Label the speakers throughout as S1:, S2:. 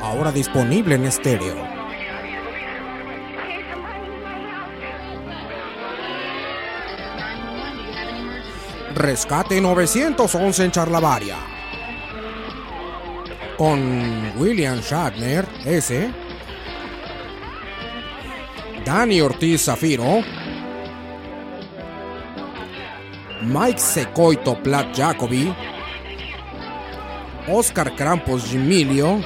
S1: ahora disponible en estéreo. Rescate 911 en Charlavaria. Con William Shatner, S. Dani Ortiz Zafiro. Mike Secoito Plat Jacobi. Oscar Krampus Gimilio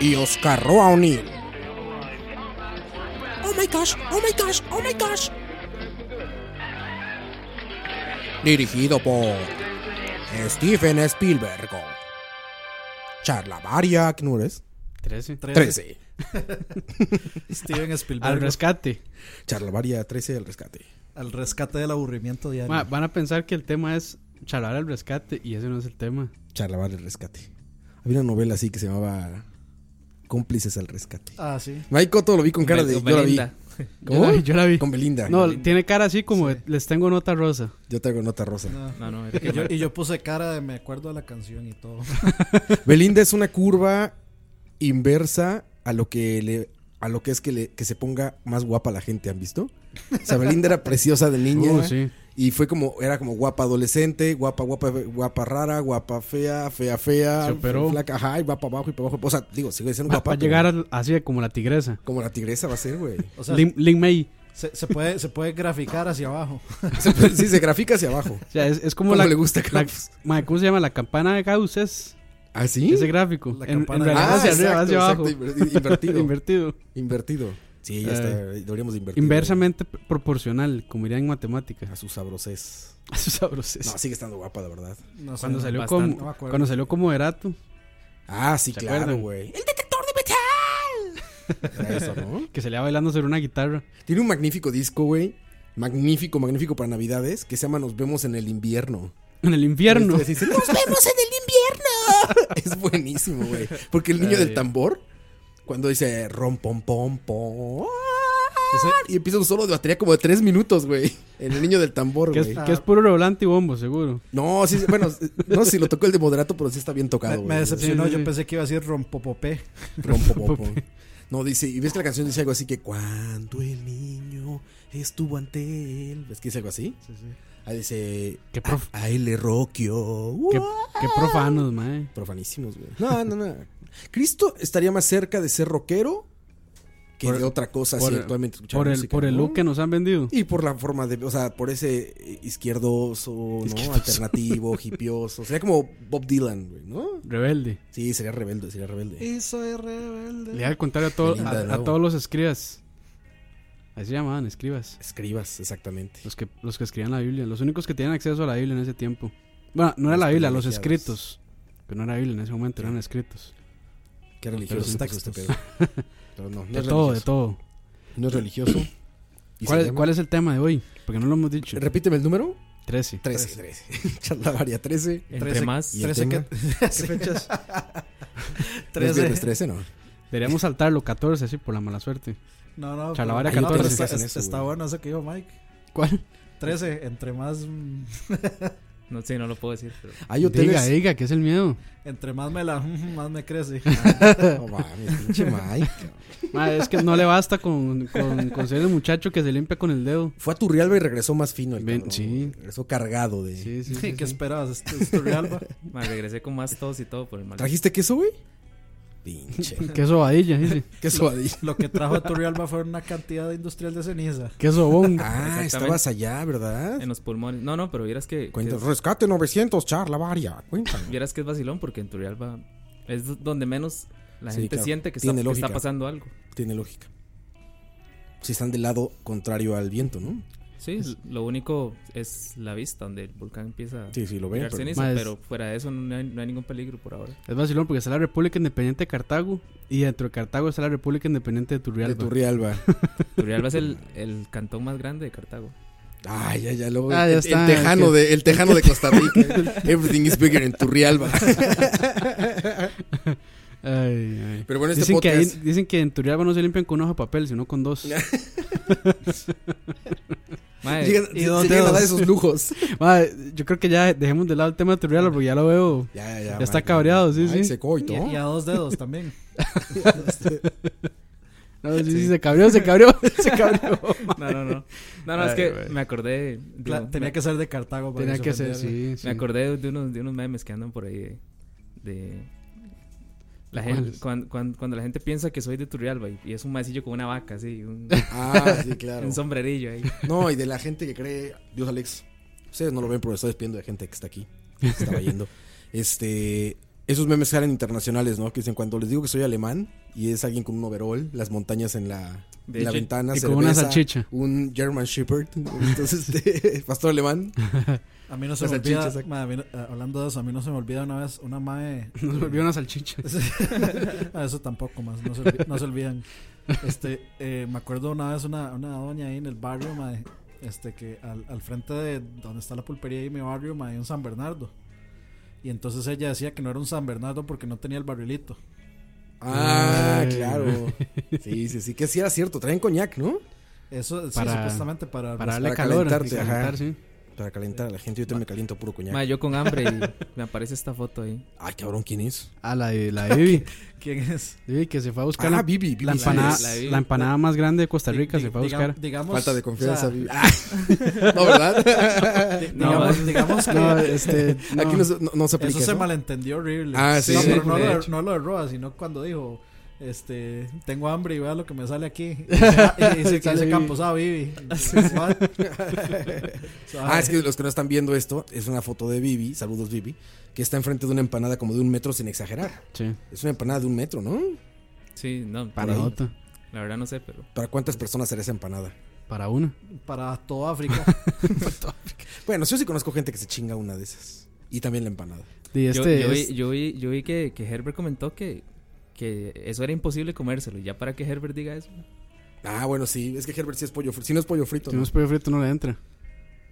S1: y Oscar Roa O'Neill. Oh my gosh, oh my gosh, oh my gosh. Dirigido por Steven Spielberg. Charlavaria Knures.
S2: 13.
S1: 13.
S3: Steven Spielberg.
S2: Al rescate.
S1: Charlavaria 13 del rescate.
S3: al rescate del aburrimiento diario.
S2: Ma, van a pensar que el tema es charlar al rescate y ese no es el tema.
S1: Charlavaria el rescate. Había una novela así que se llamaba Cómplices al rescate.
S3: Ah, sí.
S1: Maico todo lo vi con cara de.
S4: Con
S1: Yo la vi.
S4: Belinda.
S1: ¿Cómo?
S2: Yo la vi, yo la vi.
S1: Con Belinda.
S2: No, tiene cara así como de, les tengo nota rosa.
S1: Yo traigo nota rosa.
S3: No.
S4: No, no, era
S3: Y
S4: que
S3: yo, y yo puse cara de me acuerdo de la canción y todo.
S1: Belinda es una curva inversa a lo que le a lo que es que, le- que se ponga más guapa la gente, ¿han visto? O sea, Belinda era preciosa de niña
S2: Uh, sí.
S1: y fue como era como guapa adolescente, guapa guapa guapa rara, guapa fea, fea fea,
S2: Se operó.
S1: flaca, ajá, y va para abajo y para abajo, o sea, digo, sigue siendo
S2: Para
S1: guapa. pero
S2: llegar al- así como la tigresa.
S1: como la tigresa va a ser, güey.
S3: O sea,
S2: Lin, Lin May.
S3: se, se puede, se puede graficar hacia abajo.
S1: Se- pues, sí, se grafica hacia abajo.
S2: O sea, es, es como
S1: ¿Cómo
S2: la,
S1: le gusta a
S2: la-
S1: Campos?
S2: ma, ¿Cómo se llama? La campana de Gauss es
S1: ¿Así?
S2: ese gráfico.
S3: La
S2: En- en,
S3: campana de
S2: realidad
S3: Gauss.
S2: hacia arriba,
S1: ¿Ah, exacto,
S2: hacia abajo.
S1: exacto, inver- invertido,
S2: Invertido.
S1: invertido. Sí, ya
S2: Eh,
S1: está, deberíamos de invertir.
S2: Inversamente p- proporcional, como diría en matemáticas.
S1: a sus sabrosés.
S2: A sus sabroces.
S1: No, sigue estando guapa, la verdad.
S3: No sé,
S2: cuando,
S3: no,
S2: salió
S4: bastante.
S2: como,
S3: No me acuerdo.
S2: cuando salió como Erato,
S1: Ah, sí,
S2: ¿Se
S1: claro,
S2: acuerdan?
S1: güey. ¡El detector de metal! Era eso, ¿no?
S2: que salía bailando sobre una guitarra.
S1: Tiene un magnífico disco, güey. Magnífico, magnífico para Navidades. Que se llama Nos vemos en el invierno.
S2: En el infierno.
S1: Este, dice, ¡Nos vemos en el invierno! es buenísimo, güey. Porque el niño del tambor, cuando dice rom pom pom pom. Y empieza un solo de batería como de tres minutos, güey. En el niño del tambor,
S2: Que es,
S1: güey.
S2: que es puro revolante y bombo, seguro.
S1: No, sí, sí, bueno, no sé si lo tocó el de moderato, pero sí está bien
S3: Me,
S1: tocado,
S3: me
S1: güey.
S3: decepcionó,
S2: Sí, sí, sí.
S3: yo pensé que iba a decir rompopopé.
S1: Rompopopo. No, dice, y ves que la canción dice algo así que cuando el niño estuvo ante él. ¿Ves que dice algo así? Ahí dice.
S2: Qué prof-
S1: A, a él le roqueó.
S2: Qué,
S1: Uah.
S2: qué profanos, mae.
S1: Profanísimos, güey. No, no, no. Cristo estaría más cerca de ser rockero que
S2: Por-
S1: de otra cosa
S2: por-
S1: si actualmente escuchamos
S2: Por el,
S1: música,
S2: por el
S1: ¿no?
S2: look que nos han vendido.
S1: Y por la forma de, o sea, por ese eh, izquierdoso, ¿no? Alternativo, hipioso. Sería como Bob Dylan, güey, ¿no?
S2: Rebelde.
S1: Sí, sería rebelde, sería rebelde.
S3: Y soy rebelde.
S2: Le voy a contar a, todo-
S1: Belinda
S2: a-
S1: de
S2: a
S1: nuevo.
S2: todos los escribas. Así se llamaban, escribas.
S1: Escribas, exactamente.
S2: Los que, los que escribían la Biblia. Los únicos que tenían acceso a la Biblia en ese tiempo. Bueno, no era la Biblia, los
S1: privilegiados.
S2: escritos. Pero no era Biblia en ese momento, eran escritos.
S1: Qué religioso puso
S3: Pero sin
S1: este
S3: textos.
S1: pedo. Pero no, no
S2: De
S1: es
S2: todo, de
S1: religioso.
S2: todo.
S1: No es religioso. ¿Y
S2: ¿Cuál
S1: se
S2: es,
S1: llama?
S2: cuál es el tema de hoy? Porque no lo hemos dicho.
S1: Repíteme el número.
S2: 13.
S1: 13. 13. Charlavaria 13.
S4: Entre
S3: Trece-
S4: más.
S1: ¿Y el
S3: Trece
S1: tema?
S3: que-
S2: ¿Qué fechas?
S1: ¿No es
S3: 13.
S1: viernes 13, no?
S2: Deberíamos saltarlo 14, así por la mala suerte.
S3: No, no.
S2: Chalabaria
S3: pero- no,
S2: 14.
S3: pero
S1: Hacen
S3: Está,
S1: eso,
S3: está
S1: güey.
S3: bueno eso que dijo Mike.
S2: ¿Cuál?
S3: 13, entre más mm,
S4: No sé, no lo puedo decir. pero-
S1: Hay
S2: Diga,
S1: hoteles.
S2: diga, que es el miedo.
S3: entre más me la más me crece.
S1: No mames, pinche Mike.
S2: Madre, es que no le basta con, con, con ser el muchacho que se limpia con el dedo.
S1: Fue a Turrialba y regresó más fino el
S2: Ven,
S1: cabrón.
S2: sí.
S1: Regresó cargado de.
S2: Sí, sí, sí,
S3: ¿Qué
S2: sí.
S3: esperabas? Este, este Realba.
S4: Ma, regresé con más tos y todo por el mal.
S1: ¿Trajiste queso, güey? Pinche.
S2: Queso vadilla, dice.
S1: queso adillo.
S3: Lo que trajo a Turrialba fue una cantidad de industrial de ceniza.
S2: Queso bon.
S1: Ah,
S4: Exactamente.
S1: estabas allá, ¿verdad?
S4: En los pulmones. No, no, pero vieras que, que
S1: Cuenta-
S4: es,
S1: rescate 900, Charlavaria. Cuéntame.
S4: vieras que es vacilón porque en Turrialba es donde menos la
S1: Sí,
S4: gente
S1: claro.
S4: siente que está,
S1: Tiene
S4: que está
S1: lógica.
S4: pasando algo.
S1: Tiene lógica. Si están del lado contrario al viento, ¿no?
S4: Sí, lo único es la vista donde el volcán empieza
S1: Sí, sí, lo
S4: a
S1: ven.
S4: tirar
S1: pero-
S4: ceniza,
S2: Ma, es-
S4: pero fuera de eso no hay, no hay ningún peligro por ahora.
S2: Es vacilón porque está la República Independiente de Cartago y dentro de Cartago está la República Independiente de
S1: De
S2: Turrialba.
S1: Turrialba.
S4: Turrialba es el, el cantón más grande de Cartago.
S1: Ah, ya, ya lo
S2: Ah, ya
S1: el,
S2: está,
S1: el tejano
S2: es que-
S1: de, el tejano de Costa Rica. Everything is bigger en Turrialba.
S2: Ay, ay.
S1: Pero bueno, este
S2: dicen, que ahí-
S1: podcast.
S2: dicen que en Turrialba no se limpian con un hoja de papel, sino con dos.
S4: Mae,
S1: Llegan,
S2: y
S1: se-
S2: dos
S1: se llegan a dar
S2: dedos.
S1: esos lujos.
S2: Mae, yo creo que ya dejemos de lado el tema de Turrialba porque ya lo veo.
S1: Ya,
S2: Ya está cabreado, sí, sí.
S1: Se coito.
S3: Y a dos dedos también.
S2: No, sí, sí, se cabrió, se cabrió, se cabrió.
S4: No, no, no. No, no, es
S2: Ay,
S4: que
S2: güey.
S4: me acordé.
S3: Cla-
S4: digo,
S3: tenía
S4: me,
S3: que ser de Cartago. para
S2: Tenía
S3: se
S2: que ser,
S3: ofendiera.
S2: sí. sí.
S4: me acordé de unos, de unos memes que andan por ahí de. de- la gente,
S2: ¿Cuáles?
S4: cuando, cuando, cuando la gente piensa que soy de Turrialba y, y es un maecillo con una vaca, así, un,
S1: Ah, sí, claro.
S4: un sombrerillo ahí.
S1: No, y de la gente que cree. Dios, Alex. Ustedes no lo ven, pero estoy despidiendo de gente que está aquí. Que estaba yendo. Este. Esos memes salen internacionales, ¿no? Que dicen, cuando les digo que soy alemán y es alguien con un overall, las montañas en la,
S4: De
S1: en la
S4: hecho,
S1: ventana,
S2: y con una
S1: cerveza,
S2: salchicha.
S1: Un German Shepherd. Entonces, este, pastor alemán.
S2: Ah.
S3: A mí no se
S1: Las
S3: me olvida,
S1: salchichas,
S3: ma, a mí no- eh, hablando de eso, a mí no se me olvida una vez una mae.
S2: Nos volvió una salchicha.
S3: Ah, eso tampoco más, no se, olvi- no se olvidan. Este, eh, me acuerdo una vez una, una doña ahí en el barrio, mae, este, que al, al frente de donde está la pulpería ahí en mi barrio, mae, hay un San Bernardo. Y entonces ella decía que no era un San Bernardo porque no tenía el barrilito.
S1: Ah,
S2: Ay,
S1: claro. Sí, sí, sí. Que sí era cierto. Traen coñac, ¿no?
S3: Eso sí,
S2: Para-
S3: supuestamente para,
S2: Para
S1: Para
S2: darle calor. y
S1: calentarte, ajá.
S2: calentar, sí.
S1: Para calentar a la gente. Yo te me caliento puro coñac.
S4: Mae, yo con hambre y me aparece esta foto ahí.
S1: Ay, cabrón, ¿quién es?
S2: Ah, la de, la de Vivi.
S3: quién es.
S2: Vivi que se fue a buscar
S1: Ah,
S2: la,
S1: Vivi, Vivi.
S2: la empanada,
S1: Sáenz.
S4: la
S2: la,
S4: Vivi.
S2: empanada más grande de Costa Rica.
S3: Di-
S2: se fue a
S3: diga-
S2: buscar.
S3: digamos,
S1: Falta de confianza.
S3: o sea,
S1: Vivi. Ah, no, ¿verdad?
S3: di-
S4: No,
S3: digamos, digamos que
S2: No, este. no.
S1: Aquí no, se- no- no se aplica.
S3: Eso se
S1: ¿no?
S3: malentendió horrible.
S1: Ah, sí,
S3: No,
S1: sí,
S3: pero no,
S4: de
S3: lo, de-
S4: hecho.
S3: no lo de Roa, sino cuando dijo, este, tengo hambre y vea lo que me sale aquí. Y dice- y dice que
S2: Sale
S3: dice
S2: Vivi.
S3: Campos, ah, Vivi. What?
S1: Ah, es que los que no están viendo esto, es una foto de Vivi, saludos Vivi, que está enfrente de una empanada como de un metro sin exagerar.
S2: Sí,
S1: Es una empanada de un metro, ¿no?
S4: Sí, no,
S2: para
S4: la-
S2: otra.
S4: La verdad no sé, pero.
S1: ¿Para cuántas personas será esa empanada?
S2: Para una.
S3: Para toda África.
S1: Bueno, yo sí conozco gente que se chinga una de esas. Y también la empanada.
S2: Y
S4: Yo-
S2: este.
S4: yo,
S2: es-
S4: vi, yo vi, yo vi que, que Herbert comentó que, que eso era imposible comérselo. Y ya para que Herbert diga eso.
S1: Ah, bueno, sí, es que Herbert sí es pollo frito. Si no es pollo frito.
S2: Si no
S1: ¿no?
S2: es pollo frito, no le entra.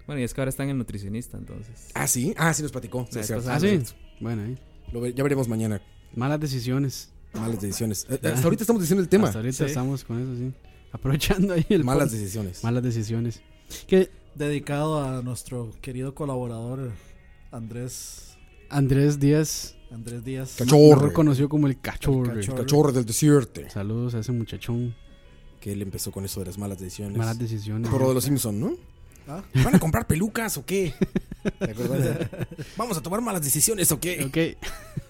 S4: Bueno, y es que ahora está en el nutricionista, entonces.
S1: Ah, sí, ah, sí nos platicó. Sí,
S4: Ah,
S1: es cierto.
S4: entonces-
S2: Ah, sí. Bueno, ahí.
S1: Lo ve- ya veremos mañana.
S2: Malas decisiones.
S1: Malas decisiones. Eh, Hasta ahorita estamos diciendo el tema.
S2: Hasta ahorita
S3: Sí.
S2: estamos con eso, sí. Aprovechando ahí el.
S1: Malas
S2: podcast.
S1: decisiones.
S2: Malas decisiones. Que
S3: dedicado a nuestro querido colaborador Andrés,
S2: Andrés Díaz,
S3: Andrés Díaz.
S1: Cacho-
S2: no
S1: Chorre.
S2: reconocido como el cachorro.
S3: El cachorro.
S1: Cachorro del desierto.
S2: Saludos a ese muchachón.
S1: Que él empezó con eso de las malas decisiones.
S2: Malas decisiones.
S1: Por lo de los Simpson, ¿no?
S3: Ah.
S1: ¿Van a comprar pelucas o qué? ¿Te acuerdas? ¿Vamos a tomar malas decisiones o qué?
S2: Ok.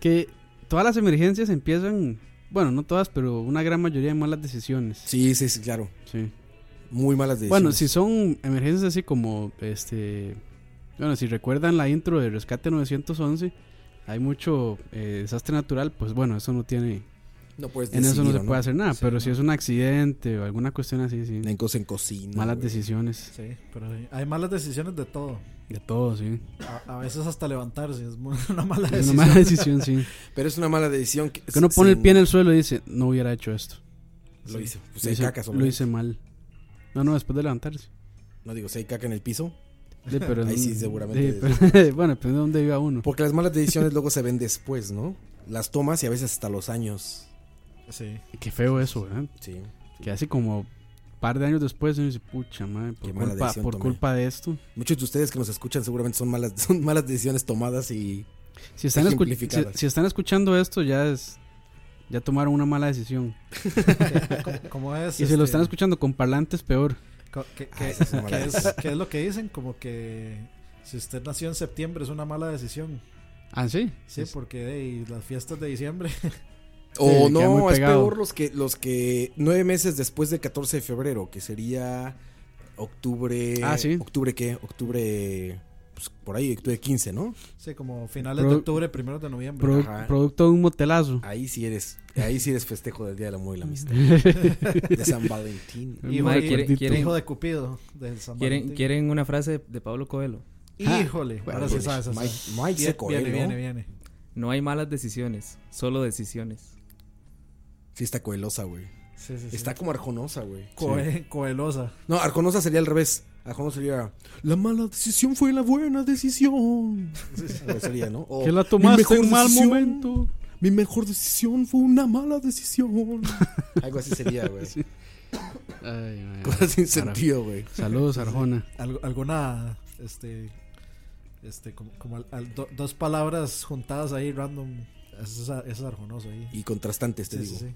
S2: que todas las emergencias empiezan. Bueno, no todas, pero una gran mayoría de malas decisiones.
S1: Sí, sí, sí, claro.
S2: Sí.
S1: Muy malas decisiones.
S2: Bueno, si son emergencias así como este. Bueno, si recuerdan la intro de Rescate 911, hay mucho eh, desastre natural, pues bueno, eso no tiene.
S1: No puedes
S2: En eso no
S1: decidir,
S2: se
S1: ¿o
S2: puede hacer nada,
S3: Sí,
S2: pero
S3: no.
S2: si es un accidente o alguna cuestión así, sí.
S1: En cosa en cocina.
S2: Malas
S1: güey.
S2: decisiones.
S3: Sí, pero hay malas decisiones de todo.
S2: De todo, sí.
S3: A, a veces hasta levantarse es muy- una mala
S2: Es
S3: decisión.
S2: una mala decisión, sí.
S1: Pero es una mala decisión que.
S2: Que uno pone
S1: sin-
S2: el pie en el suelo y dice, no hubiera hecho esto.
S1: Lo hice. Pues
S2: Lo
S1: hay
S2: hice-
S1: caca sobre
S2: Lo hice mal. No, no, después de levantarse.
S1: No digo, si hay caca en el piso.
S2: Sí, pero
S1: Ahí sí,
S2: mm,
S1: seguramente.
S2: pero- bueno, depende de dónde viva uno.
S1: Porque las malas decisiones luego se ven después, ¿no? Las tomas y a veces hasta los años.
S3: Sí.
S2: Qué feo eso, ¿verdad?
S1: Sí.
S2: Que hace como par de años después uno dice, pucha madre, por,
S1: Qué mala
S2: culpa,
S1: decisión
S2: por
S1: tomé".
S2: culpa de esto.
S1: Muchos de ustedes que nos escuchan seguramente son malas, son malas decisiones tomadas y.
S2: Si están, escu-
S1: Ejemplificadas.
S2: si, si están escuchando esto, ya es. Ya tomaron una mala decisión.
S3: ¿Cómo- cómo es?
S2: y si lo
S3: este?
S2: están escuchando con parlantes, peor.
S3: Co- que-
S1: Ah,
S3: que-
S1: esa es una mala
S3: que es,
S1: decisión.
S3: que es lo que dicen? Como que si usted nació en septiembre es una mala decisión.
S2: Ah, sí.
S3: Sí,
S2: Es-
S3: porque de ahí, las fiestas de diciembre.
S1: O
S2: Sí, queda
S1: no,
S2: muy
S1: es
S2: pegado.
S1: peor los que, los que nueve meses después del 14 de febrero, que sería octubre.
S2: Ah, sí.
S1: ¿Octubre qué? Octubre. Pues, por ahí, octubre 15, ¿no?
S3: Sí, como finales de
S2: Pro-
S3: octubre, primero de noviembre.
S2: produ-
S1: Ajá. Ah,
S2: producto de un motelazo.
S1: Ahí sí eres. Ahí sí eres festejo del Día del Amor y la Amistad. De San Valentín.
S2: El
S3: Y,
S2: mejor
S3: y-
S4: quiere-
S2: cuartito.
S4: quiere-
S3: Hijo de Cupido, del San
S4: ¿Quieren,
S3: Valentín.
S4: ¿Quieren una frase de Pablo Coelho?
S2: Ah,
S3: Híjole,
S2: bueno,
S3: ahora sí
S1: Mike-
S3: sabes. pues,
S1: pues,
S3: esa
S1: Mike,
S3: sabe.
S1: Mike
S3: Viene,
S1: se coló,
S3: viene,
S1: ¿no?
S3: viene, viene.
S4: No hay malas decisiones, solo decisiones.
S1: Sí, está coelosa, güey.
S3: Sí, sí, sí.
S1: Está como arjonosa, güey.
S3: Coe- coelosa.
S1: No, arjonosa sería al revés. Arjonosa sería. La mala decisión fue la buena decisión. Algo sería, ¿no? O,
S2: Que la
S1: "Mi
S2: tomaste
S1: mejor
S2: en mal
S1: decisión-
S2: momento.
S1: Mi mejor decisión fue una mala decisión. Algo así sería, güey.
S2: Ay, mae.
S1: Cosas sin
S2: Araj-
S1: sentido, güey.
S2: Saludos, Arjona.
S3: Algo- alguna, este, este, como, como al- al- do- dos palabras juntadas ahí, random. Eso es, eso es arjonoso ahí.
S1: Y contrastantes, te
S3: Sí,
S1: digo.
S3: sí, sí.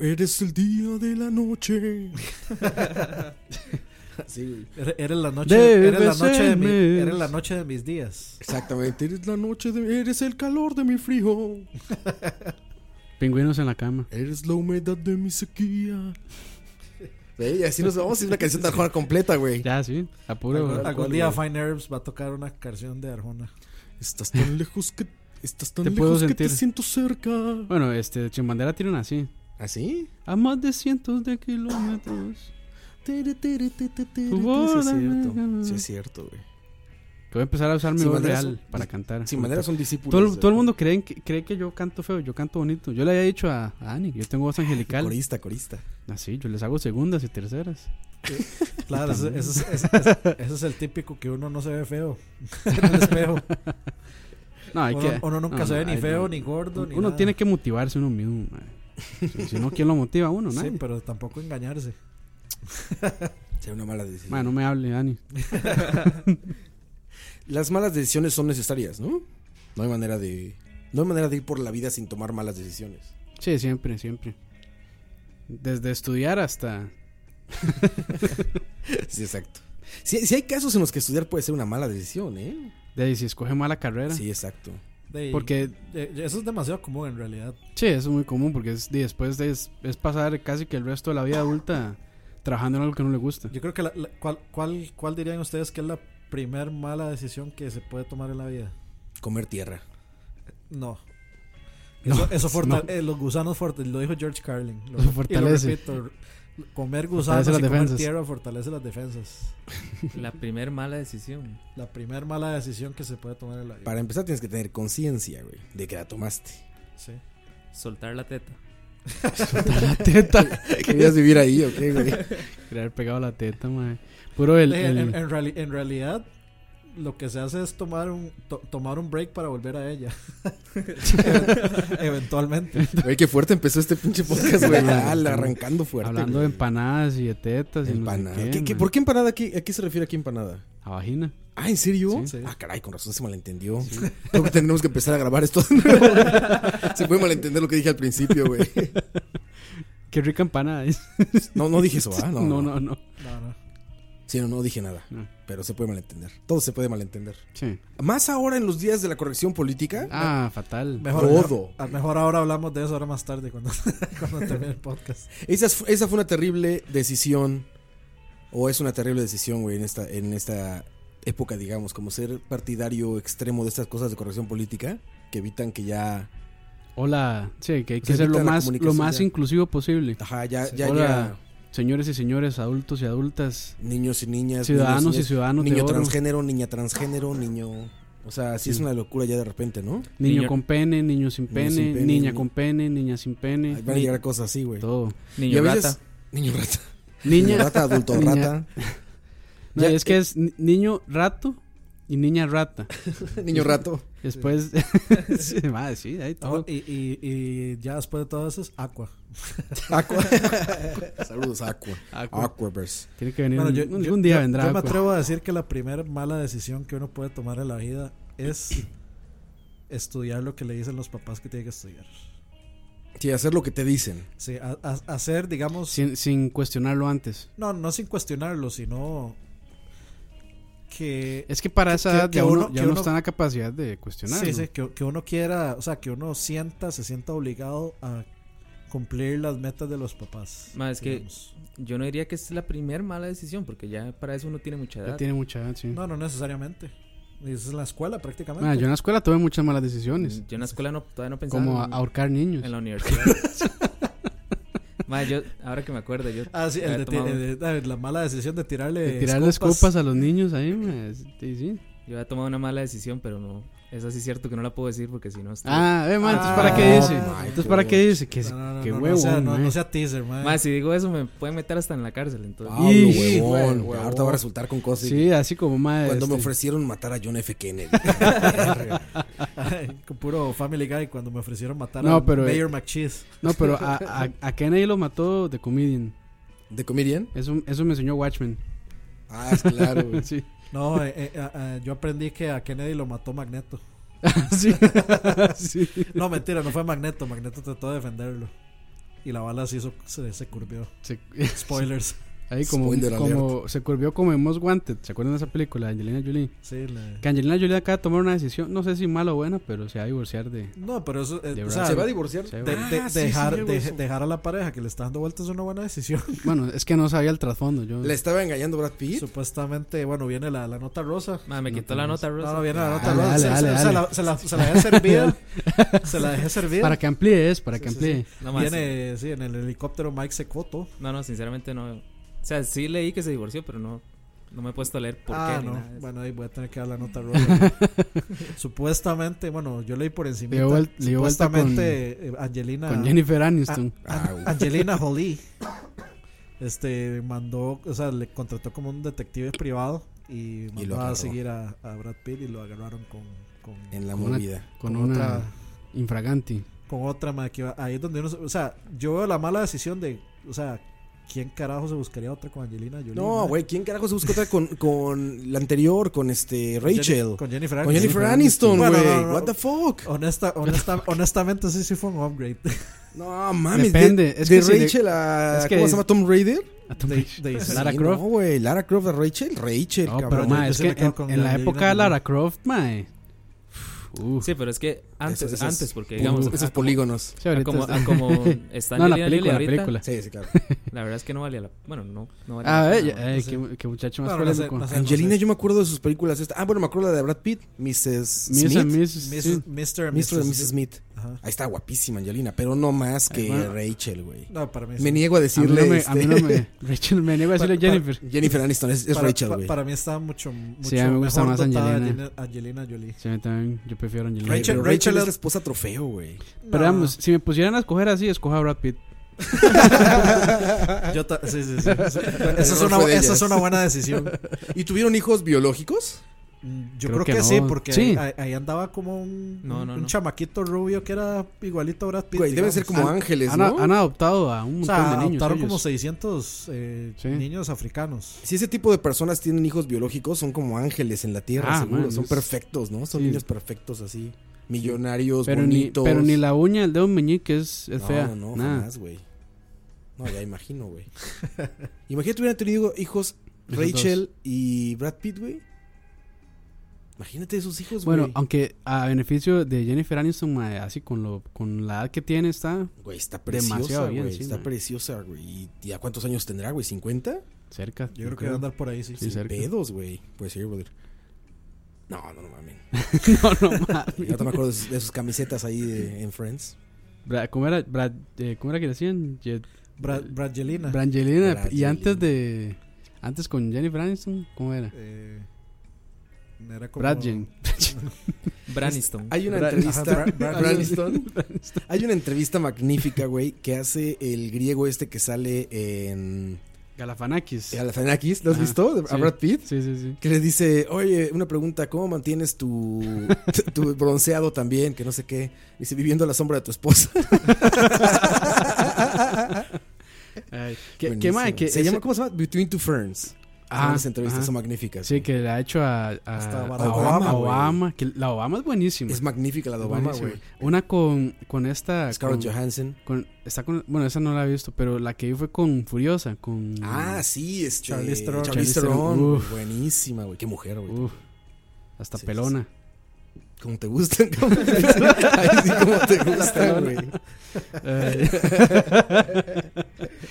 S1: Eres el día de la noche. sí, güey.
S3: Era, era la noche,
S2: Debes
S3: era la noche de mi-
S2: serme.
S3: era la noche de mis días.
S1: Exactamente, eres la noche de, eres el calor de mi frío,
S2: Pingüinos en la cama.
S1: eres la humedad de mi sequía. Ey, así nos vamos a ir una canción de Arjona completa, güey.
S2: Ya, sí. A
S3: Algún,
S2: puro.
S1: Tal
S3: algún
S1: cual,
S3: día
S1: güey.
S3: Fine Herbs va a tocar una canción de Arjona.
S1: Estás tan lejos que estás tan
S2: Te puedo
S1: lejos que
S2: sentir.
S1: te siento cerca.
S2: Bueno, este, Chimbandera tiene una así.
S1: ¿Así?
S2: A más de cientos de kilómetros.
S1: Tere, tere, te, te,
S2: Tu
S1: tere, tere. Sí
S2: boda
S1: es
S2: me-
S1: cierto, sí es cierto, güey.
S2: Que voy a empezar a usar mi
S1: Sin
S2: voz
S1: bandera
S2: real
S1: son-
S2: para cantar.
S1: Sin manera son discípulos.
S2: Todo, el-
S1: de-
S2: todo el mundo cree, que, cree que yo canto feo, yo canto bonito. Yo le había dicho a, a Ani, yo tengo voz angelical.
S1: Corista, corista.
S2: Así, yo les hago segundas y terceras.
S3: Claro, ese, ese es, ese- ese- ese es el típico que uno no se ve feo en el espejo.
S2: No, hay
S3: Uno,
S2: que,
S3: uno nunca
S2: no,
S3: se ve
S2: no,
S3: ni
S2: hay-
S3: feo,
S2: no.
S3: ni gordo, ni
S2: Uno
S3: nada.
S2: tiene que motivarse uno mismo, mae. Si, si no, ¿quién lo motiva a uno? Nadie.
S3: Sí, pues. pero tampoco engañarse.
S1: Sería una mala decisión.
S2: Mae, no me hable, Ani.
S1: Las malas decisiones son necesarias, ¿no? No hay manera de no hay manera de ir por la vida sin tomar malas decisiones.
S2: Sí, siempre, siempre. Desde estudiar hasta...
S1: Sí, exacto. Si hay casos en los que estudiar puede ser una mala decisión, ¿eh?
S2: De ahí, si escoge mala carrera.
S1: Sí, exacto.
S3: De-
S2: Porque,
S3: eh, eso es demasiado común en realidad.
S2: sí, eso es muy común, porque es, y después es, es pasar casi que el resto de la vida adulta trabajando en algo que no le gusta.
S3: Yo creo que la, la- ¿cuál, cuál, cuál dirían ustedes que es la primer mala decisión que se puede tomar en la vida?
S1: Comer tierra.
S3: No. Eso,
S2: No,
S3: eso forta-
S2: no.
S3: eh, los gusanos fortalece, lo dijo George Carlin. Lo,
S2: Lo
S3: y
S2: fortalece.
S3: repito, comer gusanos
S2: las
S3: y comer
S2: defensas.
S3: tierra fortalece las defensas.
S4: La primer mala decisión.
S3: La primer mala decisión que se puede tomar en la vida.
S1: Para empezar tienes que tener conciencia, güey, de que la tomaste.
S3: Sí.
S4: Soltar la teta.
S2: la teta.
S1: ¿Querías vivir ahí o qué, güey?
S2: Creer pegado a la teta, mae. Puro el...
S3: Eh,
S2: el-
S3: en, en reali- en realidad, lo que se hace es tomar un, to- tomar un break para volver a ella. Eventualmente.
S1: Güey, qué fuerte empezó este pinche podcast, güey. Ah, la arrancando fuerte.
S2: hablando de
S1: güey.
S2: empanadas y de tetas y no sé
S1: Empanada.
S2: qué,
S1: ¿Qué- qué-
S2: mae.
S1: por qué empanada? ¿Qué- ¿A qué se refiere aquí empanada?
S2: A vagina.
S1: Ah, ¿en serio?
S3: Sí.
S1: Ah, caray, con razón se malentendió. Creo que tenemos que empezar a grabar esto de nuevo. güey. se puede malentender lo que dije al principio, güey.
S2: Qué rica empanada es.
S1: No, no dije eso, ¿ah? No,
S2: no, no, no.
S3: No, no.
S1: Sí, no, no dije nada.
S2: No.
S1: Pero se puede malentender. Todo se puede malentender.
S2: Sí.
S1: Más ahora en los días de la corrección política.
S2: Ah, fatal.
S3: Mejor,
S1: Todo.
S3: a- mejor ahora hablamos de eso, ahora más tarde, cuando, cuando termine el podcast.
S1: Esa, es- esa fue una terrible decisión. O es una terrible decisión, güey, en esta, en esta época, digamos, como ser partidario extremo de estas cosas de corrección política que evitan que ya.
S2: Hola. Sí, que hay que
S1: Se
S2: ser lo
S1: evita la
S2: más, lo
S1: comunicación
S2: más
S1: ya. Ah.
S2: inclusivo posible.
S1: Ajá, ya,
S3: Sí.
S1: ya
S2: Hola,
S1: llega
S2: señores y señores, adultos y adultas,
S1: niños y niñas.
S2: ciudadanos
S1: niños
S2: y ciudadanos de
S1: Niño
S2: oro,
S1: transgénero, niña transgénero, niño. O sea, sí, es
S2: Sí.
S1: una locura ya de repente, ¿no?
S2: niño,
S4: Niño-
S2: con pene, niño sin
S1: Niño
S2: pene,
S1: sin pene,
S2: niña
S1: niño-
S2: con pene, niña sin pene,
S1: Ahí Van a
S2: ni-
S1: llegar cosas así, güey.
S2: todo.
S1: Y
S4: Niño
S1: a veces.
S4: rata.
S1: Niño rata. Niño
S2: Niña,
S1: rata, adulto
S2: Niña.
S1: rata.
S2: no,
S1: Ya,
S2: es que es ni- niño rato y niña rata.
S1: Niño rato.
S2: Después, sí, madre, sí, ahí todo.
S3: y, y, y ya después de todo eso es Aqua.
S1: Aqua. Saludos, Aqua.
S2: Aqua.
S1: Aquaverse.
S2: Tiene que venir
S3: Bueno,
S2: un,
S3: yo-
S2: un-
S3: yo-
S2: un día
S3: yo-
S2: vendrá. pues,
S3: Yo me
S2: Aqua.
S3: atrevo a decir que la primera mala decisión que uno puede tomar en la vida es estudiar lo que le dicen los papás que tiene que estudiar.
S1: Sí, hacer lo que te dicen.
S3: Sí, a- a- hacer, digamos,
S2: sin, sin cuestionarlo antes.
S3: no, no sin cuestionarlo, sino que
S2: Es que para esa
S3: que-
S2: edad
S3: que
S2: ya uno,
S3: uno-
S2: ya
S3: que
S2: uno
S3: uno-
S2: está en la capacidad de cuestionarlo.
S3: Sí, sí, que, que uno quiera, o sea, que uno sienta, se sienta obligado a cumplir las metas de los papás.
S4: Ma, es que-
S3: digamos.
S4: Yo no diría que es la primer mala decisión, porque ya para eso uno tiene mucha edad.
S2: Ya tiene mucha edad, sí.
S3: No, no necesariamente. Es en la escuela prácticamente.
S2: Madre, yo en la escuela tuve muchas malas
S3: Mm,
S2: decisiones.
S4: Yo en la escuela no, todavía no pensaba
S2: Como a-
S4: en,
S2: ahorcar niños.
S4: en la universidad. Ma, yo, ahora que me acuerdo, yo
S3: Ah, sí, el
S4: había
S3: de ti-
S4: tomado-
S3: el de- ah, la mala decisión de tirarle,
S2: De tirarles
S3: escopas.
S2: copas a los niños ahí, mae, sí, sí.
S4: yo había tomado una mala decisión, pero no. Eso sí es cierto que no la puedo decir porque si no. estoy-
S2: Ah, eh, man, entonces para
S3: Ah,
S2: qué dice?
S3: my
S2: Entonces para qué dice? Que,
S3: No, no, no,
S2: que
S3: no,
S2: huevo,
S3: No sea, no,
S2: mae.
S3: no sea teaser, man.
S4: Ma, si digo eso, me pueden meter hasta en la cárcel. Entonces,
S3: Ah.
S1: Pablo,
S2: Y-
S1: huevón.
S4: huevón.
S1: Ahorita va a resultar con cosas.
S2: sí, así como madre.
S1: Cuando me
S2: este,
S1: ofrecieron matar a John F. Kennedy.
S3: Con puro Family Guy cuando me ofrecieron matar
S2: No,
S3: a
S2: pero, eh,
S3: Mayor McCheese.
S2: No, pero a, a, a Kennedy lo mató de comedian.
S1: ¿De Comedian?
S2: Eso, eso me enseñó Watchmen.
S1: Ah, es claro, güey.
S2: Sí.
S3: No, eh, eh, eh, eh, yo aprendí que a Kennedy lo mató Magneto.
S2: sí. sí.
S3: No, mentira, no fue Magneto. Magneto trató de defenderlo. Y la bala se hizo, se, se curvió.
S2: Se-
S3: Spoilers.
S2: ahí como,
S1: Spoiler
S2: como se curvió como en Most Wanted. ¿Se acuerdan de esa película de Angelina Jolie?
S3: Sí, le-
S2: Que Angelina Jolie acaba de tomar una decisión, no sé si mala o buena, pero se va a divorciar de...
S3: No, pero eso. eh,
S2: De
S3: o
S2: Brad.
S3: sea,
S1: ¿Se va a divorciar?
S2: Ah, se
S3: de-
S2: va-
S3: de-
S1: Ah, sí,
S3: dejar,
S1: sí, llevo
S3: de-
S1: eso.
S3: dejar a la pareja que le está dando vueltas es una buena decisión.
S2: Bueno, es que no sabía el trasfondo. Yo,
S1: ¿Le estaba engañando Brad Pitt?
S3: Supuestamente, bueno, viene la, la nota rosa.
S4: Ma, me
S2: No
S4: quitó la
S2: tenemos-
S4: nota, Rosa.
S3: No, no, viene la nota
S2: Dale,
S3: rosa.
S2: Ah, dale,
S3: Se- se-
S2: dale,
S3: se
S2: dale.
S3: la- Se la- se la dejé servida. Se la dejé servida.
S2: para que amplíe es, para
S3: Sí,
S2: que
S3: sí,
S2: amplíe.
S4: No, ma,
S3: Viene, sí, en el helicóptero Mike Secoto.
S4: sí. no, no, sinceramente no. O sea, sí leí que se divorció, pero no, no me he puesto a leer por
S3: Ah,
S4: qué ni
S3: no.
S4: nada de eso.
S3: Bueno, ahí voy a tener que dar la nota roja. Supuestamente, bueno, yo leí por encima.
S2: Le dio vuel- le dio vuelta
S3: Supuestamente, eh, Angelina.
S2: Con Jennifer Aniston.
S1: Ah, güey.
S3: Angelina Jolie. Este mandó, o sea, le contrató como un detective privado y mandó
S1: lo
S3: a
S1: agarró.
S3: seguir a, a Brad Pitt y lo agarraron con, con,
S1: En la
S2: Con una-
S1: movida.
S2: con
S3: con
S2: una
S3: otra
S2: infraganti.
S3: con otra madre que iba- ahí es donde uno, se- o sea, yo veo la mala decisión de, o sea, quién carajo se buscaría otra con Angelina Jolie.
S1: No,
S3: madre?
S1: güey, ¿quién carajo se buscó otra con, con la anterior, con este
S3: Con Jenni-
S1: Rachel? Con,
S3: con Jennifer,
S1: Jennifer Aniston, güey.
S3: Bueno, no, no, no.
S1: What the fuck?
S3: Honesta, honesta, honestamente sí sí fue un upgrade
S1: No
S3: Ah,
S1: mames.
S2: Depende,
S1: De,
S2: es
S1: de
S2: que si de-
S1: Rachel a.
S2: es que
S1: ¿Cómo
S2: es-
S1: se llama Tom Raider?
S2: A Tom
S3: de,
S2: Brady.
S3: de
S2: Lara
S1: Sí,
S2: Croft.
S1: No, güey. Lara Croft a Rachel. Rachel,
S2: No, pero
S1: cabrón.
S3: yo-
S2: ma,
S3: yo
S2: es
S3: sí
S2: que
S3: me quedo
S2: en, en
S3: con
S2: la
S3: Angelina
S2: época de
S3: Jolie.
S2: Lara Croft, eh, mae. Uh,
S4: Sí, pero es que antes,
S1: Esos- esos-
S4: antes, porque
S1: uh,
S4: digamos,
S1: esos
S4: a como-
S1: polígonos.
S2: sí,
S4: a
S2: ahorita
S4: como,
S2: está-
S4: a como está
S2: No,
S4: Angelina
S2: la película,
S4: Jolie
S2: la
S4: ahorita,
S2: película.
S1: Sí, sí, claro.
S4: la verdad es que no valía la... Bueno, no, no valía
S2: Ah,
S4: la
S2: eh,
S4: pena,
S2: ya-
S4: ma.
S2: eh,
S3: sí.
S2: qué, qué muchacho más
S3: Bueno, no sé,
S2: polémico.
S3: no sé.
S1: Angelina, yo me acuerdo de sus películas. esta- Ah, bueno, me acuerdo la de Brad Pitt. Mrs.
S2: Miss and
S1: Smith.
S2: Miss, sí.
S3: Mrs. Mr.
S1: Mr. and Mrs. Smith.
S3: Ajá.
S1: Ahí está guapísima Angelina, pero no más que
S2: Ay, bueno.
S1: Rachel, güey.
S3: No, para mí sí.
S1: Me niego a
S2: A mí
S1: decirle.
S2: no me,
S1: este,
S2: a mí no me- Rachel, me niego a decirle
S3: Pa- pa-
S2: Jennifer.
S1: Jennifer Aniston es, es
S3: para,
S1: Rachel,
S3: pa-
S1: güey.
S3: para mí está mucho, mucho
S2: Sí, a mí me gusta
S3: mejor
S2: más
S3: dotada
S2: Angelina.
S3: Angelina Jolie.
S2: Sí, a mí también, yo prefiero a Angelina.
S1: Güey,
S3: Rachel-
S1: pero Rachel,
S3: Rachel
S1: es
S3: es-
S1: la esposa trofeo, güey.
S2: Pero
S3: No,
S2: vamos, si me pusieran a escoger así, escojo a Brad Pitt.
S3: yo ta- sí, sí, sí. Esa es,
S1: error
S3: una,
S1: fue de
S3: esa es
S1: ellas.
S3: una buena decisión.
S1: ¿Y tuvieron hijos biológicos?
S3: Mm, Yo
S2: Creo
S3: creo,
S2: que
S3: que,
S2: no.
S3: sí, porque
S2: Sí.
S3: Ahí, ahí andaba como un,
S4: No, no,
S3: un
S4: no.
S3: chamaquito rubio que era igualito a Brad Pitt.
S1: Güey, deben
S3: digamos. Ah,
S1: ser como
S2: Han-
S1: ángeles,
S2: Han,
S1: ¿no?
S2: han adoptado a un
S3: O
S2: montón
S3: sea,
S2: de niños.
S3: adoptaron como
S2: ellos.
S3: 600 eh,
S2: Sí.
S3: niños africanos.
S1: Si ese tipo de personas tienen hijos biológicos, son como ángeles en la tierra,
S2: Ah,
S1: seguro.
S2: man,
S1: son
S2: es-
S1: perfectos, ¿no? Son
S2: sí.
S1: niños perfectos así. Millonarios,
S2: pero, ni,
S1: bonitos.
S2: pero ni la uña del dedo meñique es, es
S1: No,
S2: fea.
S1: No, no,
S2: nada.
S1: jamás, güey. No, ya imagino, güey. Imagínate hubieran tenido hijos
S2: Esos
S1: Rachel y Brad Pitt, güey. Imagínate esos hijos, güey.
S2: Bueno, aunque a beneficio de Jennifer Aniston, mae, así con lo con la edad que tiene está
S1: Güey, está
S2: demasiado
S1: preciosa,
S2: bien,
S1: güey.
S2: sí,
S1: está
S2: güey.
S1: preciosa, güey. ¿Y- ¿Y a cuántos años tendrá, güey? ¿50?
S2: cerca.
S3: Yo creo que va a andar por ahí,
S2: Sí,
S3: sí. sí.
S2: sí.
S1: Sin
S2: cerca.
S1: pedos, güey. Pues sí, brother. No, no, no mames.
S2: No, no mames.
S1: Yo te me acuerdo de sus, de sus camisetas ahí de- en Friends.
S2: Bra- ¿Cómo era, Brad- eh, ¿Cómo era que decían? Je-
S3: Brad, Bradgelina.
S2: Brangelina. Y
S1: Brangelina.
S2: antes de. Antes con Jennifer Aniston, ¿cómo era?
S3: eh, era como...
S2: Bradgen.
S4: Braniston.
S1: Hay una
S2: Bra-
S1: entrevista.
S3: Ajá, Bra- Bra-
S1: Braniston. Hay una entrevista magnífica, güey, que hace el griego este que sale en.
S2: Galafanakis.
S1: Galafanakis, ¿lo has
S2: Ajá,
S1: visto? A
S2: sí.
S1: Brad Pitt.
S2: Sí, sí, sí.
S1: Que le dice, oye, una pregunta, ¿cómo mantienes tu, tu bronceado también? Que no sé qué. Dice, viviendo a la sombra de tu esposa.
S2: Ay, ¿Qué, qué
S1: Buenísimo.
S2: mae? Que
S1: se
S2: ese-
S1: llama, ¿Cómo se llama? Between Two Ferns.
S2: Ah,
S1: Ah, las entrevistas
S2: ajá.
S1: son magníficas.
S2: Sí,
S1: güey.
S2: que le ha hecho a, a-
S3: Hasta
S2: a
S3: Barack
S2: Obama.
S1: Obama, güey.
S2: Obama, que la Obama es buenísima.
S1: Es magnífica la de Obama,
S2: Buenísima.
S1: güey.
S2: Una con, con esta.
S1: Scarlett
S2: con-
S1: Johansson.
S2: con- está con, bueno, esa no la he visto, pero la que vi fue con Furiosa, con...
S1: Ah, sí, este.
S3: Charlize Theron.
S1: Charlize
S2: Charlize Theron,
S1: Theron,
S2: uf.
S1: Buenísima, güey. Qué mujer, güey.
S2: Uf, hasta
S1: Sí,
S2: pelona.
S1: Como te gustan, cabrón. Ay, sí, como te gustan, güey.
S2: Ay.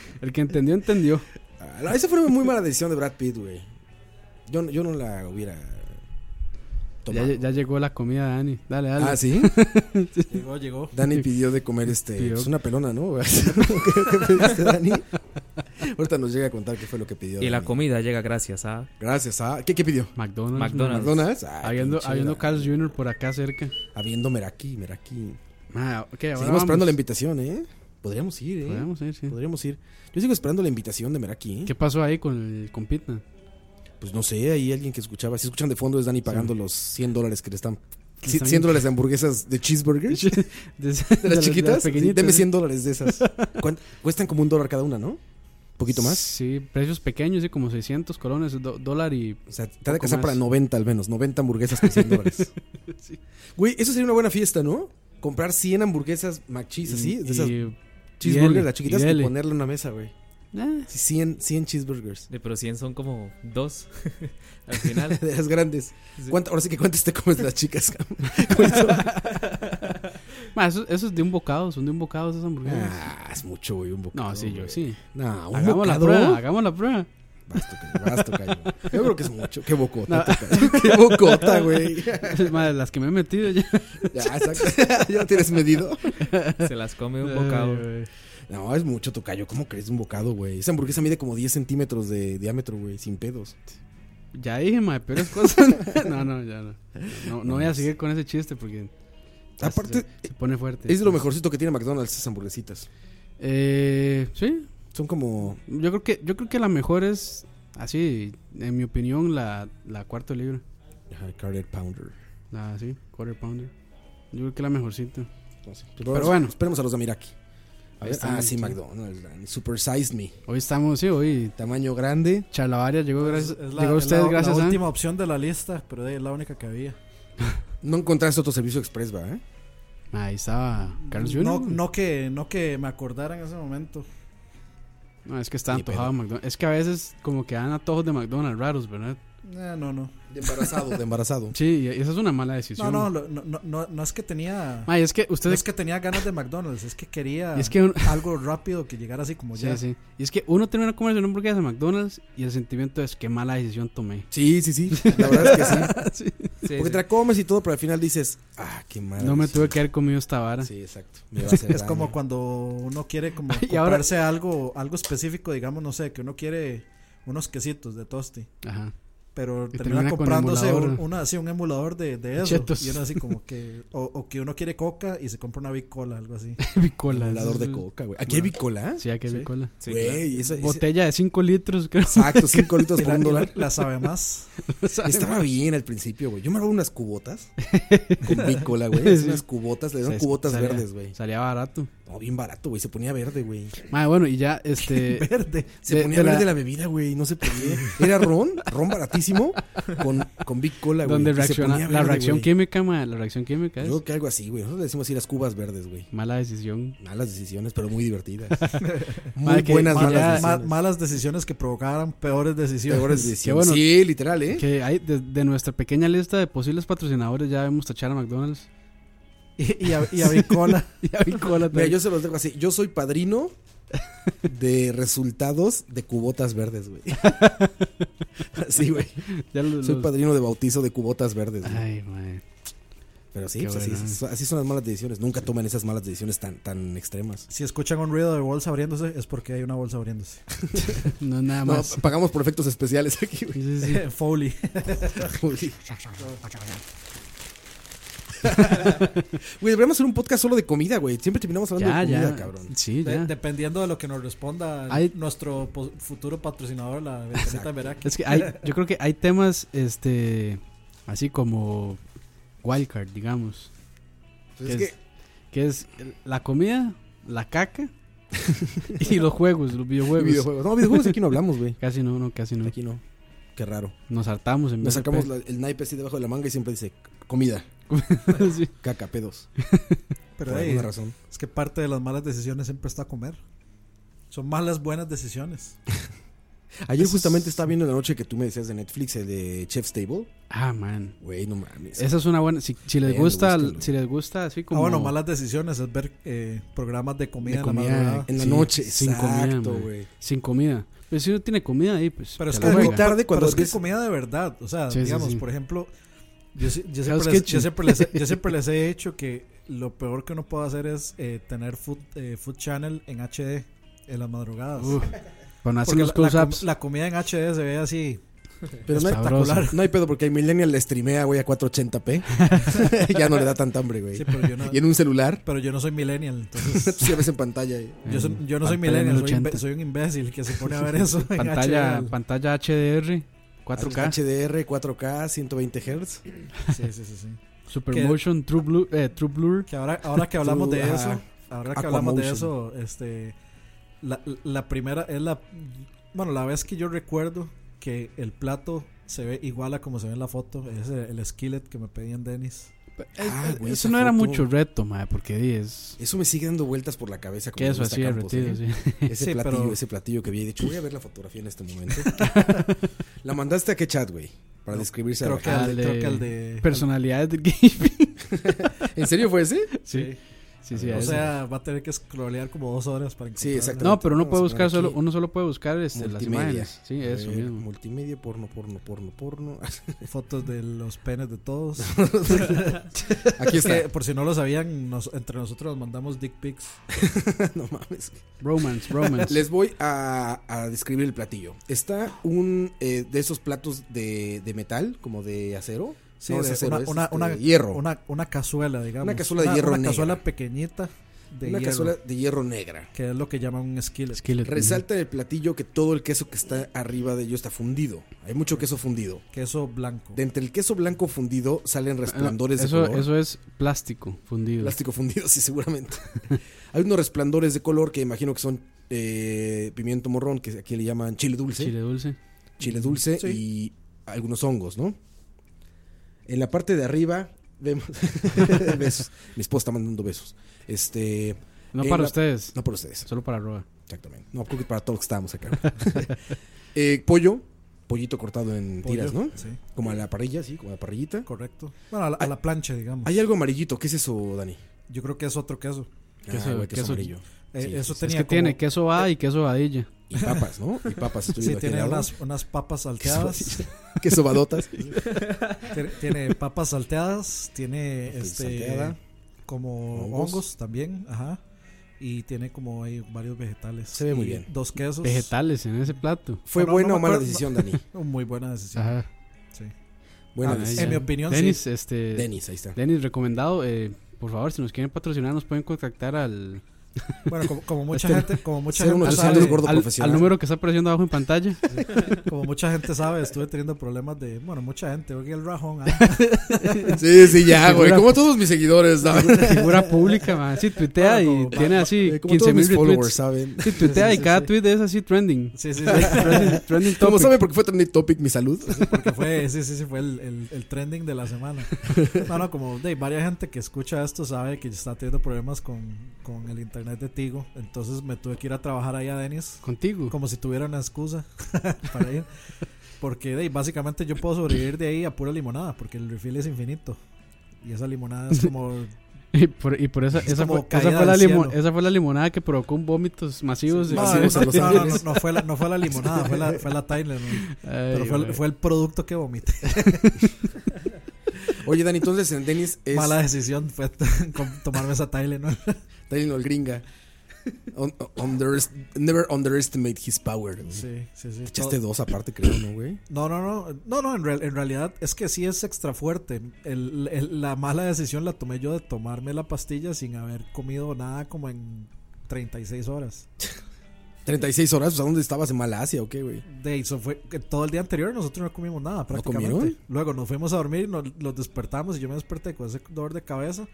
S2: El que entendió, entendió.
S1: Ah, no, esa fue una muy mala decisión de Brad Pitt, güey. Yo, no- yo no la hubiera
S2: Ya,
S1: tomado.
S2: ya llegó la comida, Dani. Dale, dale.
S1: Ah, ¿sí?
S3: Llegó, llegó.
S1: Dani pidió de comer este,
S2: Pidió.
S1: pues una pelona, ¿no? ¿Qué, qué pediste, Dani? Ahorita nos llega a contar qué fue lo que pidió.
S4: Y la
S1: Dani.
S4: comida llega gracias a...
S1: Gracias a... ¿Qué, qué pidió?
S2: McDonald's.
S4: McDonald's.
S1: ¿McDonald's? Ah,
S2: Habiendo,
S1: pinche
S2: habiendo
S1: Dani.
S2: Carl Jr. por acá cerca.
S1: Habiendo Meraki, Meraki.
S2: Ma, Ah, ok, Pues ahora
S1: Pues Seguimos esperando
S2: vamos.
S1: la invitación, ¿eh? Podríamos ir, ¿eh?
S2: Podemos ir, sí.
S1: Podríamos ir. Yo sigo esperando la invitación de Meraki, ¿eh?
S2: ¿Qué pasó ahí con el con Pitna?
S1: Pues no sé, hay alguien que escuchaba. Si escuchan de fondo es Dani pagando los 100 dólares que le están...
S2: Que
S1: ci-
S2: están-
S1: 100 dólares de hamburguesas de cheeseburger.
S2: De,
S1: De las
S2: de
S1: chiquitas. Sí,
S2: pequeñitas, ¿eh?
S1: deme
S2: sí.
S1: 100 dólares de esas. ¿Cuán- Cuestan como un dólar cada una, ¿no? poquito más.
S2: Sí, precios pequeños, sí, como 600 colones, do- dólar y...
S1: O sea, trata de
S2: Poco
S1: casar
S2: más.
S1: para 90 al menos, 90 hamburguesas por 100 dólares.
S2: Sí.
S1: Güey, eso sería una buena fiesta, ¿no? Comprar 100 hamburguesas McCheese, así, de esas
S2: y-
S1: cheeseburgers,
S2: dele,
S1: las chiquitas,
S2: y
S1: y,
S2: dele.
S1: ponerle una mesa, güey.
S2: eh,
S1: Sí, 100, 100 cheeseburgers.
S4: Eh, Pero 100 son como dos al final.
S1: De las grandes.
S4: Sí.
S1: ¿Cuánto- ahora sí que cuántas te comes de las chicas, cabrón?
S2: ma, ah, eso, eso es de un bocado, son de un bocado esas hamburguesas.
S1: Ah, es mucho, güey, un bocado.
S2: no, sí, yo
S1: güey.
S2: sí.
S1: No, un
S2: Hagamos la
S1: bocado.
S2: prueba, hagamos la prueba.
S1: Vas tocayo, vas, tocayo. Yo creo que es mucho. Qué bocota,
S2: No.
S1: tocayo. Qué bocota, güey.
S2: Ma, las que me he metido ya.
S1: Ya, exacto. ya tienes medido.
S4: Se las come un bocado.
S2: Ay,
S1: No, es mucho, tocayo. ¿Cómo crees un bocado, güey? Esa hamburguesa mide como 10 centímetros de diámetro, güey, sin pedos.
S2: güey. Ya dije, ma, peores cosas. no, no, ya no. No, no voy a
S1: Vamos.
S2: seguir con ese chiste porque... ya se-
S1: Aparte,
S2: Se, pone fuerte.
S1: es de lo mejorcito que tiene McDonald's, esas hamburguesitas.
S2: Eh, sí,
S1: Son como.
S2: Yo creo que, yo creo que la mejor es, así, en mi opinión, la, la cuarto libra.
S1: Ajá, Carter Pounder.
S2: La así, quarter pounder. Yo creo que la mejorcita.
S1: Entonces,
S2: Pero bueno.
S1: Esperemos a los de Miraki. A ver,
S2: Están
S1: ah, sí,
S2: ahí,
S1: McDonald's. la- Super Size Me.
S2: Hoy estamos, sí, hoy
S1: Tamaño grande.
S2: Charlavaria llegó
S3: Es-
S2: gracias,
S3: es la,
S2: llegó a
S3: es
S2: ustedes
S3: la-
S2: gracias ¿eh?
S3: la
S2: a...
S3: última opción de la lista, pero de ahí es la única que había.
S1: No encontraste otro servicio express, ¿va? eh?
S2: Ahí estaba Carlos Jr.
S3: No, no, que, no que me acordara en ese momento.
S2: No, es que está
S1: Ni
S2: antojado McDonald's. Es que a veces como que dan antojos de McDonald's raros, ¿verdad?
S3: Eh, no, no.
S1: De embarazado, de embarazado.
S2: Sí, y esa es una mala
S3: No,
S2: decisión.
S3: no, lo- no, no, no, no es que tenía.
S2: Ma, y es que
S3: no
S2: ustedes...
S3: es que tenía ganas de McDonald's, es que quería
S2: y es que uno-
S3: algo rápido que llegara así como
S2: sí,
S3: ya.
S2: sí. Y es que uno termina comiendo una hamburguesa de McDonald's y el sentimiento es qué mala decisión tomé.
S1: Sí, sí, sí. La verdad es que sí.
S4: Sí,
S1: Porque
S4: sí.
S1: te la comes y todo, pero al final dices, ah, qué madre.
S2: No me tuve que haber comido esta vara.
S1: Sí, exacto. Me va a hacer
S3: Es
S1: daño.
S3: como cuando uno quiere como
S2: Y ahora-
S3: comprarse algo, algo específico, digamos, no sé, que uno quiere unos quesitos de tosti.
S2: Ajá.
S3: Pero
S2: Y
S3: termina
S2: termina con
S3: comprándose
S2: emulador.
S3: un, una- así, un emulador de, de eso.
S2: Chetos.
S3: Y uno así como que. O, o que uno quiere coca y se compra una bicola, algo así.
S2: Bicola.
S1: Un helador
S2: eso es-
S1: de coca, güey. Aquí hay bicola.
S2: Sí, aquí hay bicola.
S4: Sí,
S1: güey,
S4: claro.
S1: esa- esa-
S2: Botella de 5 litros, creo.
S1: Exacto, 5 litros
S3: Y
S1: por
S3: la,
S1: un
S3: y la-
S1: dólar.
S3: la sabe más.
S1: Estaba bien al principio, güey. Yo me robaba unas cubotas con bicola, güey. Es
S2: Sí.
S1: Unas cubotas,
S2: O sea,
S1: le dieron
S2: es-
S1: cubotas
S2: salía-
S1: verdes, güey.
S2: Salía barato.
S1: No, bien barato, güey. Se ponía verde, güey.
S2: Madre, bueno, y ya, este.
S3: Verde.
S1: Se
S2: de-
S1: ponía
S2: de la-
S1: verde la... bebida, güey. No sé por qué. Era ron, ron baratísimo, con, con bicola, güey.
S2: donde
S1: y se
S2: reacciona.
S1: ponía
S2: la
S1: verde,
S2: reacción
S1: güey.
S2: química, madre, la reacción química
S1: Yo
S2: es.
S1: creo que algo así, güey. Nosotros le decimos así las cubas verdes, güey.
S2: Mala decisión.
S1: Malas decisiones, pero muy divertidas. muy
S2: Madre, que-
S1: buenas,
S2: madre,
S1: malas
S3: Malas,
S2: ya-
S1: decisiones.
S3: ma- malas decisiones que provocaran peores decisiones.
S1: Peores decisiones.
S2: bueno.
S1: Sí, literal, ¿eh?
S2: Que hay, de, de nuestra pequeña lista de posibles patrocinadores, ya vemos tachar a McDonald's.
S3: Y, y a, y a bicola.
S2: Y a Bicola
S1: Mira,
S2: también.
S1: yo se los dejo así. Yo soy padrino de resultados de cubotas verdes, güey. Sí, güey.
S2: Ya los-
S1: Soy
S2: los-
S1: padrino de bautizo de cubotas verdes, güey.
S2: Ay, madre.
S1: Pero sí,
S2: qué
S1: pues así,
S2: bueno.
S1: so- así son las malas decisiones. Nunca tomen esas malas decisiones tan, tan extremas.
S3: Si escuchan un ruido de bolsa abriéndose, es porque hay una bolsa abriéndose.
S2: No, nada
S1: No,
S2: más.
S1: pagamos por efectos especiales aquí, güey.
S2: Sí, sí, sí.
S3: Foley.
S1: Güey, deberíamos hacer un podcast solo de comida, güey. Siempre terminamos hablando
S2: Ya,
S1: de comida,
S2: ya.
S1: cabrón.
S2: Sí,
S3: De-
S2: ya.
S3: dependiendo de lo que nos responda
S2: Hay-
S3: nuestro po- futuro patrocinador, la ventanita Meraki.
S2: Es que hay, yo creo que hay temas, este. Así como. Wildcard, digamos.
S1: Pues es
S2: Es-
S1: que
S2: Que es la comida, la caca y los juegos, los videojuegos.
S1: videojuegos. No, videojuegos aquí no hablamos, güey.
S2: Casi no, no, casi no.
S1: Aquí no. Qué raro.
S2: Nos hartamos en
S1: Nos
S2: BSP.
S1: sacamos la- el naipe así debajo de la manga y siempre dice comida,
S2: Sí.
S1: caca, pedos.
S3: Pero
S1: por
S3: hey,
S2: eh,
S1: alguna razón.
S3: es que parte de las malas decisiones siempre está comer. Son malas buenas decisiones.
S1: Ayer justamente estaba viendo la noche que tú me decías de Netflix, el de Chef's Table.
S2: Ah, man.
S1: Güey, no mames.
S2: Esa es una buena. Si, si les
S1: Véanlo,
S2: gusta,
S1: búsquenlo.
S2: si les gusta así como.
S3: Ah, bueno, malas decisiones es ver eh, programas de comida,
S2: De
S3: en la
S2: comida, eh,
S3: madrugada.
S1: en la
S2: sí,
S1: noche,
S2: sin comida,
S1: exacto,
S2: man.
S1: güey.
S2: Sin comida. Pero si no tiene comida ahí, pues.
S3: Pero es
S2: te
S3: que
S2: la
S1: es muy
S2: juega.
S1: tarde
S3: pero-
S1: cuando
S3: pero es que
S1: ves-
S3: comida de verdad. O sea,
S2: Sí, sí,
S3: digamos,
S2: sí.
S3: por ejemplo, yo, si- yo
S2: Hell's
S3: siempre les, yo
S2: Kitchen.
S3: siempre les he- yo siempre les he hecho que lo peor que uno puede hacer es eh, tener Food, eh, food Channel en HD en las madrugadas.
S2: Uf, Cuando hacen
S3: Porque
S2: los
S3: la, la com-
S2: close-ups.
S3: la comida en HD se ve así.
S1: Pero no hay,
S2: Sabroso.
S1: no hay pedo porque el Millennial le streamea, güey, a 480p. ya no le da tanta hambre, güey.
S3: Sí, pero, yo no,
S1: Y en un celular,
S3: pero yo no soy millennial, entonces.
S1: sí ves en pantalla. eh.
S3: Yo, soy- yo no soy
S2: Pantalla
S3: millennial, soy,
S2: 1080.
S3: imbe- soy un imbécil que se pone a ver eso en
S2: pantalla,
S3: HDL.
S2: pantalla HDR. 4K.
S1: HDR, 4K, 120 Hz.
S3: Sí, sí, sí, sí. que-
S2: Supermotion, True Blue, eh, True Blur.
S3: Que ahora, ahora que hablamos
S1: Tú,
S3: de
S1: ajá.
S3: eso, ahora que hablamos de
S1: Aquamotion.
S3: eso, este La, la primera es la. Bueno, la vez que yo recuerdo que el plato se ve igual a como se ve en la foto. Es el, el skillet que me pedían Dennis.
S1: Ah, güey,
S2: eso
S1: esa
S2: no era
S1: foto.
S2: mucho reto, mae, porque di, es.
S1: Eso me sigue dando vueltas por la cabeza. como
S2: Que eso
S1: Augusta
S2: así de
S1: Campos,
S2: retido,
S1: ¿eh?
S2: sí.
S1: Ese
S3: Sí,
S1: platillo,
S3: pero-
S1: ese platillo que había dicho. Voy a ver la fotografía en este momento. ¿La mandaste a qué chat, güey? Para
S3: No,
S1: describirse a
S3: Creo
S1: la
S3: que, al,
S2: Ale.
S3: de- creo que al
S2: Ah,
S3: de.
S2: Personalidades del gaming.
S1: gente. ¿En serio fue ese?
S2: Sí, sí, sí. a
S3: O
S2: ese.
S3: sea, va a tener que scrollear como dos horas para
S1: Sí,
S3: encontrarla.
S1: exacto.
S2: no, pero uno
S1: Vamos
S2: puede
S1: a
S2: buscar
S1: poner
S2: solo,
S1: aquí.
S2: uno solo puede buscar este, las
S1: Multimedia. Eh,
S2: imágenes. Sí,
S1: A
S2: eso
S1: ver,
S2: mismo.
S1: Multimedia, porno, porno, porno, porno.
S3: Fotos de los penes de todos.
S1: Aquí está.
S3: Eh, por si no lo sabían, nos- entre nosotros nos mandamos dick pics.
S1: no mames.
S2: Romance, romance.
S1: Les voy a, a describir el platillo. Está un eh, de esos platos de, de metal, como de acero.
S3: Sí,
S1: no,
S3: de-
S1: es acero,
S3: una-
S1: es
S3: una-
S1: este,
S3: una-
S1: hierro. Una,
S3: Una, una cazuela, digamos.
S1: Una cazuela de hierro
S3: Una
S1: negra.
S3: cazuela pequeñita de hierro.
S1: cazuela de hierro negra.
S3: Que es lo que llaman un skillet.
S2: Skillet,
S1: Resalta en el platillo que todo el queso que está arriba de ello está fundido. Hay mucho queso fundido.
S3: Queso blanco.
S1: De entre el queso blanco fundido
S3: Ah,
S1: salen
S2: ujú.
S1: resplandores
S2: eso,
S1: de color.
S2: eso es plástico fundido.
S1: Plástico fundido, sí, seguramente. Hay unos resplandores de color que imagino que son eh, pimiento morrón, que aquí le llaman chile dulce.
S2: Chile dulce.
S1: chile dulce
S3: Sí.
S1: y algunos hongos, ¿no? En la parte de arriba vemos besos. Mi esposa está mandando besos. Este,
S2: No
S1: Eh,
S2: para
S1: la-
S2: ustedes,
S1: no por ustedes,
S2: solo para Roa.
S1: exactamente. No, creo que para todos que estábamos acá. Eh, pollo, pollito cortado en
S3: pollo.
S1: tiras, ¿no?
S3: Sí,
S1: Como a la parrilla, sí, como a la parrillita.
S3: correcto. Bueno, a la, a la plancha, digamos.
S1: Hay algo amarillito, ¿qué es eso, Dani? Ah,
S3: Yo creo que es otro queso.
S2: Queso-
S1: güey,
S2: queso-
S3: Eh,
S1: Sí, sí,
S3: eso
S2: Es
S3: tenía
S2: que
S3: como-
S2: tiene queso A y queso vadilla.
S1: Y papas, ¿no? Y papas, estoy
S3: Sí,
S1: viendo aquí
S3: tiene
S1: al lado.
S3: unas, unas papas
S1: queso,
S3: salteadas.
S1: queso badotas.
S3: tiene, tiene papas salteadas. Tiene
S1: Papas
S3: este.
S1: salteada.
S3: Como
S1: Hongos.
S3: hongos. también. Ajá. Y tiene como ahí varios vegetales.
S1: Se ve muy
S3: Y
S1: bien.
S3: Dos quesos.
S2: Vegetales en ese plato.
S1: ¿Fue
S3: No, no,
S1: buena
S3: no
S1: o
S3: me
S1: mala
S3: acuerdo.
S1: decisión, Dani?
S3: Muy buena decisión.
S2: Ajá.
S3: Sí.
S1: Buena
S3: Ah, eh,
S1: decisión.
S3: en mi opinión,
S2: Denis, este,
S1: Denis, ahí está.
S2: Denis, recomendado. eh, por favor, si nos quieren patrocinar, nos pueden contactar al,
S3: Bueno, como, como mucha
S2: Este-
S3: gente, como mucha
S1: ser
S3: gente
S1: unos
S3: sabe,
S1: Alexander gordo
S2: al-
S1: profesional.
S2: al número que está apareciendo abajo en pantalla.
S3: como mucha gente sabe, estuve teniendo problemas de, bueno, mucha gente, porque el rajón, ah,
S1: Sí, sí, ya, güey.
S2: Figura-
S1: Como todos mis seguidores, ¿sabes?
S2: Figura pública, man. Sí, tuitea
S3: Bueno,
S2: y
S3: como-
S2: tiene así
S1: Eh, Como
S2: 15
S1: todos
S2: mil
S1: mis followers,
S2: retweets.
S1: ¿saben?
S2: Sí, tuitea
S3: Sí,
S2: y
S3: sí,
S2: cada
S3: sí.
S2: tweet es así trending.
S3: sí, sí,
S2: Trending, trending
S1: Como
S2: topic.
S1: saben por qué fue trending topic mi salud?
S3: sí, porque fue, sí, sí, sí, fue el, el- el trending de la semana. No, no, como de varias gente que escucha esto sabe que está teniendo problemas con, con el internet de Tigo, entonces me tuve que ir a trabajar ahí a Denis,
S2: Contigo.
S3: como si tuviera una excusa para ir. Porque de, básicamente yo puedo sobrevivir de ahí a pura limonada, porque el refill es infinito. Y esa limonada es como
S2: Y por, y por esa,
S3: Es
S2: esa,
S3: como
S2: fue, esa,
S3: caída
S2: fue la
S3: del
S2: limo-
S3: cielo.
S2: esa fue la limonada que provocó un vómitos masivos. de-
S3: No,
S1: Así
S3: no,
S1: es en Los
S3: no, no,
S1: Ángeles.
S3: no, no fue la, no fue la limonada, fue la, fue la Tylenol.
S2: Ay,
S3: Pero fue,
S2: güey.
S3: el- fue el producto que vomité.
S1: Oye, Dani, entonces en Denis es
S3: Mala decisión fue con- tomarme esa Tylenol.
S1: Tylenol gringa. Un- underest- never underestimate his power. güey.
S3: Sí, sí, sí.
S1: Echaste dos aparte, creo, ¿no, güey?
S3: No, no, no. No, no, en, real- en realidad es que sí es extra fuerte. El- el- la mala decisión la tomé yo de tomarme la pastilla sin haber comido nada como en 36 horas.
S1: 36 horas, o sea, ¿dónde estabas? ¿En Malasia o qué, güey?
S3: De eso fue que todo el día anterior nosotros no comimos nada prácticamente.
S1: comieron?
S3: Luego nos fuimos a dormir, nos, los despertamos y yo me desperté con ese dolor de cabeza.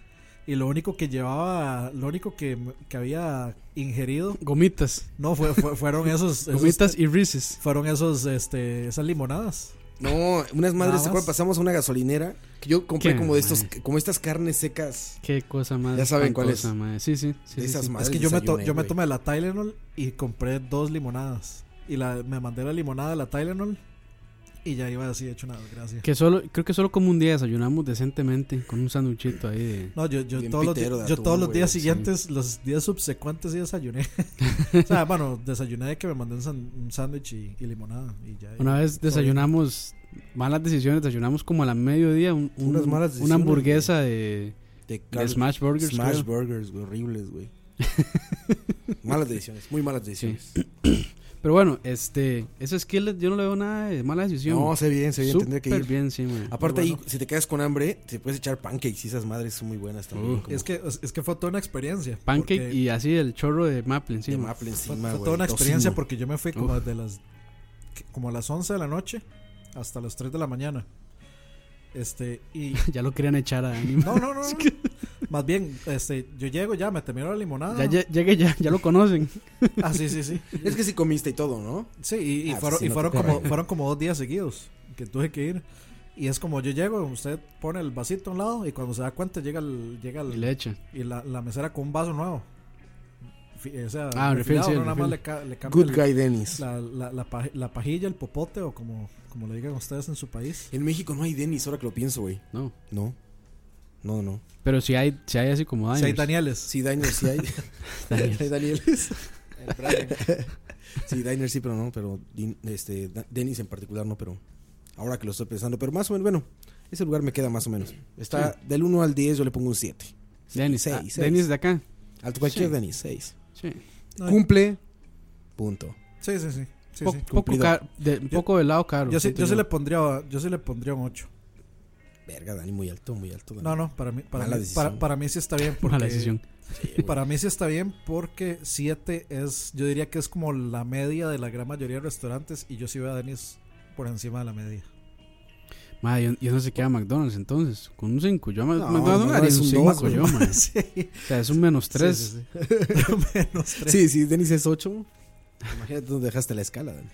S3: Y lo único que llevaba, lo único que, que había ingerido,
S2: Gomitas.
S3: no, fue, fue- fueron esos, esos-
S2: Gomitas y rices.
S3: fueron esos, este, esas limonadas.
S1: No, unas
S3: Nada
S1: madres, ¿se acuerdan?
S3: más.
S1: Pasamos a una gasolinera que yo compré
S2: Qué
S1: como de estos,
S2: madre.
S1: como estas carnes secas.
S2: Qué cosa más.
S1: Ya saben cuál
S2: espantosa,
S1: es.
S2: mae. Sí, sí. sí,
S1: De
S2: sí,
S1: esas
S2: sí.
S1: madres.
S3: es que yo me, to-
S1: desayuné,
S3: yo me
S1: güey.
S3: tomé la Tylenol y compré dos limonadas. Y la, me mandé la limonada de la Tylenol y ya iba así hecho una desgracia.
S2: Que solo, creo que solo como un día desayunamos decentemente con un sanduchito ahí de...
S3: No, yo, yo
S1: Bien
S3: todos los, di-
S1: pitero de
S3: yo
S1: atún,
S3: todos los
S1: güey,
S3: días
S1: sí.
S3: siguientes, los días subsecuentes sí desayuné. o sea, bueno, desayuné de que me mandé un san- un sándwich y, y limonada y ya.
S2: Una vez
S3: Todo bien.
S2: desayunamos malas decisiones, desayunamos como a la mediodía un- un-
S1: Unas malas
S2: una
S1: decisiones,
S2: hamburguesa de,
S1: De
S2: de
S1: carne-
S2: Smash Burgers. creo.
S1: Smash Burgers, güey, horribles, güey. malas decisiones, muy malas decisiones.
S2: Pero bueno, este, ese skillet yo no le veo nada de mala decisión.
S1: No, se ve bien, se ve bien, tendría que
S2: Súper
S1: ir.
S2: bien, sí, mae.
S1: Aparte
S3: Muy bueno.
S1: ahí, si te quedas con hambre, te puedes echar pancakes y esas madres son muy buenas también.
S2: Uh.
S1: como
S3: Es que, es es que fue toda una experiencia.
S2: Pancake
S3: porque
S2: y así el chorro de maple
S1: de
S2: encima.
S1: maple
S3: Fue,
S1: encima,
S3: fue
S1: güey,
S3: toda una experiencia
S1: tocino.
S3: porque yo me fui como desde las que- como a las 11 de la noche hasta las 3 de la mañana. Este, y
S2: ya lo querían echar a Dani. mae.
S3: no, no, no. no. Más bien, este, yo llego ya, me termino la limonada.
S2: Ya lle- llegué, ya, ya lo conocen.
S3: Ah, sí, sí, sí.
S1: Es que sí comiste y todo, ¿no?
S3: Sí, y, y
S1: Ah, pues
S3: fueron,
S1: sí,
S3: y
S1: no te
S3: fueron
S1: queda.
S3: como, fueron como dos días seguidos que tuve que ir. Y es como yo llego, usted pone el vasito a un lado y cuando se da cuenta llega el, llega el-
S2: Y le echan.
S3: y la, la mesera con un vaso nuevo. Fi- O sea,
S2: Ah, refil,
S3: refilado,
S2: sí, el
S3: no nada
S2: refil.
S3: más le, ca- le cambia
S1: Good
S3: el-
S1: guy Dennis.
S3: la, la, la pa- la pajilla, el popote o como, como le digan ustedes en su país.
S1: En México no hay Dennis, ahora que lo pienso, güey.
S2: No.
S1: No. No, no.
S2: Pero si hay, si hay así como
S3: Sí, hay
S2: daños.
S3: Danieles.
S1: Sí, Diners sí hay. hay Danieles. Sí, Diners sí, pero no, pero din- este, Da- Dennis en particular no, pero ahora que lo estoy pensando, pero más o menos, bueno, ese lugar me queda más o menos. Está del 1 al 10, yo le pongo un 7.
S2: Dennis,
S1: Seis,
S2: ah,
S1: seis.
S2: Dennis de acá.
S1: Al cualquier
S2: Sí.
S1: Dennis, 6.
S2: Sí.
S3: No,
S1: Cumple. Punto.
S3: Sí, sí, sí. sí,
S2: Po-
S3: sí.
S2: Poco,
S1: Cumplido.
S2: car- de, un poco del lado caro.
S3: Yo, sí,
S2: siento
S3: yo, sí le pondría, yo sí le pondría un 8.
S1: Verga, Dani, muy alto, muy alto. Dani.
S3: No, no, para mí, para,
S1: Mala
S3: mí,
S1: decisión.
S3: para, para mí sí está bien. Porque
S2: Mala decisión.
S1: Sí, güey.
S3: Para mí sí está bien porque 7 es, yo diría que es como la media de la gran mayoría de restaurantes y yo sí veo a Denis por encima de la media.
S2: Madre, y eso se queda McDonald's entonces. Con un 5. Yo a Ma-
S1: No,
S2: McDonald's
S1: no,
S2: haría
S1: es
S2: un
S1: un dos,
S2: 5
S1: güey.
S2: yo, madre.
S3: Sí,
S2: O sea, es un menos 3.
S3: sí, sí, sí. Menos tres.
S1: Sí, sí, Dennis es 8. Imagínate dónde dejaste la escala, Dani.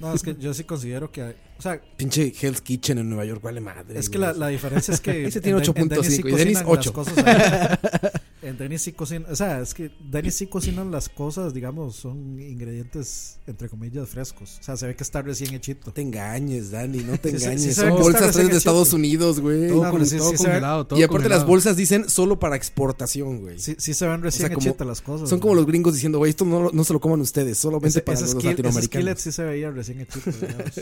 S3: No, es que yo sí considero que, o sea,
S1: Pinche Hell's Kitchen en Nueva York, vale madre.
S3: es que
S1: güey.
S3: la, la diferencia es que
S1: Ese tiene
S3: en Den- en
S1: 8.5 y
S3: cocinan
S1: Denis
S3: las
S1: 8.
S3: cosas ahí. En Denis sí cocinan, o sea, es que Denis sí cocinan las cosas, digamos, son ingredientes entre comillas frescos. O sea, se ve que está recién hechito.
S1: No te engañes, Dani, no te
S3: Sí, sí,
S1: engañes.
S3: sí se ve
S1: Son
S3: que está
S1: bolsas
S3: recién
S1: traídas de
S3: hecho.
S1: Estados Unidos, güey.
S3: Todo
S2: Todo,
S3: No,
S2: con-
S3: pero sí-
S2: todo
S3: sí se ve-
S2: congelado. todo
S1: Y aparte las
S2: congelado.
S1: bolsas dicen solo para exportación, güey.
S3: Sí, sí se ven recién
S1: como-
S3: hechitas las cosas.
S1: Son
S3: ¿no?
S1: como los gringos diciendo, güey, esto no, lo- no se lo coman ustedes, solamente
S3: Ese-
S1: para
S3: ese
S1: los
S3: skill- ese skillet
S1: latinoamericanos.
S3: sí se veía recién hechito, digamos.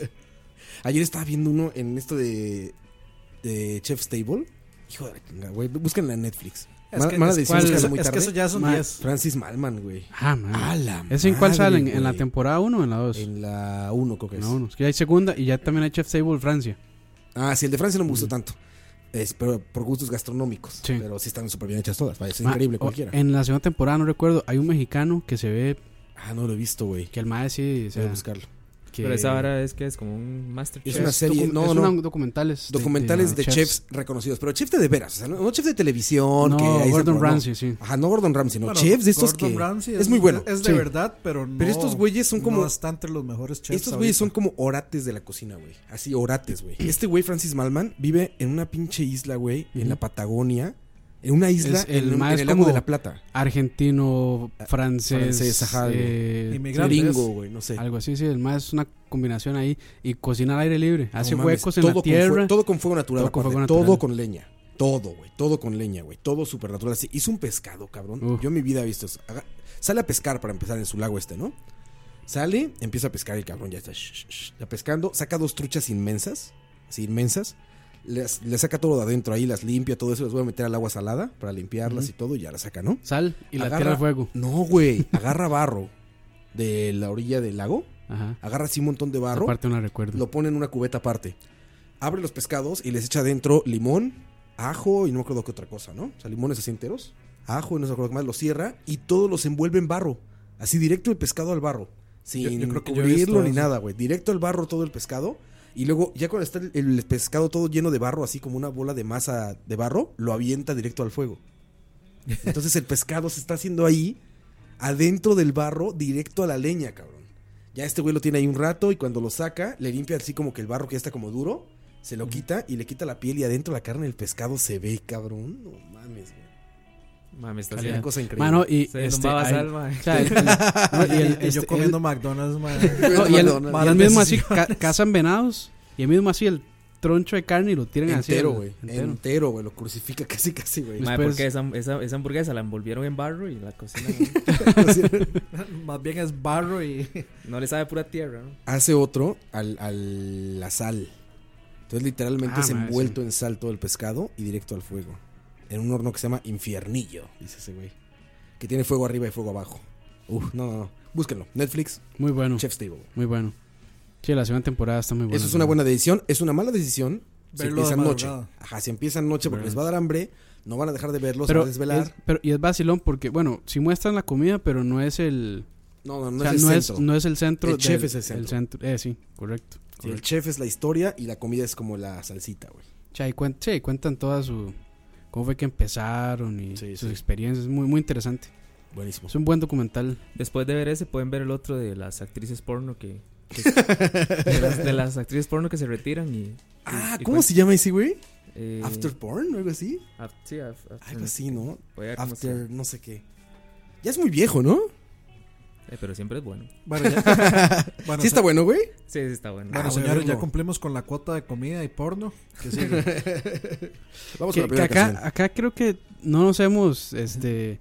S1: Ayer estaba viendo uno en esto de, de Chef's Table. Hijo de la chingada, güey, búsquenla en Netflix.
S3: Es
S1: Mala-
S3: que-
S1: mala
S3: es-
S1: decisión,
S2: ¿cuál?
S1: búsquenla
S2: Es-
S1: muy
S3: es que
S1: tarde.
S3: eso ya son
S2: Ma-
S3: 10.
S1: Francis Malman, güey.
S2: Ah, man.
S1: A la
S2: ¿Eso en cuál
S1: madre,
S2: salen? ¿En la
S1: güey.
S2: temporada 1 o en la 2? En
S1: En la 1, creo que es.
S2: la 1. Es que ya hay segunda y ya también hay Chef Table Francia.
S1: Ah, sí, el de Francia no me gustó tanto. Es, pero por gustos gastronómicos.
S2: Mm. Sí.
S1: Pero sí están súper bien hechas todas. Vaya, es
S2: Ma-
S1: increíble
S2: o-
S1: cualquiera.
S2: En la segunda temporada, no recuerdo, hay un mexicano que se ve
S1: Ah, no lo he visto, güey.
S2: que el mae sí. O
S1: Voy a
S2: sea,
S1: buscarlo.
S2: que-
S4: Pero esa vara es que es como un
S1: Es
S4: Masterchef.
S1: una serie.
S2: docu-
S1: No,
S2: es
S1: no.
S2: una- documentales. de-
S1: documentales de,
S2: chefs.
S1: chefs. reconocidos. Pero chef de, de veras. O sea, no, no chef de televisión.
S2: No,
S1: que ahí se
S2: Gordon
S1: probó, no.
S2: Ramsay, sí.
S1: Ajá, no Gordon Ramsay, no.
S3: Bueno,
S1: chefs de estos
S3: Gordon
S1: que.
S3: Ramsay
S1: es, muy bueno.
S3: Es de
S2: sí.
S3: verdad, pero no.
S1: Pero estos güeyes son como-
S3: No está entre los mejores chefs.
S2: pues,
S1: Estos güeyes son
S3: ahorita.
S1: como orates de la cocina, güey. Así, orates, güey. Este güey, Francis Malman, vive en una pinche isla, güey. En la Patagonia. En una isla
S2: Es el
S1: en, un-
S2: más
S1: en el lago de
S2: como-
S1: la Plata.
S2: Argentino, francés.
S1: francés, ajá, güey.
S2: eh,
S3: Inmigrante. Grandes.
S1: Gringo, güey, no sé.
S2: Algo así, sí. El más es una combinación ahí. Y cocina al aire libre. Hace
S1: No mames,
S2: huecos en la
S1: con
S2: tierra.
S1: fue- todo con fuego natural.
S2: Todo con
S1: aparte,
S2: fuego
S1: todo
S2: natural.
S1: con leña. Todo, güey. Todo con leña, güey. Todo supernatural. Así, hizo un pescado, cabrón.
S2: Uf.
S1: Yo en mi vida he visto eso. Aga- sale a pescar para empezar en su lago este, ¿no? Sale, empieza a pescar el cabrón. Ya está, shh, shh, shh, ya pescando. Saca dos truchas inmensas. Así, inmensas. Les- Le saca todo de adentro ahí, las limpia, todo eso. Las voy a meter al agua salada para limpiarlas y todo. Y ya las saca, ¿no?
S2: Sal y la
S1: Agarra-
S2: tierra al fuego.
S1: No, güey. Agarra barro de la orilla del lago.
S2: Ajá.
S1: Agarra así un montón de barro.
S2: Aparte no la recuerdo.
S1: Lo pone en una cubeta aparte. Abre los pescados y les echa adentro limón, ajo y no me acuerdo qué otra cosa, ¿no? O sea, limones así enteros, ajo y no me acuerdo qué más. Los cierra y todos los envuelve en barro. Así directo el pescado al barro. Sin
S3: yo creo que yo he
S1: cubrirlo
S3: visto
S1: ni
S3: eso.
S1: nada, güey. Directo al barro todo el pescado. Y luego, ya cuando está el, el pescado todo lleno de barro, así como una bola de masa de barro, lo avienta directo al fuego. Entonces el pescado se está haciendo ahí, adentro del barro, directo a la leña, cabrón. Ya este güey lo tiene ahí un rato y cuando lo saca, le limpia así como que el barro que ya está como duro, se lo quita y le quita la piel y adentro la carne del pescado se ve, cabrón. No mames, güey.
S4: Mames, está
S1: Sale
S4: haciendo.
S1: una cosa increíble.
S2: Mano, y
S4: Se
S2: este,
S4: tumbaba
S2: ahí-
S4: sal, mae.
S2: o sea, el- el- no, y el-
S3: Ah, Y
S2: este,
S3: yo
S2: el-
S3: comiendo McDonald's, madre.
S2: no, y el,
S1: McDonald's.
S2: y el mismo así ca- cazan venados y el mismo así el troncho de carne y lo tiran así
S1: entero,
S2: al-
S1: güey.
S2: entero.
S1: Entero, güey. Lo crucifica casi, casi, güey.
S4: Mae,
S2: Después-
S4: porque esa, esa, esa hamburguesa la envolvieron en barro y la cocina
S3: Más bien es barro y.
S4: no le sabe pura tierra, ¿no?
S1: Hace otro al, al- la sal. Entonces literalmente
S2: Ah,
S1: es
S2: madre,
S1: envuelto en sal todo el pescado y directo al fuego. En un horno que se llama infiernillo, dice ese güey. Que tiene fuego arriba y fuego abajo. Uf, no, no, no. Búsquenlo. Netflix,
S2: Muy bueno,
S1: Chef's Table. güey.
S2: muy bueno. Sí, la segunda temporada está muy buena.
S1: Eso es una buena decisión. Es una mala decisión. Si
S3: Verlo de
S1: empiezan noche.
S3: madrugada.
S1: Ajá, si empiezan noche porque
S2: Verdad.
S1: les va a dar hambre. No van a dejar de verlos, se
S2: Pero,
S1: van a desvelar.
S2: es- pero- y es vacilón porque, bueno, si muestran la comida, pero no es el,
S1: no, no, no
S2: o sea,
S1: es el
S2: no, es,
S1: centro.
S2: no es el centro.
S1: El chef es el centro.
S2: Eh, sí, correcto.
S1: Sí, el
S2: correcto.
S1: chef es la historia y la comida es como la salsita, güey.
S2: O sea, ahí cuen- sí, cuentan toda su, cómo fue que empezaron y
S1: Sí,
S2: sus
S1: sí. Oh.
S2: experiencias. Muy, muy interesante.
S1: Buenísimo.
S2: Es un buen documental.
S4: Después de ver ese, pueden ver el otro de las actrices porno que. que- de, las, de las actrices porno que se retiran y.
S1: Ah,
S4: ¿Y
S1: ¿cómo
S2: pues
S4: cuál?
S1: se llama ese güey?
S4: eh,
S1: ¿After Porn o algo así?
S4: af- sí, af- after-
S1: Algo así, ¿no?
S4: voy a ver cómo se llama.
S1: After no sé qué. Ya es muy viejo, ¿no?
S4: Eh, pero siempre es bueno.
S3: Bueno, ya- bueno,
S1: Sí está
S3: se-
S1: bueno, güey.
S4: Sí, sí, está bueno.
S1: Ah, voy
S3: bueno,
S1: a
S3: señores, ya
S1: verlo.
S3: cumplimos con la cuota de comida y porno. Que sigue.
S1: Vamos
S2: Que-
S1: con la
S2: que
S1: primera
S2: acá,
S1: canción.
S2: acá creo que no nos hemos, este,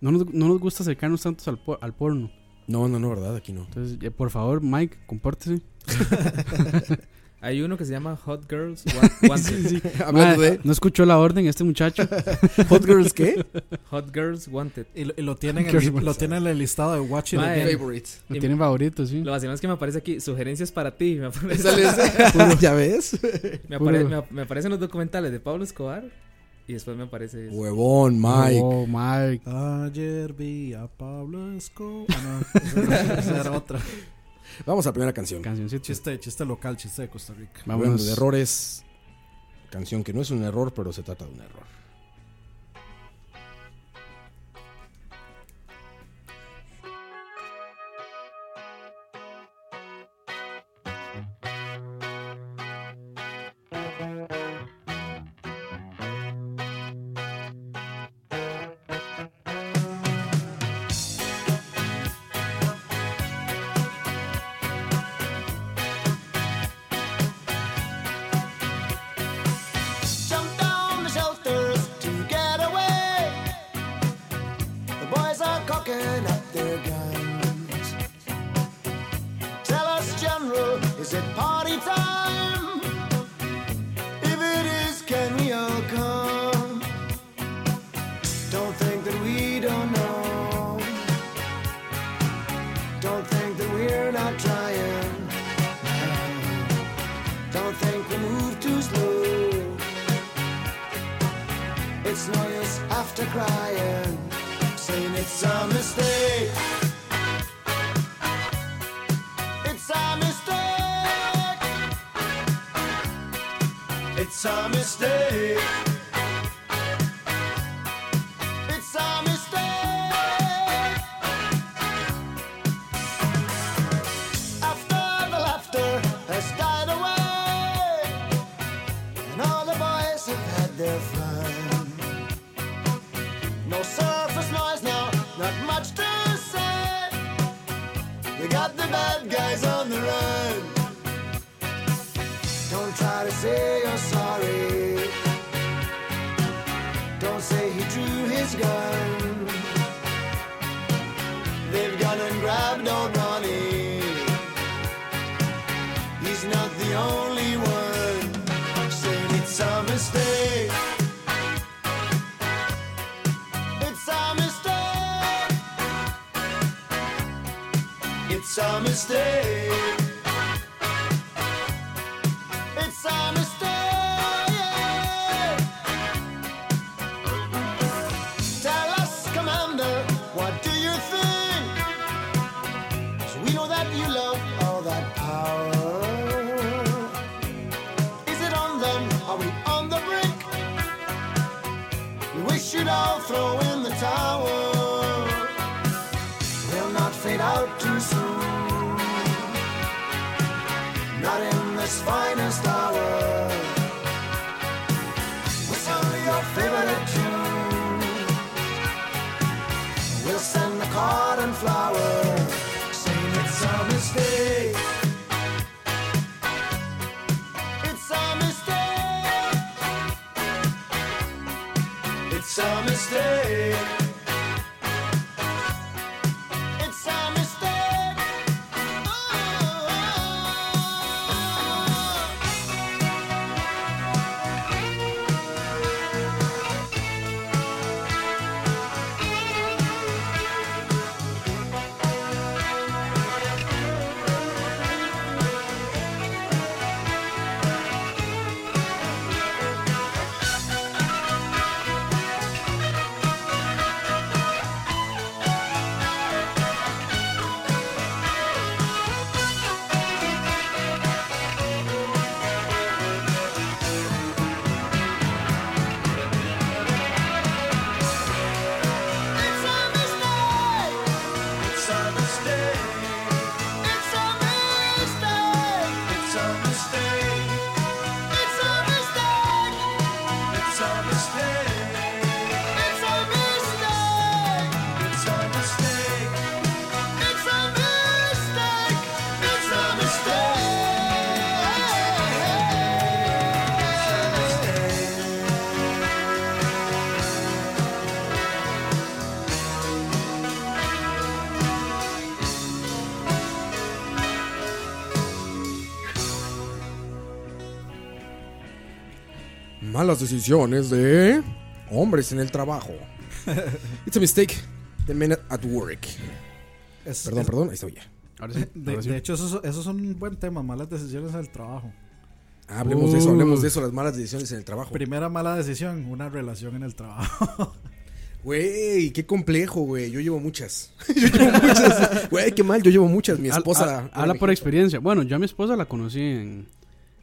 S2: no nos, no nos gusta acercarnos tantos al, por- al porno.
S1: No, no, no, verdad, aquí no.
S2: Entonces, eh, por favor, Mike, compórtese.
S4: Hay uno que se llama Hot Girls Wa- Wanted.
S1: Hablando
S2: Ah,
S1: de
S2: No escuchó la orden este muchacho.
S1: Hot Girls, ¿qué?
S4: Hot Girls Wanted.
S3: Y lo, y lo tienen
S2: Qué
S3: en el, lo
S2: vergüenza.
S3: tienen en el listado de Watch It
S4: Mae.
S1: eh.
S3: Again.
S1: Favorites.
S2: Lo tienen favorito, sí.
S4: Lo vacilón es que me aparece aquí sugerencias para ti. Me, apare-
S1: Sale ese. ¿Ya ves?
S4: me, apare-
S2: Puro.
S4: me ap- me aparecen los documentales de Pablo Escobar y después me aparece. ese.
S1: Huevón, Mike.
S2: Oh, Mike.
S3: Ayer vi a Pablo Escobar. Ah, no, esa era- esa era otra.
S1: Vamos a la primera canción.
S2: Cancioncita.
S3: Chiste, chiste local, chiste de Costa Rica.
S1: Hablando
S2: Vámonos.
S1: de errores. Pues, Canción que no es un error, pero se trata de un error.
S5: jumped on the shelters to get away. The boys are cocking up their guns. Tell us, General, is it party time? If it is, can we all come? Don't think that we don't know. Don't think that we're not trying. Don't think we move too slow. It's no use after crying, saying it's a mistake. It's a mistake. It's a mistake. It's a mistake. After the laughter has died away, and all the boys have had their fun. No surface noise now, not much to say. They got the bad guys on the run. Don't try to say you're sorry. Don't say he drew his gun. They've gone and grabbed old Ronnie. He's not the only one saying it's a mistake. It's a mistake. It's a mistake. It's a mistake. Tell us, Commander, what do you think? 'Cause we know that you love all that power. Is it on them? Are we on the brink? We wish you'd all throw in the towel. We'll not fade out too soon. Not in this finest hour. Whistle your favorite tune. We'll send the card and flower, saying it's a mistake. It's a mistake. It's a mistake. It's a mistake. Oh.
S1: Malas decisiones de hombres en el trabajo. It's a mistake. The men at work.
S3: Es-
S1: Perdón,
S3: es-
S1: perdón, ahí estoy ya.
S2: Ahora sí.
S3: De,
S2: ahora sí.
S3: de hecho, eso, es- eso es un buen tema, malas decisiones al trabajo.
S1: Hablemos de eso, hablemos de eso, las malas decisiones en el trabajo.
S3: Primera mala decisión, una relación en el trabajo.
S1: Güey, qué complejo, güey. Yo llevo muchas. Yo llevo muchas. Güey, qué mal, yo llevo muchas. Mi
S2: Hab-
S1: esposa.
S2: ha-
S1: era
S2: habla
S1: mi
S2: por
S1: jefa.
S2: experiencia. Bueno, yo a mi esposa la conocí en,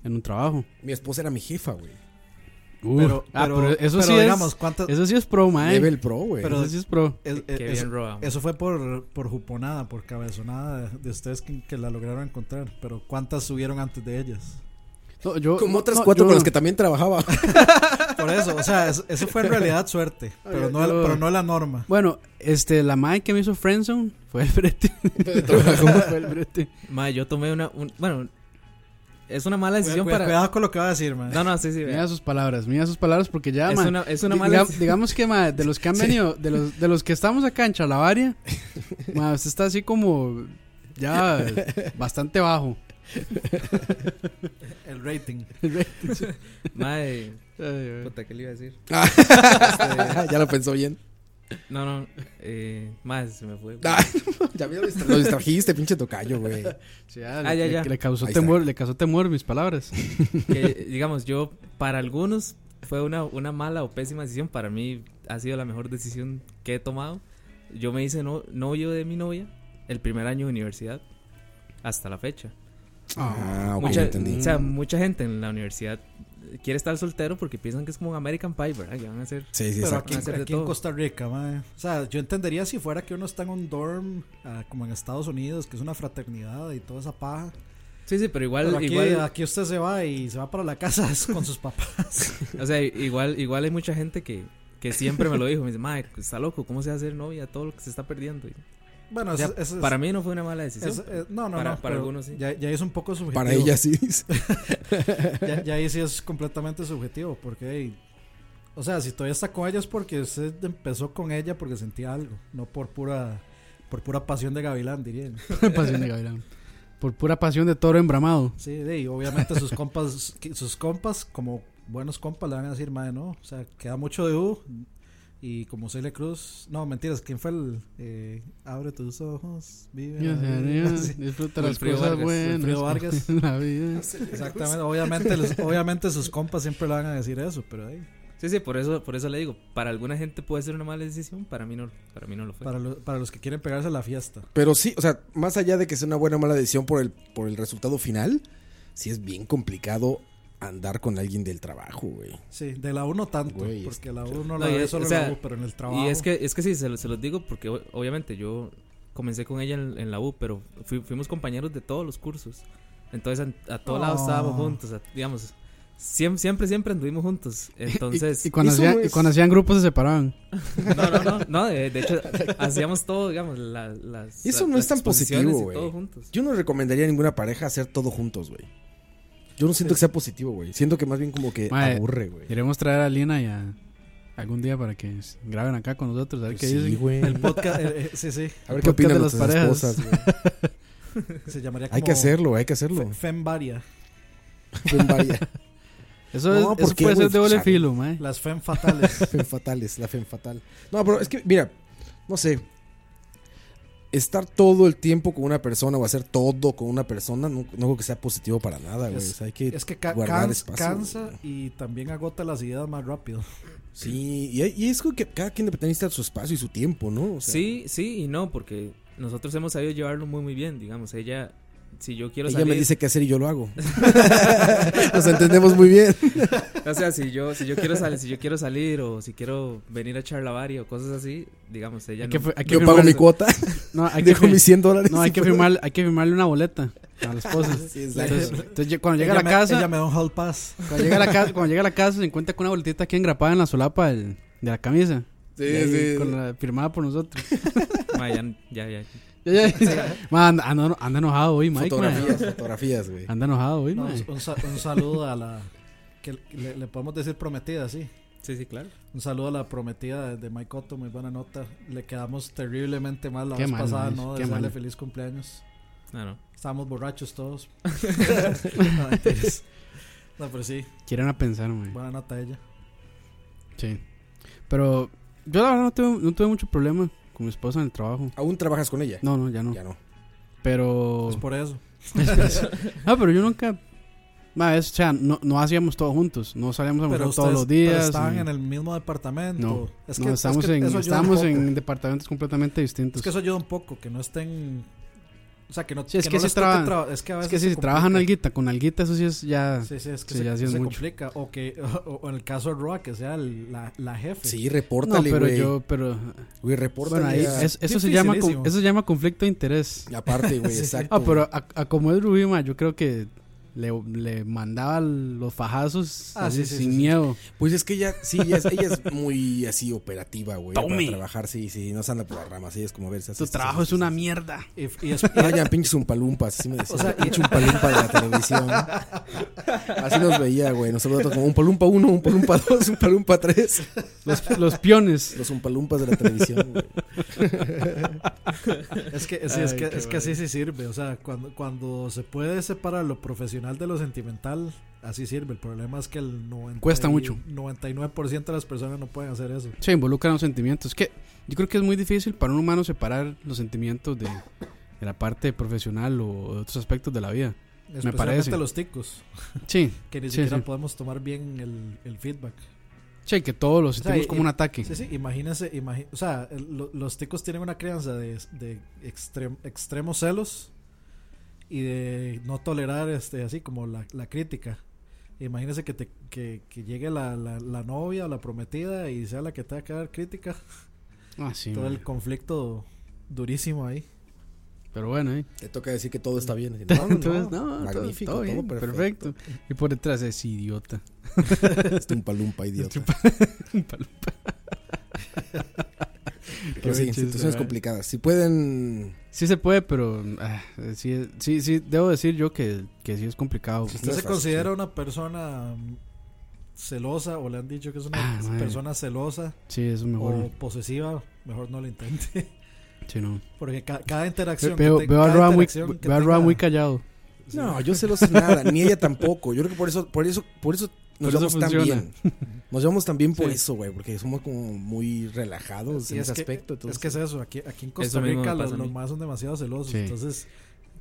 S2: en un trabajo.
S1: Mi esposa era mi jefa, güey.
S2: Uf,
S3: pero,
S2: ah,
S3: pero-
S2: pero eso
S3: pero
S2: sí
S3: digamos, ¿cuántas-
S2: es. Eso sí es pro, mae.
S1: Level pro, güey.
S3: Pero-
S2: eso sí es pro.
S3: es-
S4: Qué
S3: es-
S4: bien, Roa.
S3: Eso fue por, por juponada, por cabezonada de, de ustedes que, que la lograron encontrar. Pero ¿cuántas subieron antes de ellas?
S2: No, yo-
S1: Como otras
S2: no,
S1: cuatro
S2: yo-
S1: con las que también trabajaba.
S3: Por eso, o sea, es- eso fue en realidad suerte, pero no,
S2: yo-
S3: pero no la norma.
S2: Bueno, este, la mae que me hizo Friendzone fue el brete. fue el brete.
S4: Mae, yo tomé una. un- bueno, es una mala decisión
S3: Cuida-
S4: para.
S3: Cuidado con lo que va a decir, man.
S4: No, no, sí, sí. vea.
S2: Mira sus palabras, mira sus palabras porque ya,
S4: Es
S2: mae,
S4: una- es una
S2: di-
S4: mala
S2: diga-
S4: deci-
S2: digamos que, mae, de los que han venido, de los, de los que estamos acá en Chalabaria, mae, usted está así como ya bastante bajo.
S3: El rating.
S4: Mae,
S2: Ay, güey.
S4: puta, ¿qué le iba a decir?
S1: Ah, este, ya lo pensó bien.
S4: No, no. Eh, mae, se me fue.
S1: Ah, ya me lo distra- lo distrajiste, pinche tocayo, güey.
S2: Sí, ya,
S4: Ah,
S2: le,
S4: ya,
S2: le-
S4: ya.
S2: le causó
S1: Ahí está.
S2: temor, le causó temor mis palabras.
S4: Que, digamos, yo, para algunos fue una, una mala o pésima decisión. Para mí ha sido la mejor decisión que he tomado. Yo me hice no, novio de mi novia el primer año de universidad hasta la fecha.
S1: Ah, ok,
S4: mucha,
S1: entendí.
S4: o sea, mucha gente en la universidad quiere estar soltero porque piensan que es como un American Pie, ¿verdad? Que van a ser.
S1: Sí, sí,
S3: Pero
S1: exacto.
S3: aquí,
S4: Hacer de
S3: aquí en
S4: todo.
S3: Costa Rica, mae. O sea, yo entendería si fuera que uno está en un dorm, ah, como en Estados Unidos, que es una fraternidad y toda esa paja.
S4: Sí, sí, pero igual.
S3: Pero aquí,
S4: igual
S3: aquí usted se va y se va para la casa con sus papás.
S4: O sea, igual, igual hay mucha gente que, que siempre me lo dijo. Me dice, Mae, está loco, ¿cómo se va a hacer novia? Todo lo que se está perdiendo. Y-
S3: Bueno,
S4: o sea,
S3: es- es- es-
S4: para mí no fue una mala
S3: es-
S4: decisión.
S3: es- no, no,
S4: para-
S3: no,
S4: para
S3: pero
S4: algunos sí.
S3: Ya, ya es un poco subjetivo.
S1: Para ella sí. dice.
S3: Ya, ya ahí sí es completamente subjetivo, porque. hey, o sea, si todavía está con ella es porque usted empezó con ella porque sentía algo, no por pura. Por pura pasión de Gavilán, dirían.
S2: Pasión de Gavilán. Por pura pasión de toro embramado.
S3: Sí, de- y obviamente sus compas, que- sus compas, como buenos compas, le van a decir, madre, no, o sea, queda mucho de U. Y como Celia Cruz, no, mentiras, ¿quién fue el? eh, abre tus ojos, vive.
S2: Ya
S3: la
S2: sé,
S3: vida?
S1: Ah,
S2: ya,
S3: Sí,
S2: Disfruta las
S4: Wilfrido
S2: cosas
S4: Vargas,
S2: buenas.
S3: Wilfrido Vargas.
S2: La vida.
S3: exactamente, obviamente, los- obviamente sus compas siempre le van a decir eso, pero ahí,
S4: Sí, sí, por eso, por eso le digo, para alguna gente puede ser una mala decisión, para mí no, para mí no lo fue.
S3: para, lo- para los que quieren pegarse a la fiesta.
S1: Pero sí, o sea, más allá de que sea una buena o mala decisión por el, por el resultado final, sí es bien complicado andar con alguien del trabajo, güey.
S3: Sí, de la U no tanto,
S1: Güey,
S3: porque la U no la
S4: No, y
S3: ve
S4: es-
S3: solo
S4: o
S3: en la
S4: sea,
S3: U, pero en el trabajo.
S4: Y es que, es que sí, se, lo- se los digo porque o- obviamente yo comencé con ella en, en la U, pero fui- fuimos compañeros de todos los cursos. Entonces a, a todos lados
S3: Oh.
S4: estábamos juntos, a- digamos, siempre, siempre, siempre anduvimos juntos. Entonces...
S2: y, y cuando
S1: eso
S2: hacían,
S1: es-
S2: y cuando hacían grupos se separaban.
S4: No, no, no, no de, de hecho hacíamos todo, digamos, la- las...
S1: Eso no
S4: las
S1: es tan
S4: exposiciones
S1: positivo,
S4: y
S1: güey.
S4: todo juntos.
S1: Yo no recomendaría a ninguna pareja hacer todo juntos, güey. Yo no siento que sea positivo, güey. Siento que más bien como que
S2: Mae,
S1: aburre, güey.
S2: Iremos traer a Lina y a algún día para que s- graben acá con nosotros, a ver qué
S1: Sí,
S2: dicen.
S1: güey.
S3: El podcast, eh, eh, sí, sí,
S1: A ver qué
S2: podcast de
S1: opinan
S2: las
S1: las
S2: parejas.
S1: parejas.
S3: se llamaría como
S1: Hay que hacerlo, hay que hacerlo.
S3: fe- Fembaria,
S1: Fen varia.
S2: Eso,
S1: No,
S2: es, eso
S1: ¿por qué,
S2: puede
S1: güey?
S2: ser de doble
S1: Chale.
S2: filo, mae.
S3: las fem fatales.
S1: Fen fatales, la fen fatal. No, pero es que, mira, no sé. Estar todo el tiempo con una persona o hacer todo con una persona no, no creo que sea positivo para nada, güey.
S3: Es-
S1: O sea, hay que,
S3: Es que ca-
S1: guardar
S3: cans-
S1: espacio,
S3: cansa
S1: güey.
S3: y también agota las ideas más rápido.
S1: Sí, y, hay- y es como que cada quien necesita su espacio y su tiempo, ¿no? O sea,
S4: sí, sí y no, porque nosotros hemos sabido llevarlo muy, muy bien, digamos. Ella, si yo quiero
S1: Ella
S4: salir...
S1: me dice qué hacer y yo lo hago. Nos entendemos muy bien.
S4: O sea, si yo, si yo quiero salir, si yo quiero salir o si quiero venir a charlavari o cosas así, digamos, ella
S2: Hay que
S4: no-
S2: fir- hay que
S1: Yo pago
S2: firmar-
S1: mi cuota,
S2: No, hay que
S1: dejo
S2: fir-
S1: mis 100 dólares.
S2: no, hay
S1: y
S2: que
S1: fuera.
S2: firmar- hay que firmarle una boleta a las esposas.
S1: Sí, exacto.
S2: Entonces, entonces yo- cuando llega
S3: ella
S2: a la
S3: me-
S2: casa,
S3: ella me da un hall pass.
S2: cuando llega a la casa, cuando llega a la casa se encuentra con una boletita aquí engrapada en la solapa del- de la camisa.
S1: Sí,
S2: Y ahí
S1: sí.
S2: con la- firmada por nosotros.
S4: Ma, ya, ya, ya.
S2: Ya, ya. Ma, anda, anda- anda enojado hoy, Mike. ma.
S1: Fotografías, fotografías, güey.
S2: Anda enojado hoy,
S3: No,
S2: ma.
S3: un, un sa- un saludo a la. que le, le podemos decir prometida, sí.
S4: Sí, sí, claro.
S3: Un saludo a la prometida de, de Mike Otto, muy buena nota. Le quedamos terriblemente mal la
S2: Qué
S3: vez
S2: mal,
S3: pasada,
S2: Luis,
S3: ¿no?
S2: qué
S3: Desearle
S2: mal.
S3: feliz cumpleaños.
S4: No, no.
S3: Estábamos borrachos todos. No, mentiras. No, pero sí,
S2: Quieren a pensar, mae.
S3: buena nota ella.
S2: Sí. Pero yo la verdad no tuve, no tuve mucho problema con mi esposa en el trabajo.
S1: ¿Aún trabajas con ella?
S2: No, no, ya no.
S1: Ya no.
S2: Pero.
S3: Es por eso.
S2: Ah, pero yo nunca. Ma, es- o sea, no, no hacíamos todo juntos. No salíamos a
S3: Pero
S2: almorzar
S3: ustedes
S2: todos los
S3: pero
S2: días.
S3: estaban
S2: ni-
S3: en el mismo departamento.
S2: No,
S3: es
S2: no,
S3: que,
S2: estamos,
S3: es que
S2: en,
S3: eso ayuda un
S2: estamos
S3: poco.
S2: en departamentos completamente distintos.
S3: Es que eso ayuda un poco, que no estén. O sea, que no.
S2: Sí, es que
S3: no
S2: si
S3: les toque
S2: trabajan-
S3: traba- es que, a
S2: Es
S3: veces
S2: que si
S3: se
S2: se trabajan
S3: complica.
S2: alguita, con alguita, eso sí es ya.
S3: Sí, sí, es que
S2: Sí, ya
S3: se,
S2: sí es
S3: se
S2: mucho.
S3: complica. O, que, o, o en el caso de Roa, que sea el- la, la jefe.
S1: Sí,
S2: no,
S1: repórtale,
S2: pero
S1: güey.
S2: yo, pero.
S1: Güey,
S2: Bueno,
S1: repórtale.
S2: ahí,
S1: a-
S2: es- eso, se llama, con-
S3: Dificilísimo.
S2: eso se llama conflicto de interés.
S1: Aparte, güey, exacto.
S2: Ah, pero a, a como es Rubí, ma, yo creo que le, le mandaba los fajazos
S3: Ah,
S2: así,
S3: sí, sí,
S2: sin
S3: sí, sí.
S2: miedo.
S1: Pues es que ella, sí, ella es, ella es muy así operativa, güey. Para trabajar, sí, sí, no se anda por las ramas, ella es como a ver. se hace
S2: Tu
S1: esto,
S2: trabajo
S1: se
S2: es
S1: hace
S2: una
S1: esto".
S2: mierda.
S3: Y, y es-
S1: Vayan pinches umpalumpas, así me decía. pinche umpalumpa de la televisión. Así nos veía, güey. Nosotros como un palumpa 1, un palumpa 2, un palumpa 3.
S2: Los, los piones.
S1: Los umpalumpas de la televisión, güey.
S3: es que, sí, es
S2: Ay,
S3: que,
S2: qué
S3: es que así sí sirve. O sea, cuando, cuando se puede separar lo profesional de lo sentimental, así sirve. El problema es que el 90
S2: Cuesta
S3: y-
S2: mucho.
S3: 99% de las personas no pueden hacer eso.
S2: Se involucran los sentimientos. Que yo creo que es muy difícil para un humano separar los sentimientos de, de la parte profesional o de otros aspectos de la vida.
S3: Especialmente
S2: parece.
S3: los ticos,
S2: Sí,
S3: que ni
S2: Sí,
S3: siquiera
S2: sí.
S3: podemos tomar bien el, el feedback.
S2: sí, que todos los
S3: sea,
S2: sentimos
S3: y-
S2: como un ataque.
S3: Sí, sí, imagínense, imagi- o sea, el- lo- los ticos tienen una crianza de, de extrem- extremos celos y de no tolerar este así como la, la crítica. Imagínense que, te, que, que llegue la, la, la novia o la prometida y sea la que te va a quedar crítica.
S2: Ah, sí,
S3: Todo
S2: man.
S3: el conflicto durísimo ahí.
S2: Pero bueno, ¿eh?
S1: Te toca decir que todo está bien. Así, no, no,
S2: Entonces, no, todo-
S1: magnífico,
S2: todo, bien,
S1: todo
S2: perfecto.
S1: perfecto.
S2: Y por detrás es idiota.
S1: Este umpalumpa, idiota. Pero sí,
S2: Qué
S1: situaciones
S2: chiste,
S1: complicadas. Si pueden.
S2: Sí se puede, pero ah, sí, sí, sí, debo decir yo que, que sí es complicado.
S1: No
S3: ¿Usted
S1: es
S3: se
S1: fácil,
S3: considera una persona mm, celosa o le han dicho que es una
S2: Ah, madre.
S3: persona celosa
S2: Sí, eso es mejor.
S3: o posesiva? Mejor no lo intente.
S2: Sí, no.
S3: Porque ca- cada
S2: Ve-
S3: interacción.
S2: Veo,
S3: que te-
S2: veo a
S3: cada
S2: Roa muy,
S3: interacción que
S2: veo a Roa
S3: tenga-
S2: muy callado.
S1: No, yo celoso nada, ni ella tampoco. Yo creo que por eso, por eso, por eso nos
S2: Por eso
S1: llevamos tan
S2: funciona.
S1: bien. Nos llevamos tan bien por
S2: Sí.
S1: eso, güey, porque somos como muy relajados
S3: Sí,
S1: en
S3: es
S1: ese
S3: que-
S1: aspecto.
S3: Es
S1: entonces-
S3: que es eso, aquí, aquí en
S4: Eso
S3: Costa
S4: mismo me
S3: Rica los,
S4: pasa a mí.
S3: los más son demasiado celosos.
S2: Sí.
S3: Entonces,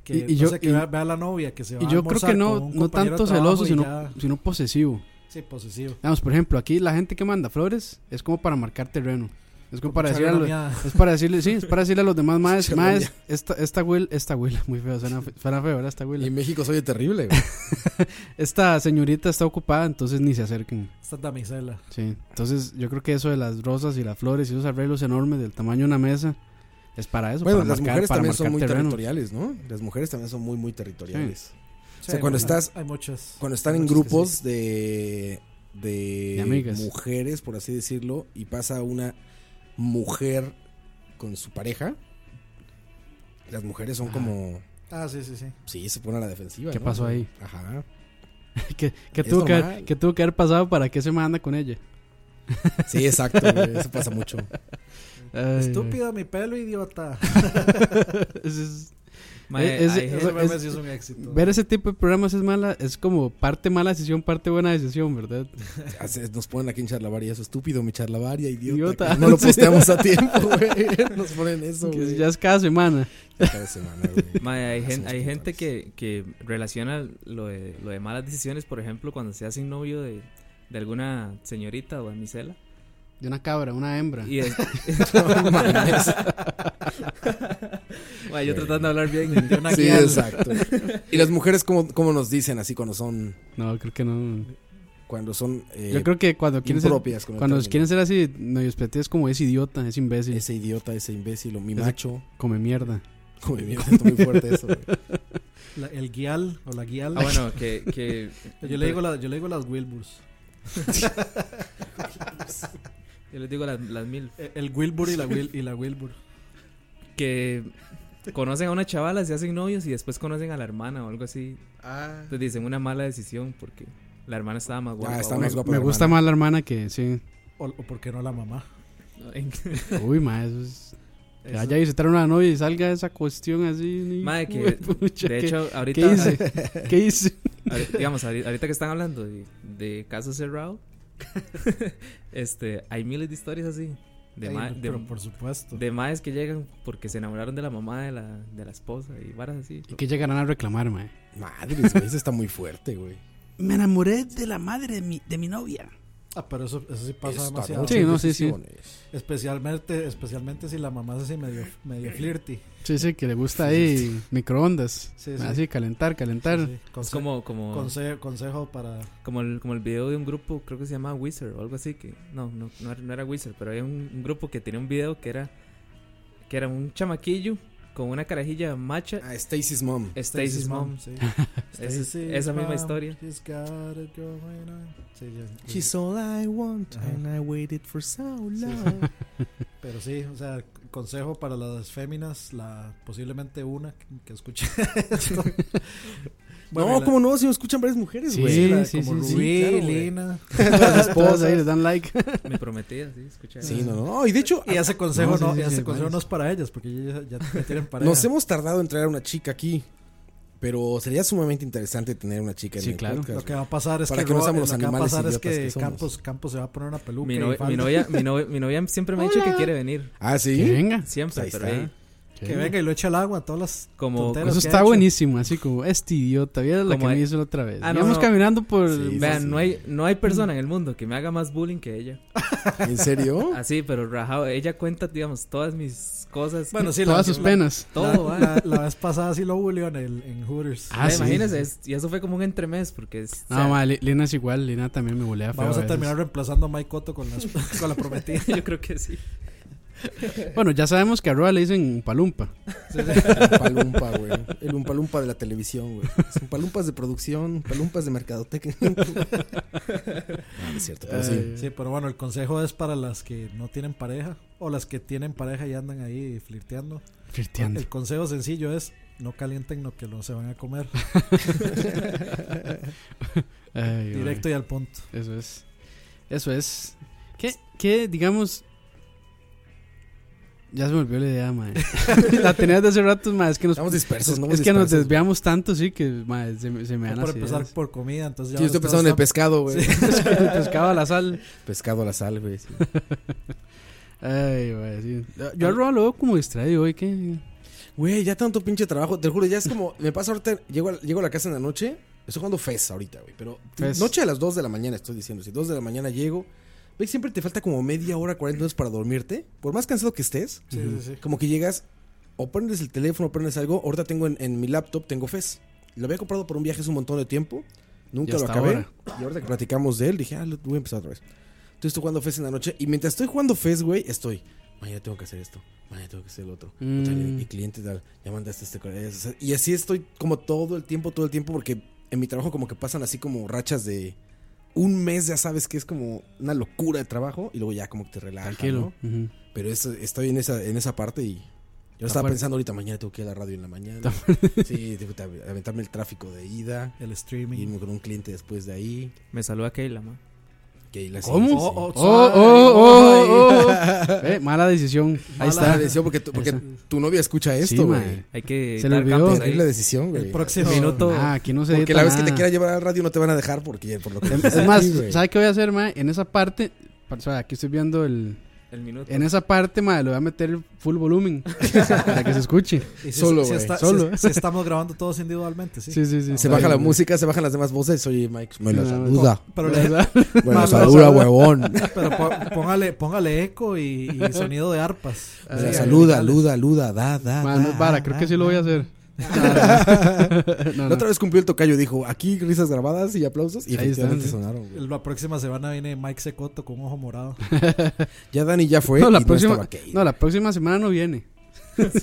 S3: que,
S2: Y- y
S3: no
S2: yo-
S3: sé, que
S2: y-
S3: vea, vea a la novia que se va
S2: Y yo
S3: a
S2: creo
S3: almorzar
S2: que
S3: con
S2: no,
S3: un
S2: no
S3: compañero de
S2: tanto
S3: trabajo
S2: celoso,
S3: y
S2: sino,
S3: ya-
S2: sino posesivo.
S3: Sí, posesivo.
S2: Vamos, por ejemplo, aquí la gente que manda flores es como para marcar terreno. Es como para
S3: Escuchar
S2: decirle, a
S3: una
S2: los-
S3: mía-
S2: es para decirle, sí, es para decirle a los demás maes,
S1: Escuchar la
S2: maes,
S1: mía.
S2: esta esta güila, esta güila, muy feo, suena, fe- suena feo, ¿verdad? Esta
S1: Y
S2: güila.
S1: en México soy terrible, güey.
S2: Esta señorita está ocupada, entonces ni se acerquen.
S3: Esta damisela.
S2: Sí, entonces yo creo que eso de las rosas y las flores y esos arreglos enormes del tamaño de una mesa es para eso,
S1: Bueno,
S2: para
S1: las
S2: marcar,
S1: mujeres
S2: para
S1: también son
S2: marcar
S1: muy
S2: terreno.
S1: territoriales, ¿no? Las mujeres también son muy, muy territoriales.
S3: O
S1: sea, cuando estás-
S3: Hay muchas.
S1: Cuando están en
S3: muchas que
S1: grupos
S3: sí.
S1: de, de,
S2: De amigas.
S1: mujeres, por así decirlo, y pasa una mujer con su pareja, las mujeres son
S2: Ajá.
S1: como...
S3: Ah, sí, sí, sí.
S1: Sí, se ponen a la defensiva.
S2: ¿Qué
S1: ¿no?
S2: pasó ahí?
S1: Ajá.
S2: ¿Qué, qué
S1: Es
S2: tuvo que haber,
S1: normal.
S2: qué tuvo que haber pasado para que se me anda con ella?
S1: Sí, exacto, güey, eso pasa mucho.
S2: Ay,
S3: Estúpido mi pelo, idiota.
S2: eso es-
S4: Mae,
S1: Eh,
S2: Es-
S4: hay
S2: es-
S4: gente-
S3: Ese meme sí es un éxito.
S2: ver ese tipo de programas es mala, es como parte mala decisión, parte buena decisión, ¿verdad?
S1: Así es, Nos ponen aquí en charlavaria, eso estúpido, mi charlavaria, idiota.
S2: Idiota.
S1: que No lo
S2: Sí.
S1: posteamos a tiempo, güey. Nos ponen eso,
S2: Que
S1: güey.
S2: ya es cada semana.
S1: Cada semana, güey.
S4: Mae, hay, gen-
S1: Hacemos
S4: hay gente
S1: puntuales.
S4: que, que relaciona lo de, lo de malas decisiones, por ejemplo, cuando se hacen novio de, de alguna señorita o damisela.
S2: De una cabra, una hembra.
S4: Y es-
S1: No mames.
S4: Mae, yo tratando de hablar bien.
S3: De una
S1: Sí,
S3: guía-
S1: exacto. Y las mujeres, ¿cómo, cómo nos dicen así cuando son.
S2: No, creo que no.
S1: Cuando son. Eh,
S2: Yo creo que cuando quieren ser,
S1: impropias con el
S2: cuando
S1: término.
S2: quieren ser así, no, es como es idiota, es imbécil,
S1: Ese idiota, ese imbécil o mi
S2: Ese-
S1: macho.
S2: come mierda.
S1: Como mierda, está muy fuerte eso, güey.
S3: la- el guial o la guial.
S4: Ah, bueno, que, que-
S3: yo, le digo la- yo le digo las Wilburs.
S4: yo les digo las, las mil.
S3: Eh, El Wilbur y la, Wil- y la Wilbur.
S4: Que conocen a una chavala, se hacen novios y después conocen a la hermana o algo así. Entonces dicen una mala decisión porque la hermana estaba más guapa.
S1: Ah, está
S4: o
S1: más
S4: algo.
S1: guapa.
S2: Me
S1: la
S2: gusta
S1: hermana.
S2: más la hermana que sí.
S3: O, o por qué no la mamá.
S2: Uy, ma, eso es Que
S4: Eso-
S2: vaya a visitar a una novia y salga esa cuestión así. ni-
S4: Madre, que
S2: Pucha,
S4: de
S2: ¿qué-
S4: hecho, ahorita,
S2: ¿Qué hice? ¿Qué hice?
S4: ahori- digamos, ahori- ahorita que están hablando de, de caso cerrado, este, hay miles de historias así. De,
S3: Ay,
S4: ma-
S3: no,
S4: de,
S3: pero por supuesto.
S4: de maes que llegan porque se enamoraron de la mamá de la, de la esposa y varas así.
S2: Y que llegarán a reclamar, mae.
S1: Madres, güey, eso está muy fuerte, güey.
S2: Me enamoré de la madre de mi, de mi novia.
S3: Ah, pero eso, eso sí pasa
S1: Esta
S3: demasiado.
S1: noche
S2: Sí,
S1: hay
S2: no, sí, sí.
S1: decisiones.
S3: Especialmente, especialmente si la mamá es así medio, medio flirty.
S2: Sí, sí, que le gusta ahí microondas.
S3: Sí, sí.
S2: Así, calentar, calentar.
S3: Sí,
S4: Es
S3: conse-
S4: como, como,
S3: conse- consejo para.
S4: como, el, como el video de un grupo, creo que se llama Wizard o algo así. que No, no, no era, no era Wizard, pero había un, un grupo que tenía un video que era, que era un chamaquillo con una carajilla macha.
S1: Ah, Stacy's mom.
S4: Stacy's mom.
S3: sí.
S4: Es-
S3: Stacy's
S4: esa misma
S3: mom,
S4: historia.
S3: she's got it going on. Sí, ya-
S1: She's all I want
S3: Ajá.
S1: and I waited for so long.
S3: Pero sí, o sea, consejo para las féminas, la posiblemente una que, que escuche esto. Bueno, y
S1: no,
S3: la-
S1: ¿cómo no? Si nos escuchan varias mujeres,
S2: Sí,
S1: güey.
S3: sí, la-
S2: sí,
S3: como
S2: sí, sí,
S3: Rubí,
S1: claro, güey.
S3: Lina.
S2: Las esposas ahí les dan like.
S4: Me prometía, sí, escucha.
S1: Sí, no, no. no, Y de hecho,
S3: Y ese consejo
S2: No,
S3: no,
S2: sí, sí,
S3: y ese
S2: sí,
S3: consejo
S2: varias.
S3: no es para ellas, porque ya, ya, ya tienen pareja.
S1: nos hemos tardado en traer a una chica aquí. Pero sería sumamente interesante tener una chica en
S2: Sí,
S1: el
S2: claro.
S1: podcast,
S3: Lo que
S1: güey.
S3: va a pasar es
S1: Para
S3: que,
S1: que no
S3: Ro-
S1: seamos
S3: lo
S1: los
S3: que va a
S1: animales
S3: pasar es
S1: idiotas que
S3: que
S1: somos.
S3: Campos, Campos se va a poner una peluca.
S4: Mi,
S3: y
S4: novia,
S3: falda.
S4: mi, novia, mi, novia, mi novia siempre me ha dicho que quiere venir.
S1: Ah, sí.
S2: Que venga.
S4: Siempre,
S1: Ahí
S4: pero
S1: está.
S4: ahí,
S2: que
S3: Que
S2: venga.
S3: venga y lo echa al agua, todas las.
S4: Como-
S3: tonteras
S2: Eso
S3: que ha
S2: está
S3: hecho.
S2: buenísimo, así como este idiota. Vieron la que
S4: Como
S2: me
S4: hay-
S2: hizo la otra vez.
S4: Ah, no,
S2: Íbamos
S4: no.
S2: caminando por.
S1: Sí, sí,
S4: Vean, no hay, no hay persona en el mundo que me haga más bullying que ella.
S1: ¿En serio?
S4: Así, pero rajado. Ella cuenta, digamos, todas mis cosas.
S3: Bueno, sí,
S2: todas
S3: la,
S2: sus
S3: la-
S2: penas.
S4: todo, va.
S3: la, la- ¿eh? la vez pasada sí lo bulió en, el- en Hooters.
S2: Ah,
S4: Ve,
S2: sí.
S4: Imagínense, es- y eso fue como un entremés, porque es-
S2: No,
S4: o sea,
S2: ma, Li- Lina es igual. Lina también me volea feo.
S3: Vamos a
S2: veces.
S3: terminar reemplazando a Mike Cotto con, las- con la prometida.
S4: yo creo que sí.
S2: Bueno, ya sabemos que a Roa le dicen palumpa.
S1: Palumpa, güey. El umpalumpa de la televisión, güey. Son palumpas de producción, palumpas de mercadotecnia. no, no es cierto, pero sí.
S3: Sí, pero bueno, el consejo es para las que no tienen pareja o las que tienen pareja y andan ahí flirteando.
S2: Flirteando.
S3: El consejo sencillo es no calienten lo que no se van a comer.
S2: Ay, ma.
S3: Directo y al punto.
S2: Eso es. Eso es. ¿Qué, qué digamos? Ya se me olvidó la idea, mae. la tenía de hace rato, mae. Es que nos,
S1: Estamos dispersos,
S2: es,
S1: ¿no?
S2: es que nos
S1: Dispersos.
S2: desviamos tanto, sí, que mae, se, me- se me dan
S3: No por
S2: las
S3: empezar
S2: ideas.
S3: por comida, entonces ya
S1: Sí, yo estoy
S3: ustedes
S1: pensando en el
S3: están-
S1: pescado, güey.
S2: El pescado a la sal.
S1: Pescado a la sal, güey. sí.
S2: Ay, mae, sí. Yo
S1: Ah.
S2: al Roa lo veo como distraído hoy, ¿qué?
S1: Güey, ya tanto pinche trabajo. Te juro, ya es como. Me pasa ahorita. Llego a, llego a la casa en la noche. Estoy jugando FES ahorita, güey. Pero
S2: Fez.
S1: noche a las 2 de la mañana, estoy diciendo. Si 2 de la mañana llego. ¿Ves? Siempre te falta como media hora, 40 minutos para dormirte. Por más cansado que estés,
S3: Sí, sí, sí.
S1: como que llegas. O prendes el teléfono, prendes algo. Ahorita tengo en, en mi laptop, tengo FES. Lo había comprado por un viaje hace un montón de tiempo. Nunca
S2: Y
S1: lo
S2: hasta
S1: acabé.
S2: ahora.
S1: Y ahorita que platicamos de él, dije, ah, lo voy a empezar otra vez. Entonces estoy jugando FES en la noche. Y mientras estoy jugando FES, güey, estoy. Mañana tengo que hacer esto. Mañana tengo que hacer el otro.
S2: Mm.
S1: Puta, Mi mi cliente tal. Ya mandaste este correo. o sea, y así estoy como todo el tiempo, todo el tiempo. Porque en mi trabajo como que pasan así como rachas de un mes, ya sabes que es como una locura de trabajo. Y luego ya como que te relajas.
S2: Tranquilo.
S1: Ah, ¿no?
S2: Ujú.
S1: Pero eso- estoy en esa, en esa parte y... Yo
S2: Está
S1: estaba
S2: fuerte.
S1: pensando ahorita, mañana tengo que ir a la radio en la mañana.
S2: Está Mm.
S1: Sí, tengo que aventarme el tráfico de ida.
S3: El streaming.
S1: Irme con un cliente después de ahí.
S4: Me saluda Keila, ma.
S1: Que ahí la
S2: ¿Cómo?
S1: sí, sí,
S3: Oh,
S1: sí.
S3: oh,
S2: Oh, oh, oh, oh, oh. Eh, mala decisión. Ahí
S1: Mala
S2: está.
S1: decisión porque, tu- porque
S2: Eso.
S1: tu novia escucha
S2: Sí,
S1: esto, güey.
S2: mae.
S4: Hay que
S2: Se le
S4: dar
S2: olvidó.
S4: campos ahí.
S1: Terrible decisión, güey.
S3: El próximo
S4: Minuto.
S2: Ah, aquí no se
S1: Porque
S2: edita
S1: la vez que
S2: nada.
S1: te quiera llevar al radio no te van a dejar porque por lo que
S2: Es más, ¿sabes qué voy a hacer, mae? En esa parte, pa- o sea, aquí estoy viendo el...
S4: El minuto.
S2: En esa parte, mae, le voy a meter full volumen para que se escuche.
S3: Y si-
S1: Solo,
S3: si
S1: güey,
S3: está-
S2: solo.
S3: si- si estamos grabando todos individualmente, sí.
S2: Sí, sí, sí.
S1: se
S2: Está
S1: baja la
S2: bien.
S1: música, se bajan las demás voces. Oye, Mike, me la
S2: No,
S1: saluda.
S3: Pero le-
S2: ¿Verdad?
S1: Me la
S3: Más
S1: saluda,
S3: la-
S1: huevón.
S3: Pero po- póngale, póngale eco y, y sonido de arpas.
S2: Ah,
S3: Ah,
S1: Me la
S3: Sí,
S1: saluda,
S3: animales.
S1: luda, luda, da, da.
S2: Mae, no es vara, creo que sí lo voy a hacer. No,
S1: La
S2: no.
S1: otra vez cumplió el tocayo, dijo, aquí risas grabadas y aplausos. Y
S2: Ahí
S1: efectivamente
S2: están,
S1: sonaron, güey.
S3: La próxima semana viene Mike Secoto con ojo morado.
S1: Ya Dani ya fue
S2: No, la
S1: y
S2: próxima,
S1: no estaba Kate.
S2: no, la próxima semana no viene.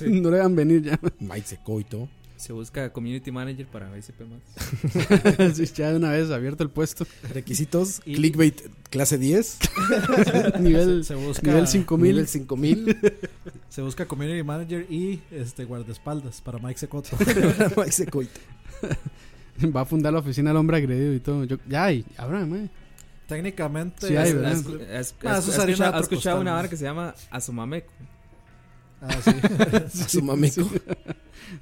S2: No le van a venir ya.
S1: Mike se coito.
S4: Se busca community manager para BCP más.
S2: Sí, ya de una vez abierto el puesto.
S1: Requisitos,
S3: Y-
S1: clickbait clase 10,
S2: Nivel,
S3: Se busca,
S2: nivel 5000.
S1: nivel 5000.
S3: se busca community manager y este guardaespaldas para Mike Secoto.
S1: Mike se coito.
S2: Va a fundar la oficina del hombre agredido y todo. Yo, ya, y ahora, mae.
S3: Técnicamente,
S2: Sí, hay,
S3: es-
S2: ¿verdad?
S3: es-
S4: Has- has-
S3: Ah,
S4: has
S3: eso es harina
S4: escuchado,
S3: de otro
S4: has escuchado
S3: costal,
S4: una
S3: ¿no?
S4: vara que se llama Azumameco.
S3: Ah, sí.
S1: A su mameco.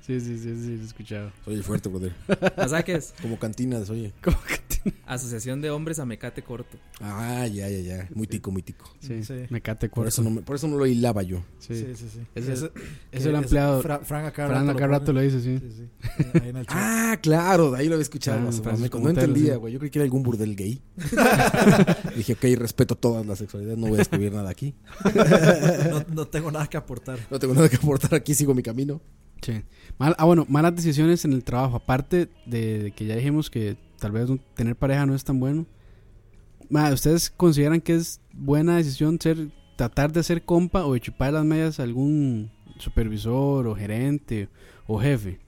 S2: Sí, sí, sí, sí, lo he escuchado.
S1: Soy fuerte, brother.
S4: ¿No sabes qué es?
S1: Como cantinas, oye.
S2: ¿Cómo que tiene?
S4: Asociación de Hombres a Mecate Corto.
S1: Ah, ya, ya, ya. Muy tico, muy tico.
S2: Sí,
S3: Sí.
S2: mecate
S1: Por
S2: corto.
S1: eso no, me- por eso no lo hilaba yo.
S2: Sí.
S3: Sí, sí, sí.
S2: Ese- Eso
S3: Ese-
S2: lo
S3: ese-
S2: ha empleado.
S3: Fra- Fran acá
S2: Fran acá rato lo
S3: pone.
S2: dice, sí.
S3: Sí, sí. Eh, Ahí en el chat.
S1: Ah, claro, de ahí lo había escuchado.
S2: Ah,
S1: a su
S2: Francisco
S1: mameco. No
S2: Montero,
S1: entendía,
S2: sí.
S1: güey. Yo creí que era algún burdel gay. Dije, ok, respeto todas las sexualidades. No voy a descubrir nada aquí.
S3: No, no tengo nada que aportar.
S1: No tengo nada que aportar aquí. Sigo mi camino.
S2: Sí. Mal- ah, bueno, malas decisiones en el trabajo. Aparte de, de que ya dijimos que tal vez no- tener pareja no es tan bueno. Ma, ¿Ustedes consideran que es buena decisión ser tratar de ser compa o de chupar las medias a algún supervisor o gerente o jefe?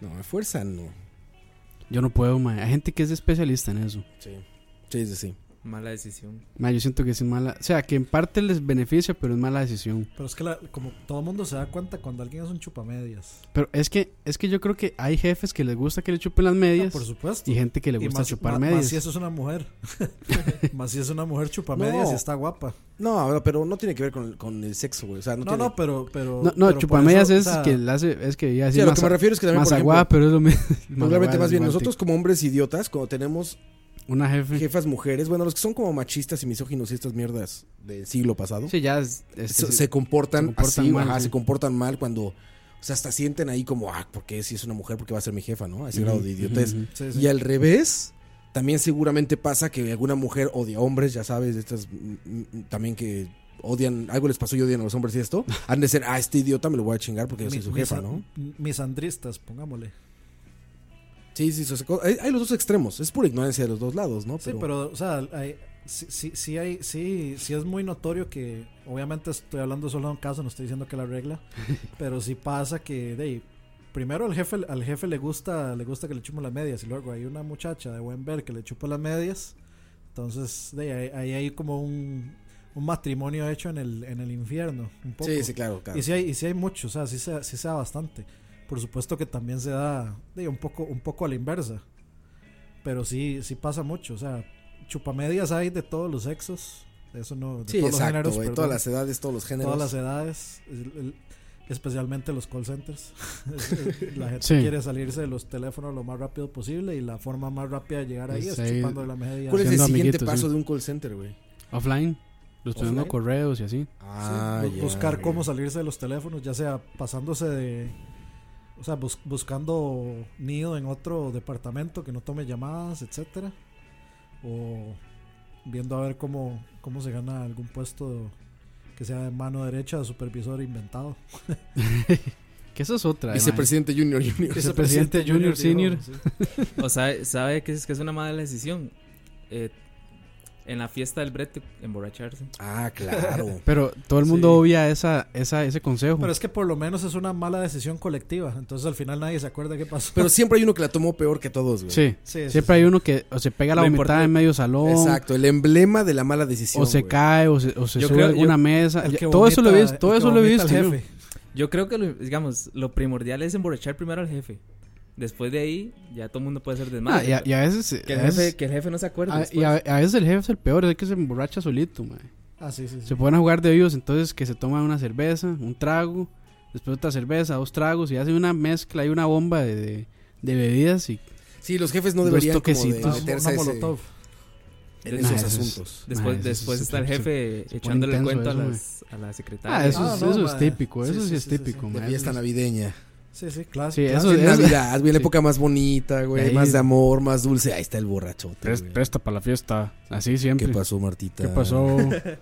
S1: No, a fuerza no.
S2: Yo no puedo, ma. Hay gente que es especialista en eso.
S1: Sí. Sí, sí, sí.
S4: Mala decisión.
S2: Ma, yo siento que es mala. O sea, que en parte les beneficia, pero es mala decisión.
S3: Pero es que la- como todo mundo se da cuenta cuando alguien es un chupamedias.
S2: Pero es que, es que yo creo que hay jefes que les gusta que le chupen las
S3: No,
S2: medias
S3: por supuesto.
S2: y gente que le gusta
S3: más-
S2: chupar
S3: ma- más
S2: medias.
S3: si eso es una mujer. más si es una mujer chupamedias
S1: No.
S3: y está guapa.
S1: No, pero- pero no tiene que ver con el, con el sexo, güey. O sea, no,
S3: No, no,
S1: tiene...
S3: pero, pero.
S2: No, no
S3: pero
S2: chupamedias
S3: por
S2: es
S3: eso, o sea,
S2: que la hace, es que ya así
S1: Sí, a lo
S2: más,
S1: que me refiero es que también,
S2: más
S1: por ejemplo,
S2: agua, pero es lo mismo.
S1: regularmente
S2: aguada,
S1: más bien
S2: igual,
S1: nosotros como hombres idiotas, cuando tenemos
S2: tic. Una jefe.
S1: jefas mujeres, bueno, los que son como machistas y misóginos y estas mierdas del siglo pasado,
S2: Sí, ya es, es-
S1: se,
S2: es-
S1: se comportan,
S2: se comportan
S1: así,
S2: mal,
S1: ajá,
S2: sí.
S1: se comportan mal cuando, o sea, hasta sienten ahí como, ah, porque si es una mujer, porque va a ser mi jefa, ¿no? A ese grado de idiotez.
S2: ujú.
S3: sí, sí.
S1: Y al revés, también seguramente pasa que alguna mujer o de hombres, ya sabes, de estas mm, mm, también que odian, algo les pasó y odian a los hombres y esto, han de ser, ah, este idiota me lo voy a chingar porque yo soy
S3: Mi-
S1: su jefa,
S3: misa-
S1: ¿no?
S3: Misandristas, pongámosle.
S1: Sí, sí, esas cosas. Hay, hay los dos extremos, es pura ignorancia de los dos lados, ¿no?
S3: Sí, pero, o sea, hay- sí, sí, sí hay, sí, sí es muy notorio que, obviamente estoy hablando solo de un caso, no estoy diciendo que la regla, pero sí pasa que, de ahí, primero al jefe, al jefe le gusta, le gusta que le chupen las medias, y luego hay una muchacha de buen ver que le chupa las medias, entonces, de ahí, ahí hay como un, un matrimonio hecho en el, en el infierno, un poco.
S1: Sí, sí, claro, claro.
S3: Y sí hay, y sí hay mucho, o sea, sí se, sí se da bastante. Por supuesto que también se da de, un, poco, un poco a la inversa. Pero sí, sí pasa mucho, o sea, chupamedias hay de todos los sexos. de Eso no, de
S1: Sí,
S3: todos los
S1: exacto,
S3: géneros,
S1: güey.
S3: perdón,
S1: Todas las edades, todos los géneros.
S3: todas las edades, el- el- especialmente los call centers. eh, la gente
S2: Sí.
S3: quiere salirse de los teléfonos lo más rápido posible y la forma más rápida de llegar ahí
S2: Es
S3: es,
S2: ahí-
S3: chupando la media.
S1: ¿Cuál es el
S2: Siendo
S1: siguiente
S2: amiguitos,
S1: paso
S2: sí.
S1: de un call center, güey?
S2: offline, los poniendo
S1: Offline.
S2: correos y así.
S1: Ah,
S3: Sí, bu-
S1: ya,
S3: buscar
S1: güey.
S3: cómo salirse de los teléfonos, ya sea pasándose de. O sea, bus- buscando nido en otro departamento que no tome llamadas, etcétera. O viendo a ver cómo, cómo se gana algún puesto que sea de mano derecha de supervisor inventado.
S2: Que eso es otra. eh,
S1: Vicepresidente Junior Junior.
S2: Vicepresidente junior, senior.
S4: O sabe, sabe que es, que es una mala decisión. Eh, en la fiesta del brete, emborracharse.
S1: Ah, claro.
S2: ma. Pero todo el mundo
S3: Sí.
S2: obvia esa, esa, ese consejo.
S3: Pero es que por lo menos es una mala decisión colectiva. Entonces al final nadie se acuerda qué pasó.
S1: Pero siempre hay uno que la tomó peor que todos, güey.
S2: sí.
S3: Sí, sí,
S2: Siempre
S3: sí.
S2: hay uno que o se pega la
S4: Lo
S2: vomitada
S4: importante-
S2: en medio salón.
S1: Exacto, el emblema de la mala decisión.
S2: O se
S1: güey.
S2: cae, o se, o se
S4: Yo
S2: sube
S4: creo-
S2: a alguna
S4: yo-
S2: mesa.
S3: El que
S2: Todo eso lo he
S3: vomita-
S2: visto. Todo
S3: el que
S2: eso lo he
S3: vomita
S2: visto.
S3: al
S2: yo.
S3: jefe.
S4: Yo creo que, lo- digamos, lo primordial es emborrachar primero al jefe. Después de ahí, ya todo el mundo puede ser
S2: Ah,
S4: desmadre.
S2: y, a, y a veces.
S4: que,
S2: a
S4: el
S2: veces-
S4: jefe, que el jefe no se acuerde.
S2: a- Ah, y
S4: después.
S2: a- a veces el jefe es el peor, es el que se emborracha solito, man.
S3: Ah, sí, sí, sí.
S2: Se pueden jugar de vivos, entonces que se toma una cerveza, un trago, después otra cerveza, dos tragos y hace una mezcla y una bomba de, de- de bebidas y
S1: Sí, los jefes no
S2: Dos
S1: deberían como de
S2: toquecitos.
S3: Ah,
S1: meterse
S3: una
S1: a ese-
S3: molotov.
S1: en
S4: Nah,
S1: esos
S4: eso
S2: es-
S1: asuntos.
S4: Después,
S2: Ah, eso
S4: después
S2: sí,
S4: está
S2: sí,
S4: el
S2: sí.
S4: jefe
S2: Se pone
S4: echándole el
S2: intenso
S4: cuento
S2: eso,
S4: a,
S2: mae.
S4: las- a la secretaria.
S2: ah, eso,
S3: Ah,
S2: es-
S3: no,
S2: eso es
S3: mae.
S2: típico,
S3: Sí,
S2: eso sí,
S3: sí, sí,
S2: es
S3: sí, sí.
S2: típico,
S1: De
S2: mae.
S1: fiesta navideña.
S3: Sí, sí, clásico.
S2: Ah, Sí, eso
S3: clásico.
S1: En
S2: es-
S1: Navidad, viene la
S2: sí.
S1: época más bonita, güey.
S2: Ahí-
S1: Más de amor, más dulce. Ahí está el borrachote.
S2: Pres-
S1: güey.
S2: presta para la fiesta, así siempre.
S1: ¿Qué pasó, Martita?
S2: ¿Qué pasó?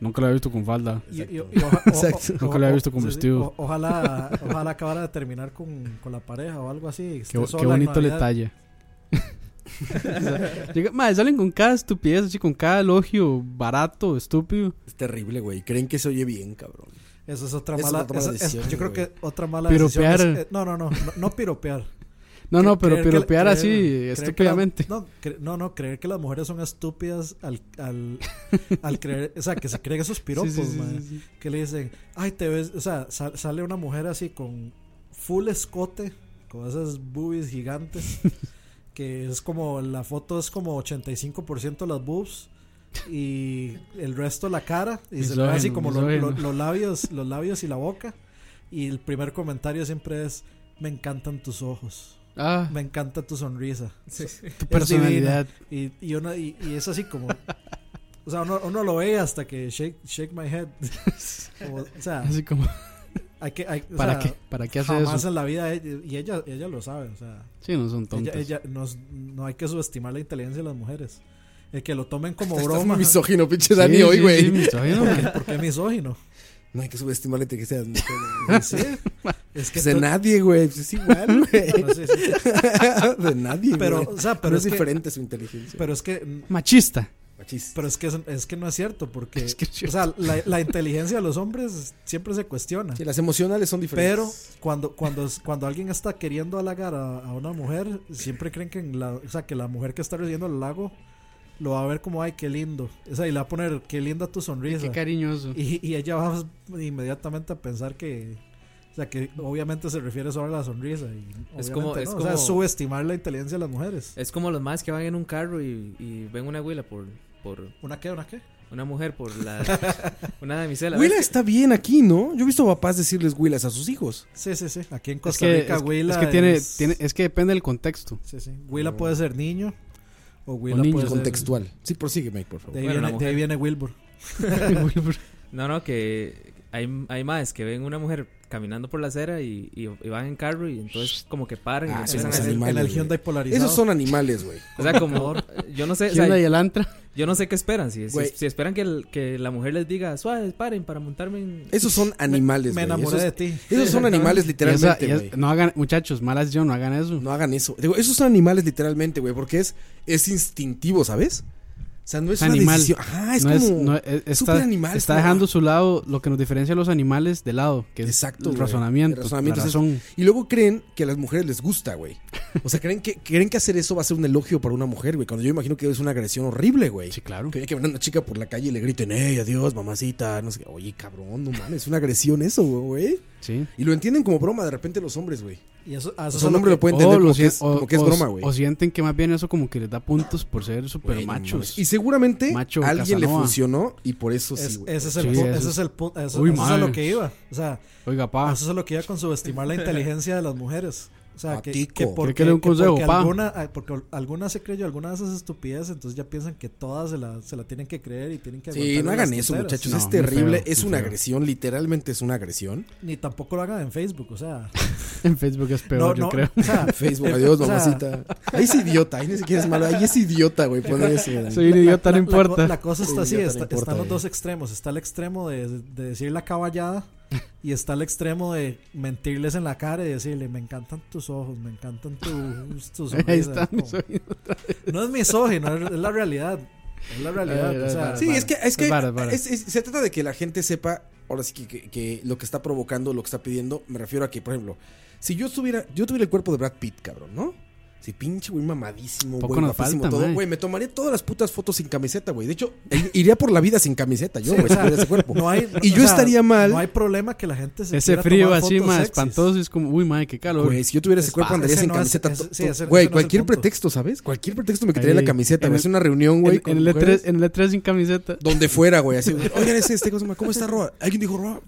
S2: Nunca lo había visto con falda.
S3: Y- y- y
S1: Exacto.
S3: oja- o-
S1: Exacto.
S3: o-
S2: Nunca lo había
S3: o-
S2: visto
S3: sí,
S2: con
S3: sí,
S2: vestido.
S3: o- Ojalá, ojalá acabara de terminar con, con la pareja o algo así.
S2: Qué, qué bonito le talla. Llega- mae, salen con cada estupidez, así con cada elogio barato, estúpido.
S1: Es terrible, güey. Creen que se oye bien, cabrón.
S3: Esa es otra
S1: Eso es
S3: mala,
S1: otra mala
S3: esa- es-
S1: decisión,
S3: Yo creo
S1: güey.
S3: que otra mala
S2: Piropear.
S3: decisión. es- eh, no, no, no, no, no piropear.
S2: No, no, pero
S3: Creer que-
S2: piropear
S3: creer-
S2: así, este,
S3: creer
S2: estúpidamente.
S3: que la- no, cre- no, no, creer que las mujeres son estúpidas al, al, al creer, o sea, que se creen esos piropos,
S2: Sí, sí, sí,
S3: mae.
S2: sí, sí.
S3: que le dicen, ay, te ves, o sea, sal- sale una mujer así con full escote, con esas boobies gigantes, que es como, la foto es como 85% las boobs, y el resto la cara y se le
S2: Misógino,
S3: ve así como lo-
S2: misógino.
S3: lo- los labios, los labios y la boca. Y el primer comentario siempre es me encantan tus ojos,
S2: Ah,
S3: me encanta tu sonrisa.
S2: tu personalidad.
S3: Y, y, uno- y- y es así como. O sea, uno, uno lo ve hasta que shake, shake my head. Como, o sea,
S2: Así como,
S3: hay que. hay- o
S2: ¿para
S3: sea,
S2: qué? ¿Para qué hace
S3: Jamás
S2: eso?
S3: en la vida. ella- Y ella, ella lo sabe, o sea.
S2: Sí, no son
S3: Ella,
S2: tontos.
S3: ella- nos- no hay que subestimar la inteligencia de las mujeres. El que lo tomen como
S1: Estás
S3: broma.
S1: muy misógino, pinche
S2: Sí,
S1: Dani, hoy,
S2: sí,
S1: güey.
S2: sí, misógino, güey.
S3: Porque es misógino.
S1: No hay que subestimar la inteligencia de las mujeres, güey.
S3: Sí. Es que.
S1: Pues de
S3: tú-
S1: nadie, güey. Pues es igual, güey.
S3: no, sí, sí.
S1: de nadie, güey.
S3: Pero, o sea, pero
S1: No
S3: es,
S1: es,
S3: que.
S1: diferente su inteligencia.
S3: Pero es que
S2: Machista.
S1: Machista.
S3: Pero es que, es, es que no es cierto, porque
S2: Es que es
S3: o sea, la, la inteligencia de los hombres siempre se cuestiona.
S1: Sí, las emocionales son
S3: Pero
S1: diferentes.
S3: cuando, cuando, es- cuando alguien está queriendo halagar a, a una mujer, siempre creen que, en la, o sea, que la mujer que está recibiendo el halago lo va a ver como, ay, qué lindo. O sea, y le va a poner, qué linda tu sonrisa.
S2: Qué cariñoso.
S3: Y, y ella va inmediatamente a pensar que... O sea, que obviamente se refiere solo a la sonrisa. y
S4: Es
S3: obviamente
S4: como- es
S3: O sea,
S4: como-
S3: subestimar la inteligencia de las mujeres.
S4: Es como los más que van en un carro y, y ven una huila por, por
S3: ¿Una qué? ¿Una qué?
S4: una mujer, por la una damisela.
S1: Huila
S4: ¿ves?
S1: está bien aquí, ¿no? Yo he visto papás decirles huilas a sus hijos.
S3: Sí, sí, sí. Aquí en
S2: Es
S3: Costa
S2: que,
S3: Rica,
S2: es que-
S3: Huila
S2: es que tiene,
S3: es-
S2: tiene, es que depende del contexto.
S3: Sí, sí. Willa puede ser niño o Willa
S2: O niño,
S3: puede ser.
S1: Contextual. Sí, prosigue, Mike, por
S3: De
S1: favor.
S3: ahí,
S4: Bueno, la
S3: viene, de ahí
S4: mujer.
S3: viene Wilbur.
S4: No, no, que hay, hay más que ven una mujer caminando por la acera y, y, y van en carro y entonces como que paran
S1: Ah,
S4: y
S1: son
S4: empiezan a
S1: los
S4: hacer-
S1: animales,
S3: en el
S1: güey.
S3: Hyundai polarizado.
S1: Esos son animales, güey.
S4: O sea, como yo no sé, o sea,
S2: Hyundai y el Antra.
S4: yo no sé qué esperan, si, si,
S1: Güey.
S4: si esperan que, el- que la mujer les diga, "Suave, paren para montarme en
S1: Esos son animales,
S3: Me
S1: güey.
S3: enamoré
S1: Esos-
S3: de ti.
S1: Esos son animales
S2: Y esa-
S1: literalmente,
S2: y es-
S1: güey.
S2: no hagan, muchachos, mala decisión, no hagan eso.
S1: No hagan eso. Digo, esos son animales literalmente, güey, porque es, es instintivo, ¿sabes? O sea, no es
S2: Es
S1: una
S2: animal.
S1: decisión. Ajá, es
S2: No
S1: como...
S2: es-
S3: e,
S2: no es- está,
S1: súper animal,
S2: está
S1: güey.
S2: dejando su lado lo que nos diferencia a los animales de lado, que es el
S1: Exacto, güey.
S2: razonamiento.
S1: El razonamiento
S2: la
S1: es-
S2: razón.
S1: Y luego creen que a las mujeres les gusta, güey. O sea, creen que, creen que hacer eso va a ser un elogio para una mujer, güey. Cuando yo imagino que es una agresión horrible, güey.
S2: Sí, claro.
S1: Que vaya caminando una chica por la calle y le griten, hey, adiós, mamacita, no sé qué. Oye, cabrón, no mames, es una agresión eso, güey.
S2: Sí.
S1: Y lo entienden como broma de repente los hombres, güey.
S3: Y eso, a
S1: O sea,
S3: eso es
S1: un
S3: lo
S1: hombre lo
S3: que-
S1: puede entender
S2: O
S1: como,
S2: lo
S1: que
S2: sien-
S1: es,
S2: o-
S1: como que es
S2: o-
S1: broma, güey.
S2: O sienten que más bien eso como que les da puntos por ser super
S1: Güey, no mames.
S2: machos.
S1: Y seguramente
S2: Macho
S1: a alguien le
S2: Casanova.
S1: funcionó y por eso
S3: es-
S1: sí, güey.
S3: ese es el
S2: Sí,
S3: pu-
S2: eso
S3: ese
S2: es-
S3: es el pu- eso-
S2: Uy,
S3: eso es a lo
S2: madre.
S3: que iba. O sea,
S2: Oiga,
S1: Ah.
S2: pa.
S3: eso es a lo que iba con subestimar la inteligencia de las mujeres. O sea, que,
S1: Patico.
S3: que porque,
S2: que le dé un
S3: que porque
S2: consejo, pa.
S3: alguna, ah, porque alguna se creyó, alguna de esas estupideces, entonces ya piensan que todas se la, se la tienen que creer y tienen que
S1: Sí,
S3: aguantarle
S1: no
S3: las
S1: hagan eso,
S3: tonteras.
S1: muchachos.
S2: No,
S1: es
S2: muy
S1: terrible.
S2: feo,
S1: es
S2: muy
S1: una
S2: feo.
S1: agresión. Literalmente es una agresión.
S3: Ni tampoco lo hagan en Facebook, o sea.
S2: En Facebook es peor,
S3: no,
S2: yo
S3: no,
S2: creo.
S3: o sea,
S1: Facebook,
S3: eh,
S1: adiós,
S3: o sea,
S1: mamacita. Ahí es idiota. Ahí ni siquiera es malo. Ahí es idiota, güey. Poner eso. güey.
S2: Soy un idiota, no
S3: La- la co-
S2: importa.
S3: La, cosa
S1: Sí,
S3: está así,
S1: idiota, no
S3: está-
S1: importa,
S3: están los
S1: eh.
S3: dos extremos. Está el extremo de, de decir la caballada y está el extremo de mentirles en la cara y decirle, me encantan tus ojos, me encantan tus, tus sonrisa".
S2: Ahí está,
S3: Como-
S2: mis oídos.
S3: No es misógino, es, es la realidad. Es la realidad.
S2: Ay,
S3: o sea,
S2: ay,
S1: Sí, es que, es que
S2: Es vara, es vara.
S1: es- es- se trata de que la gente sepa, ahora sí que, que- que lo que está provocando, lo que está pidiendo, me refiero a que, por ejemplo, si yo tuviera, yo tuviera el cuerpo de Brad Pitt, cabrón, ¿no? Si pinche, güey, mamadísimo,
S2: Poco
S1: güey,
S2: nos
S1: guapísimo
S2: falta,
S1: todo,
S2: mae.
S1: güey, me tomaría todas las putas fotos sin camiseta, güey. De hecho, i- iría por la vida sin camiseta, yo, güey, si tuviera ese cuerpo.
S3: no hay-
S1: y
S3: o
S1: yo
S3: sea,
S1: estaría mal,
S3: No hay problema que la gente se
S2: Ese
S3: quiera
S2: frío
S3: tomar
S2: así,
S3: fotos
S2: más
S3: sexys.
S2: espantoso. Es como, uy, madre, qué calor.
S1: güey, si yo tuviera ese
S3: Es
S1: cuerpo
S3: pa-
S1: andaría
S3: ese
S1: sin
S3: no es-
S1: camiseta.
S3: ese-
S1: to-
S3: sí,
S1: to-
S3: ese-
S1: Güey,
S3: ese no es el
S1: cualquier
S3: punto.
S1: pretexto, ¿sabes? Cualquier pretexto me quitaría la
S2: Ahí,
S1: camiseta,
S2: en
S1: me
S2: el-
S1: hacía una reunión, güey.
S2: en,
S1: con
S2: en
S3: E
S2: el E3,
S1: mujeres.
S2: en el E3 sin camiseta.
S1: Donde fuera, güey. Así, güey, oigan, ese, este, ¿cómo está Roa? ¿Alguien dijo Roa?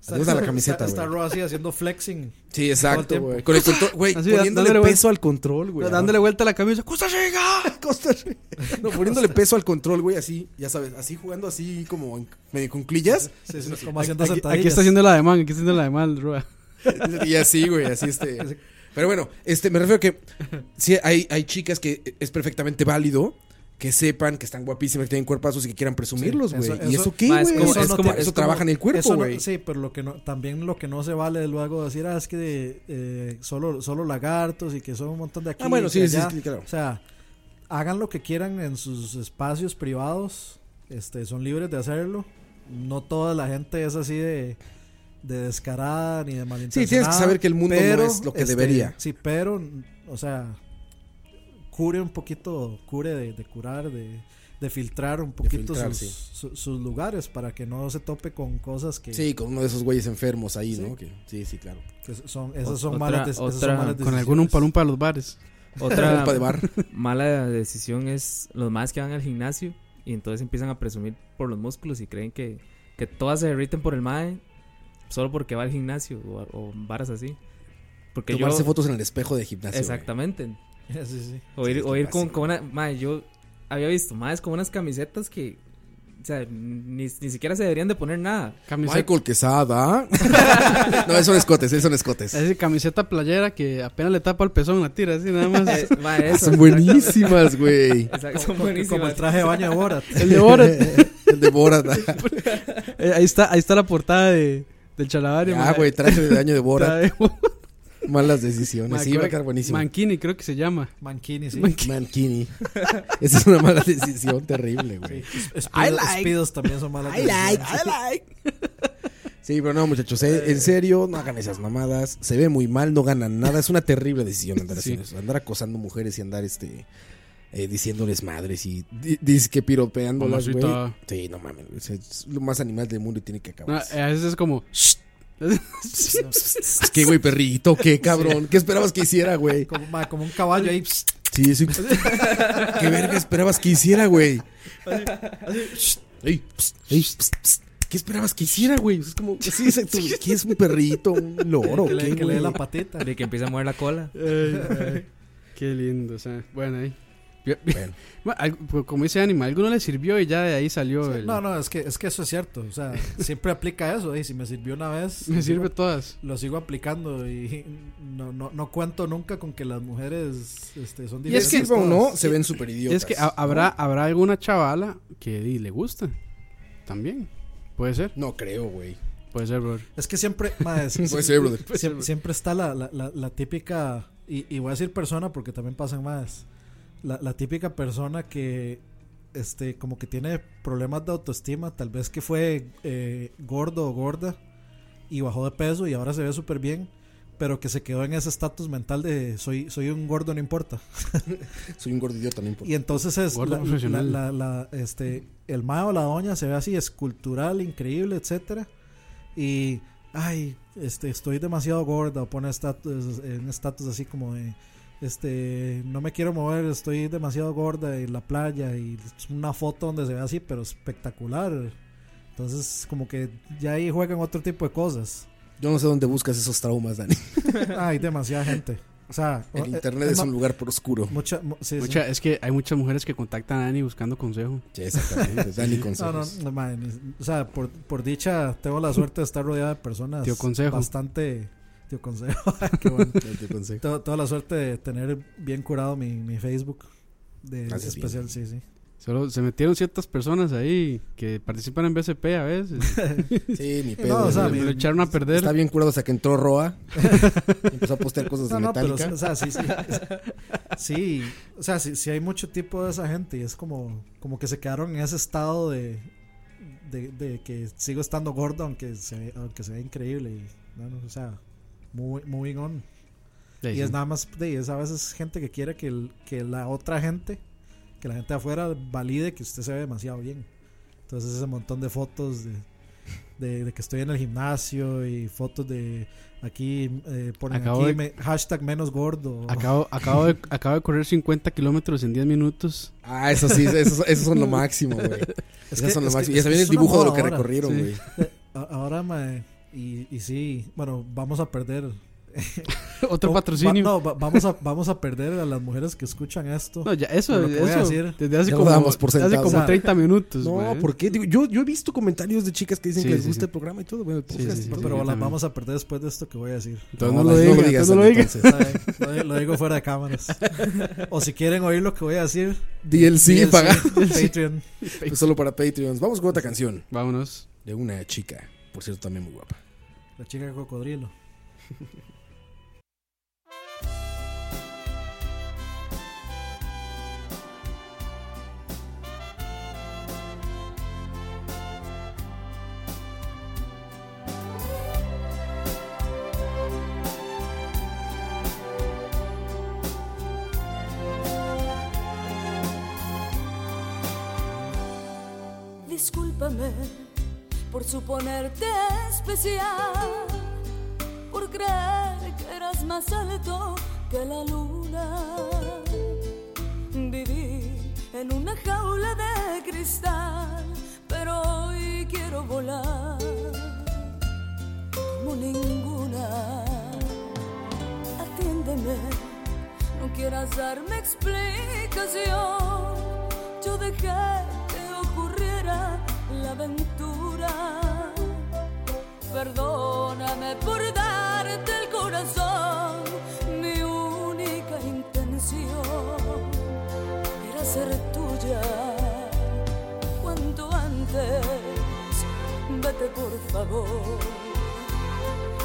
S3: Está-
S1: Adiós a la camiseta,
S3: Está, está
S1: güey.
S3: Ro así haciendo flexing.
S1: Sí,
S3: todo
S1: exacto,
S3: el
S1: güey. Con el control, güey,
S2: Así,
S1: poniéndole
S2: dándole
S1: peso al control, güey.
S2: Dándole vuelta a la camisa.
S1: Costa Rica, Costa Rica. No, poniéndole peso al control, güey, así, ya sabes, así jugando así como en- medio con clillas.
S3: Sí, sí, como haciendo
S1: aquí- aquí
S3: sentadillas.
S2: Aquí está haciendo la de man, aquí está haciendo la de mal, Roa.
S1: Y así, güey, así este. Pero bueno, este, me refiero a que sí, hay, hay chicas que es perfectamente válido que sepan que están guapísimas, que tienen cuerpazos y que quieran presumirlos,
S3: Sí,
S1: güey.
S3: eso-
S1: ¿Y
S3: eso-
S1: eso qué,
S4: Ma, es
S1: güey?
S4: como-
S1: Eso,
S4: es
S1: no
S4: como-
S1: te-
S4: es
S1: eso trabaja en el cuerpo,
S3: Eso no-
S1: güey.
S3: sí, pero lo que no, también lo que no se vale es luego decir, ah, es que eh, solo, solo lagartos y que son un montón de aquí.
S1: Ah, bueno,
S3: y
S1: sí,
S3: de
S1: sí,
S3: allá.
S1: sí, claro.
S3: O sea, hagan lo que quieran en sus espacios privados, este, son libres de hacerlo. No toda la gente es así de, de descarada ni de malintencionada.
S1: Sí, tienes que saber que el mundo no
S3: pero, este,
S1: es lo que debería.
S3: Sí, pero, o sea, cure un poquito, cure de, de curar, de, de filtrar un poquito
S1: filtrar,
S3: sus,
S1: sí.
S3: su- sus lugares para que no se tope con cosas que,
S1: Sí, con uno de esos güeyes enfermos ahí,
S3: Sí.
S1: ¿no? Que- sí, sí, claro.
S3: que son, esas son
S4: Otra-
S3: malas, de- esas son
S4: otra-
S3: malas
S2: Con algún un palum para los bares.
S4: otra
S1: Culpa de bar.
S4: mala decisión es los más que van al gimnasio Y entonces empiezan a presumir por los músculos y creen que, que todas se derriten por el mae solo porque va al gimnasio o, o varas así. Porque
S1: Tomarse
S4: yo.
S1: fotos en el espejo de gimnasio.
S4: exactamente.
S3: Sí, sí.
S4: O
S1: Sí,
S4: ir,
S1: es
S4: o
S1: que
S4: ir con,
S1: pasa,
S4: con una. Mae, yo había visto maes con unas camisetas que. O sea, ni, ni siquiera se deberían de poner nada.
S1: güey.
S2: Camiseta,
S1: Michael Quesada. no, esos son escotes, esos son escotes.
S2: esa camiseta playera que apenas le tapa el pezón, la tira así nada más.
S4: Eh, mae, eso,
S1: Ah, Son buenísimas, güey.
S4: exacto, son
S3: Como el
S4: buenísimas.
S3: traje de baño de Borat.
S2: el de Borat.
S1: El de Borat.
S2: Eh, ahí está, ahí está la portada de, del Chalabario.
S1: Ah, güey, traje de daño de Borat.
S2: Trae-
S1: Malas decisiones. Sí, va a quedar buenísimo.
S2: Mankini creo que se llama.
S3: Mankini, sí.
S1: Mankini. Esa es una mala decisión terrible, güey.
S3: Speedo-
S1: I like.
S3: Speedos también son malas. decisiones.
S1: like. Sí, pero no, muchachos, eh, en serio, no hagan esas mamadas. Se ve muy mal, no ganan nada. Es una terrible decisión andar
S2: Sí.
S1: haciendo eso. Andar acosando mujeres y andar este eh, diciéndoles madres y di- disque piropeándolas, güey.
S2: Mamacita.
S1: Sí, no mames, güey. es lo más animal del mundo y tiene que
S2: No,
S1: acabar.
S2: eh, a veces es como.
S1: Es que, güey, perrito, qué cabrón. ¿Qué esperabas que hiciera, güey?
S3: Como, ma, como un caballo ahí. pss,
S1: Sí, sí. ¿Qué verga esperabas que hiciera, güey? Ey, psst, ey, psst, psst. ¿Qué esperabas que hiciera, güey? Es como, sí, exacto. güey. ¿Qué es un perrito? ¿Un loro?
S3: que, le,
S1: ¿Qué,
S3: que le dé
S1: güey?
S3: la patita.
S4: De que empieza a mover la cola.
S2: eh, eh, qué lindo, o sea, bueno, ahí. Yo-
S1: Bueno.
S2: Bueno, algo- pues, como dice Anima, alguno le sirvió y ya de ahí salió. el-
S3: No, no, es que, es que eso es cierto. O sea, siempre aplica eso. Y si me sirvió una vez,
S2: Me sirve todas.
S3: lo sigo aplicando. Y no, no, no cuento nunca con que las mujeres este, son
S1: Y es
S3: diferentes.
S1: que, o no,
S3: todas.
S1: se ven súper idiotas.
S3: pues,
S2: es que
S3: ah,
S2: ha- habrá, habrá alguna chavala que di, le gusta. También. Puede ser,
S1: No creo, güey.
S2: puede ser, brother.
S3: Es que siempre, ma, es-
S1: Puede ser, brother.
S3: Siem- siempre, está la, la- la- la típica, y, y voy a decir persona porque también pasan más, la, la típica persona que este, como que tiene problemas de autoestima, tal vez que fue eh, gordo o gorda y bajó de peso y ahora se ve súper bien, pero que se quedó en ese estatus mental de soy, soy un gordo, no importa.
S1: Soy un gordo idiota, no importa.
S3: Y entonces es
S2: Gordo
S3: la-
S2: profesional.
S3: la- la- la, este, el mae o la doña se ve así escultural, increíble, etcétera. Y ay, este, estoy demasiado gorda, o pone estatus, eh, un estatus así como de este, no me quiero mover, estoy demasiado gorda en la playa, y es una foto donde se ve así, pero espectacular. Entonces, como que ya ahí juegan otro tipo de cosas.
S1: Yo no sé dónde buscas esos traumas, Dani.
S3: Hay demasiada gente. O sea,
S1: El
S3: eh,
S1: internet
S3: eh,
S1: es
S3: ma-
S1: un lugar por oscuro.
S3: mucha, mu- sí, sí.
S2: Mucha- es que hay muchas mujeres que contactan a Dani buscando consejo.
S1: Sí, exactamente. Dani
S3: No, no,
S1: consejos.
S3: no, madre, ni- o sea, por, por dicha tengo la suerte de estar rodeada de personas
S2: Tío consejo.
S3: bastante tío consejo. qué bueno.
S1: No te aconsejo.
S3: Tengo toda la suerte de tener bien curado mi, mi Facebook de
S1: Haces
S3: especial, sí, sí.
S2: Solo se metieron ciertas personas ahí que participan en BCP a veces.
S1: Sí, ni pedo.
S3: No, o sea,
S1: güey.
S2: Me
S3: mi-
S2: lo echaron a perder.
S1: Está bien curado hasta que entró Roa. Empezó a postear cosas Pues de
S3: No, no, pero
S1: Metallica.
S3: o sea, sí, sí. Sí, o sea, sí, sí hay mucho tipo de esa gente y es como como que se quedaron en ese estado de de, de que sigo estando gordo aunque se ve- aunque se ve increíble y no, no, o sea, muy moving on.
S2: Sí,
S3: Y es
S2: sí.
S3: nada más de es a veces gente que quiere que, el- que la otra gente, que la gente de afuera valide que usted se ve demasiado bien. Entonces ese montón de fotos de, de- de que estoy en el gimnasio y fotos de aquí eh, ponen
S2: Acabo
S3: aquí
S2: de-
S3: me- hashtag menos gordo.
S2: Acabo, acabo, de, acabo de correr 50 kilómetros en 10 minutos.
S1: Ah, eso sí, esos, esos son lo máximo, güey.
S3: Es
S1: esos
S3: que-
S1: son lo
S3: es
S1: máximo.
S3: que- es
S1: y
S3: que
S1: también el
S3: es una
S1: dibujo de
S3: moda
S1: lo que
S3: ahora.
S1: recorrieron,
S2: sí.
S1: güey.
S3: A- Ahora, mae, y, y sí, bueno, vamos a perder.
S2: Otro
S3: Oh, va-
S2: patrocinio.
S3: no, va- vamos, a, vamos a perder a las mujeres que escuchan esto.
S2: No, ya, eso,
S3: Lo que voy a
S2: eso,
S3: decir-
S2: desde hace
S1: Ya lo
S2: como,
S1: dábamos por
S2: desde hace
S1: sentado.
S2: como
S3: O sea,
S2: 30 minutos.
S1: No,
S2: Pues, güey.
S1: ¿por qué? Digo, yo, yo he visto comentarios de chicas que dicen
S2: Sí,
S1: que les
S2: sí,
S1: gusta
S2: sí.
S1: el programa y todo. Bueno, pues,
S2: Sí,
S1: el podcast
S2: sí,
S1: y
S2: sí.
S1: todo.
S3: pero
S2: yo
S3: las
S2: también.
S3: vamos a perder después de esto que voy a decir.
S2: Entonces no, lo
S1: Dani,
S2: digas, entonces no lo
S1: Dani,
S2: digas.
S1: entonces.
S3: Lo di- lo digo fuera de cámaras. O si quieren oír lo que voy a decir,
S1: DLC,
S3: DLC,
S1: paga.
S3: Patreon.
S1: Pues solo para Patreons. Vamos con otra canción
S2: Vámonos.
S1: de una chica. Por cierto, también muy guapa.
S3: La chica cocodrilo.
S6: Discúlpame por suponerte especial, por creer que eras más alto que la luna. Viví en una jaula de cristal, pero hoy quiero volar como ninguna. Atiéndeme, no quieras darme explicación. Yo dejé que ocurriera la aventura. Perdóname por darte el corazón. Mi única intención era ser tuya. Cuanto antes, vete por favor.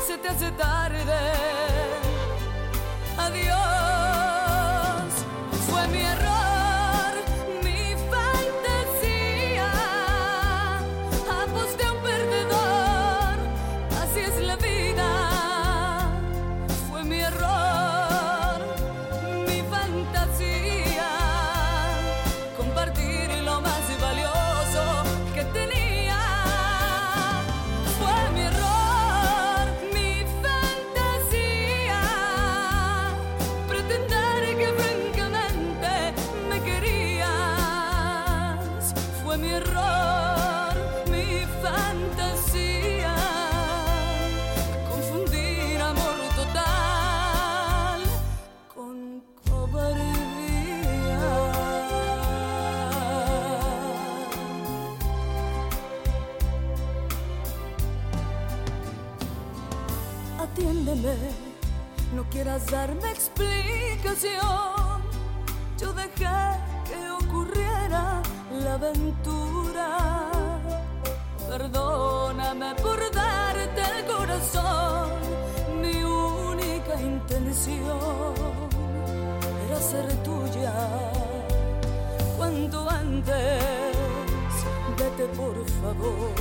S6: Se te hace tarde. Adiós. Fue mi error, mi fantasía. Aposté a un perdedor. Así es la vida. Fue mi error, mi fantasía, compartir lo más valioso que tenía. Fue mi error, mi fantasía, pretender que francamente me querías. Fue mi error, mi fantasía confundir amor total con cobardía. Atiéndeme, no quieras darme explicación. Yo dejé que ocurriera la aventura. Perdóname por darte el corazón. Mi única intención era ser tuya. Cuanto antes, vete por favor.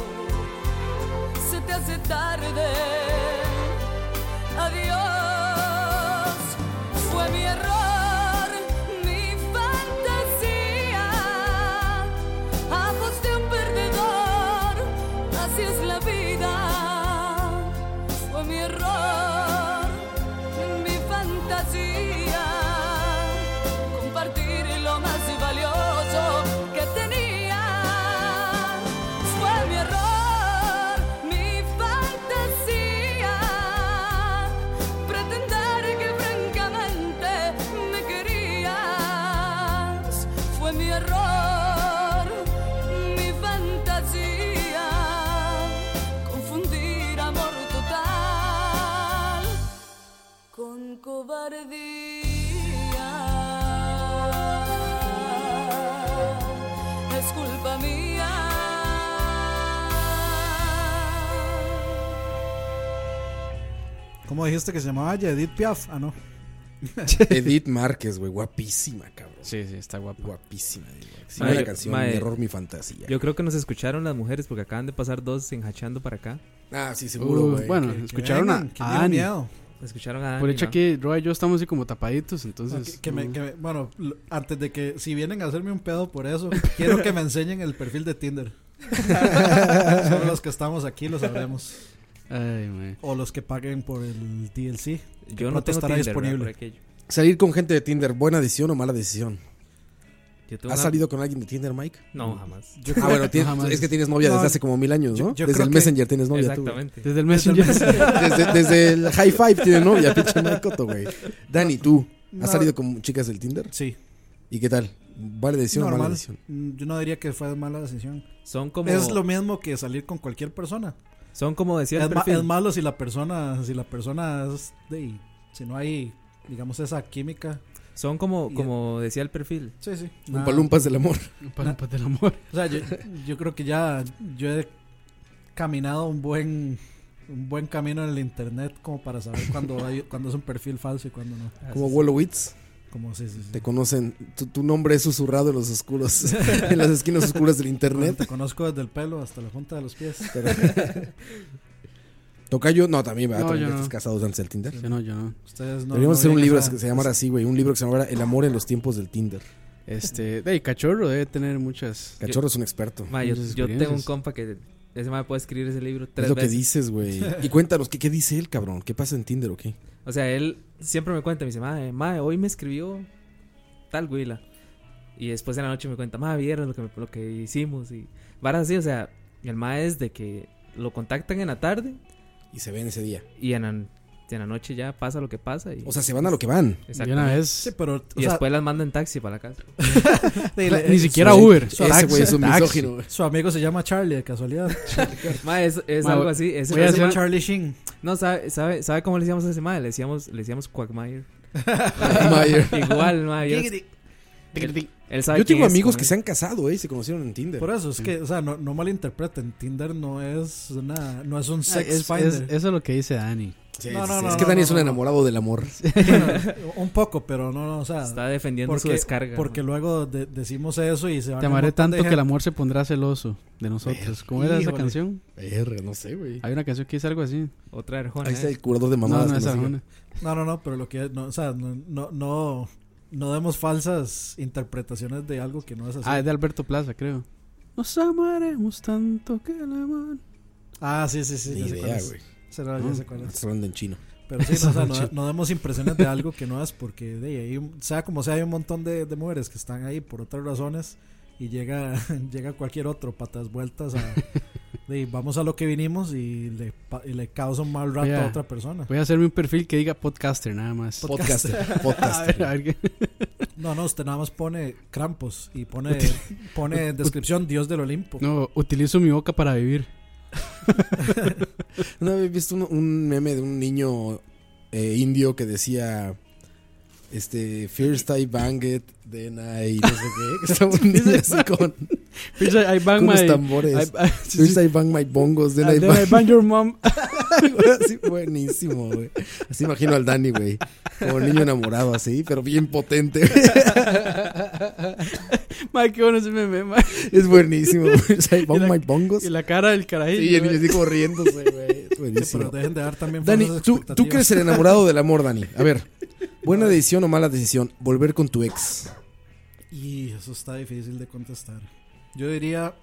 S6: Se te hace tarde. Adiós. Fue mi error, mi fantasía. Aposté a un perdedor, así es la vida. Fue mi error, mi fantasía. Compartir lo más valioso que tenía. Fue mi error, mi fantasía. Pretender que francamente me querías. Fue mi error, mi fantasía. Confundir amor total con cobardía. Es culpa mía.
S3: ¿Cómo dijiste que se llamaba ella? Edith Piaf. Ah, no.
S1: Edith Márquez, güey, guapísima, cabrón.
S2: Sí, sí, está guapo.
S1: Guapísima. güey. Sí,
S4: Mae,
S1: la
S4: yo-
S1: canción,
S4: mae,
S1: mi error, mi fantasía.
S4: Yo creo que nos escucharon las mujeres porque acaban de pasar dos enjachando para acá.
S1: ah, sí, seguro, güey.
S2: Uh, bueno,
S3: Que- que
S2: escucharon
S3: vengan,
S2: a,
S3: que
S2: a
S3: tienen
S2: Dani.
S3: miedo.
S4: Escucharon a
S2: Por
S4: Dani,
S2: hecho
S4: ¿no?
S2: aquí, Roa y yo estamos así como tapaditos,
S3: No,
S2: entonces... uh,
S3: que- que me-
S2: no.
S3: que me- bueno, lo- antes de que si vienen a hacerme un pedo por eso, quiero que me enseñen el perfil de Tinder. Solo los que estamos aquí lo sabremos.
S2: Ay, mae.
S3: O los que paguen por el DLC.
S4: Yo no
S3: pronto
S4: tengo
S3: estará
S4: Tinder,
S3: disponible.
S4: ¿verdad? Por aquello.
S1: Salir con gente de Tinder, ¿buena decisión o mala decisión?
S4: Yo tuve
S1: ¿Has
S4: una-
S1: salido con alguien de Tinder, Mike?
S4: No, jamás.
S3: Yo
S1: Ah, bueno, tienes-
S2: jamás.
S1: es que tienes novia
S3: No,
S1: desde hace como mil años, ¿no?
S3: yo- yo
S1: desde
S3: creo
S1: el
S3: que-
S1: Messenger tienes novia tú. güey.
S4: Exactamente.
S2: Desde el Messenger.
S1: Desde, desde el High Five tiene novia, pinche Mike Cotto, güey. Dani, tú,
S3: No.
S1: ¿has salido con chicas del Tinder?
S3: Sí,
S1: ¿Y qué tal? ¿Vale decisión o mala
S3: normal.
S1: decisión?
S3: Mm, Yo no diría que fue mala decisión.
S4: Son como,
S3: Es lo mismo que salir con cualquier persona.
S4: son como decía el
S3: Es, ma-
S4: perfil.
S3: es malo si la persona, si la persona es de, si no hay, digamos, esa química.
S4: Son como,
S3: Y-
S4: como decía el perfil.
S3: Sí, sí.
S1: Un
S3: nada.
S1: palumpas del amor.
S2: Para para el amor.
S3: O sea, yo, yo creo que ya yo he caminado un buen un buen camino en el internet como para saber cuando hay, cuando es un perfil falso y cuando no.
S1: Como Wolowitz,
S3: Como sí, sí, sí.
S1: te conocen. Tu, tu nombre es susurrado en los oscuros, en las esquinas oscuras del
S3: Cuando
S1: internet.
S3: te conozco desde el pelo hasta la punta de los pies.
S1: Tocayo, no, también, ¿verdad?
S2: No,
S1: También
S2: yo
S1: estás
S2: no.
S1: casado antes del Tinder.
S2: Yo no, yo no.
S3: Ustedes no
S1: Deberíamos
S3: no
S1: hacer un
S3: digan
S1: libro
S3: esa-
S1: que se llamara así, güey. Un libro que se llamara El amor en los tiempos del Tinder.
S2: Este, de cachorro debe tener muchas.
S1: Cachorro es un experto.
S4: Ma, yo,
S2: Muchas
S4: yo tengo un
S2: experiencias.
S4: compa que ese mae puede escribir ese libro tres
S1: Es lo
S4: veces.
S1: que dices, güey. Y cuéntanos, ¿qué, ¿qué dice él, cabrón? ¿Qué pasa en Tinder o qué?
S4: O sea, él siempre me cuenta, me dice, mae, mae, hoy me escribió tal güila. Y después en la noche me cuenta, ma, vieron lo que, me- lo que hicimos. Y varas así, o sea, y el ma es de que lo contactan en la tarde
S1: Y se ven ese día.
S4: y en la, en la noche ya pasa lo que pasa. Y,
S1: O sea, se van a lo que van.
S2: De una
S4: Exactamente.
S2: vez.
S3: Sí, pero.
S4: Y después las mandan en taxi para la casa.
S3: de-
S2: Ni
S3: de- de-
S2: siquiera
S1: Güey,
S2: Uber.
S1: Ese güey es un
S2: Taxi.
S1: misógino, güey.
S3: Su amigo se llama Charlie, de casualidad.
S4: Ma, es, es
S2: Ma,
S4: algo
S2: voy-
S4: así. Es,
S2: voy a
S4: es-
S3: Se llama
S2: hacer-
S3: Charlie Sheen.
S4: no, ¿sabe, sabe, ¿sabe cómo le decíamos a ese ma? Le decíamos, le decíamos Quagmire.
S2: Ah,
S1: Mayer.
S4: Igual, ma. Yo, él sabe
S1: Yo
S4: quién
S1: tengo
S4: es,
S1: amigos
S4: ma.
S1: que se han casado, ¿eh? y Se conocieron en Tinder.
S3: Por eso, es que, o sea, no, no malinterpreten. Tinder no es una, no es un
S2: Ah,
S3: sex
S2: es-
S3: finder.
S2: es- eso es lo que dice Dani.
S1: Sí,
S3: No,
S1: sí,
S3: no,
S1: sí.
S3: no,
S1: es que
S3: no,
S1: Dani
S3: no,
S1: es un
S3: no.
S1: enamorado del amor.
S3: Bueno, un poco, pero no, no, o sea.
S4: Está defendiendo
S3: porque,
S4: su descarga.
S3: porque
S4: ma.
S3: luego de- decimos eso y se van
S2: Te
S3: un
S2: amaré
S3: montón
S2: tanto
S3: de
S2: que el
S3: gente.
S2: amor se pondrá celoso de nosotros. ¿Cómo era esa
S3: Híjole.
S2: canción?
S1: Verga, no sé, güey.
S2: Hay una canción que dice algo así.
S4: Otra Arjona.
S1: Ahí está
S4: eh.
S1: el curador de
S2: No,
S1: mamadas.
S2: no
S1: que
S2: es
S1: nos diga.
S2: Arjona.
S3: No, no, no, pero lo que no, o sea, no, no, no, no demos falsas interpretaciones de algo que no es así.
S2: Ah, es de Alberto Plaza, creo. Nos amaremos tanto que el amor.
S3: Ah, sí, sí, sí.
S1: Ni
S3: ya sé cuál
S1: idea,
S3: es.
S1: güey.
S3: Será, ya
S2: No.
S3: sé cuál es.
S1: Estás hablando en chino.
S3: Pero sí, no, o sea, no, no demos impresiones de algo que no es, porque de ahí, sea como sea, hay un montón de, de mujeres que están ahí por otras razones y llega, llega cualquier otro patas vueltas a. de, vamos a lo que vinimos y le, pa- y le causa un mal rato
S2: Vea.
S3: a otra persona.
S2: Voy a hacerme un perfil que diga podcaster nada más.
S1: Podcaster.
S2: A ver, a
S1: Podcaster.
S2: ver qué-
S3: No, no, usted nada más pone Krampus y pone, pone en descripción Dios del Olimpo.
S2: No, utilizo mi boca para vivir.
S1: Una vez he visto un, un meme de un niño eh, indio que decía. Este, first I bang it, then I no sé qué. Estaba un niño así con, con
S2: Bitch, I, I bang my.
S1: unos tambores.
S2: I- I- sí,
S1: First
S2: sí.
S1: I bang my bongos, then I
S2: And then I
S1: bang.
S2: bang your mom.
S1: Así, buenísimo, güey. Así imagino al Dani, güey. Como niño enamorado, así, pero bien potente.
S2: Mae, qué bueno ese meme, mae.
S1: Es buenísimo. First I bang
S2: Y la-
S1: my bongos.
S2: Y la cara del carajillo.
S1: Sí, el niño
S2: mae.
S1: así corriéndose, güey. Es
S3: Sí, pero
S1: buenísimo.
S3: dejen de dar también
S1: Dani,
S3: falsas
S1: ¿tú, tú que
S3: expectativas.
S1: eres el enamorado del amor, Dani. A ver, buena decisión o mala decisión, volver con tu ex.
S3: Y eso está difícil de contestar. Yo diría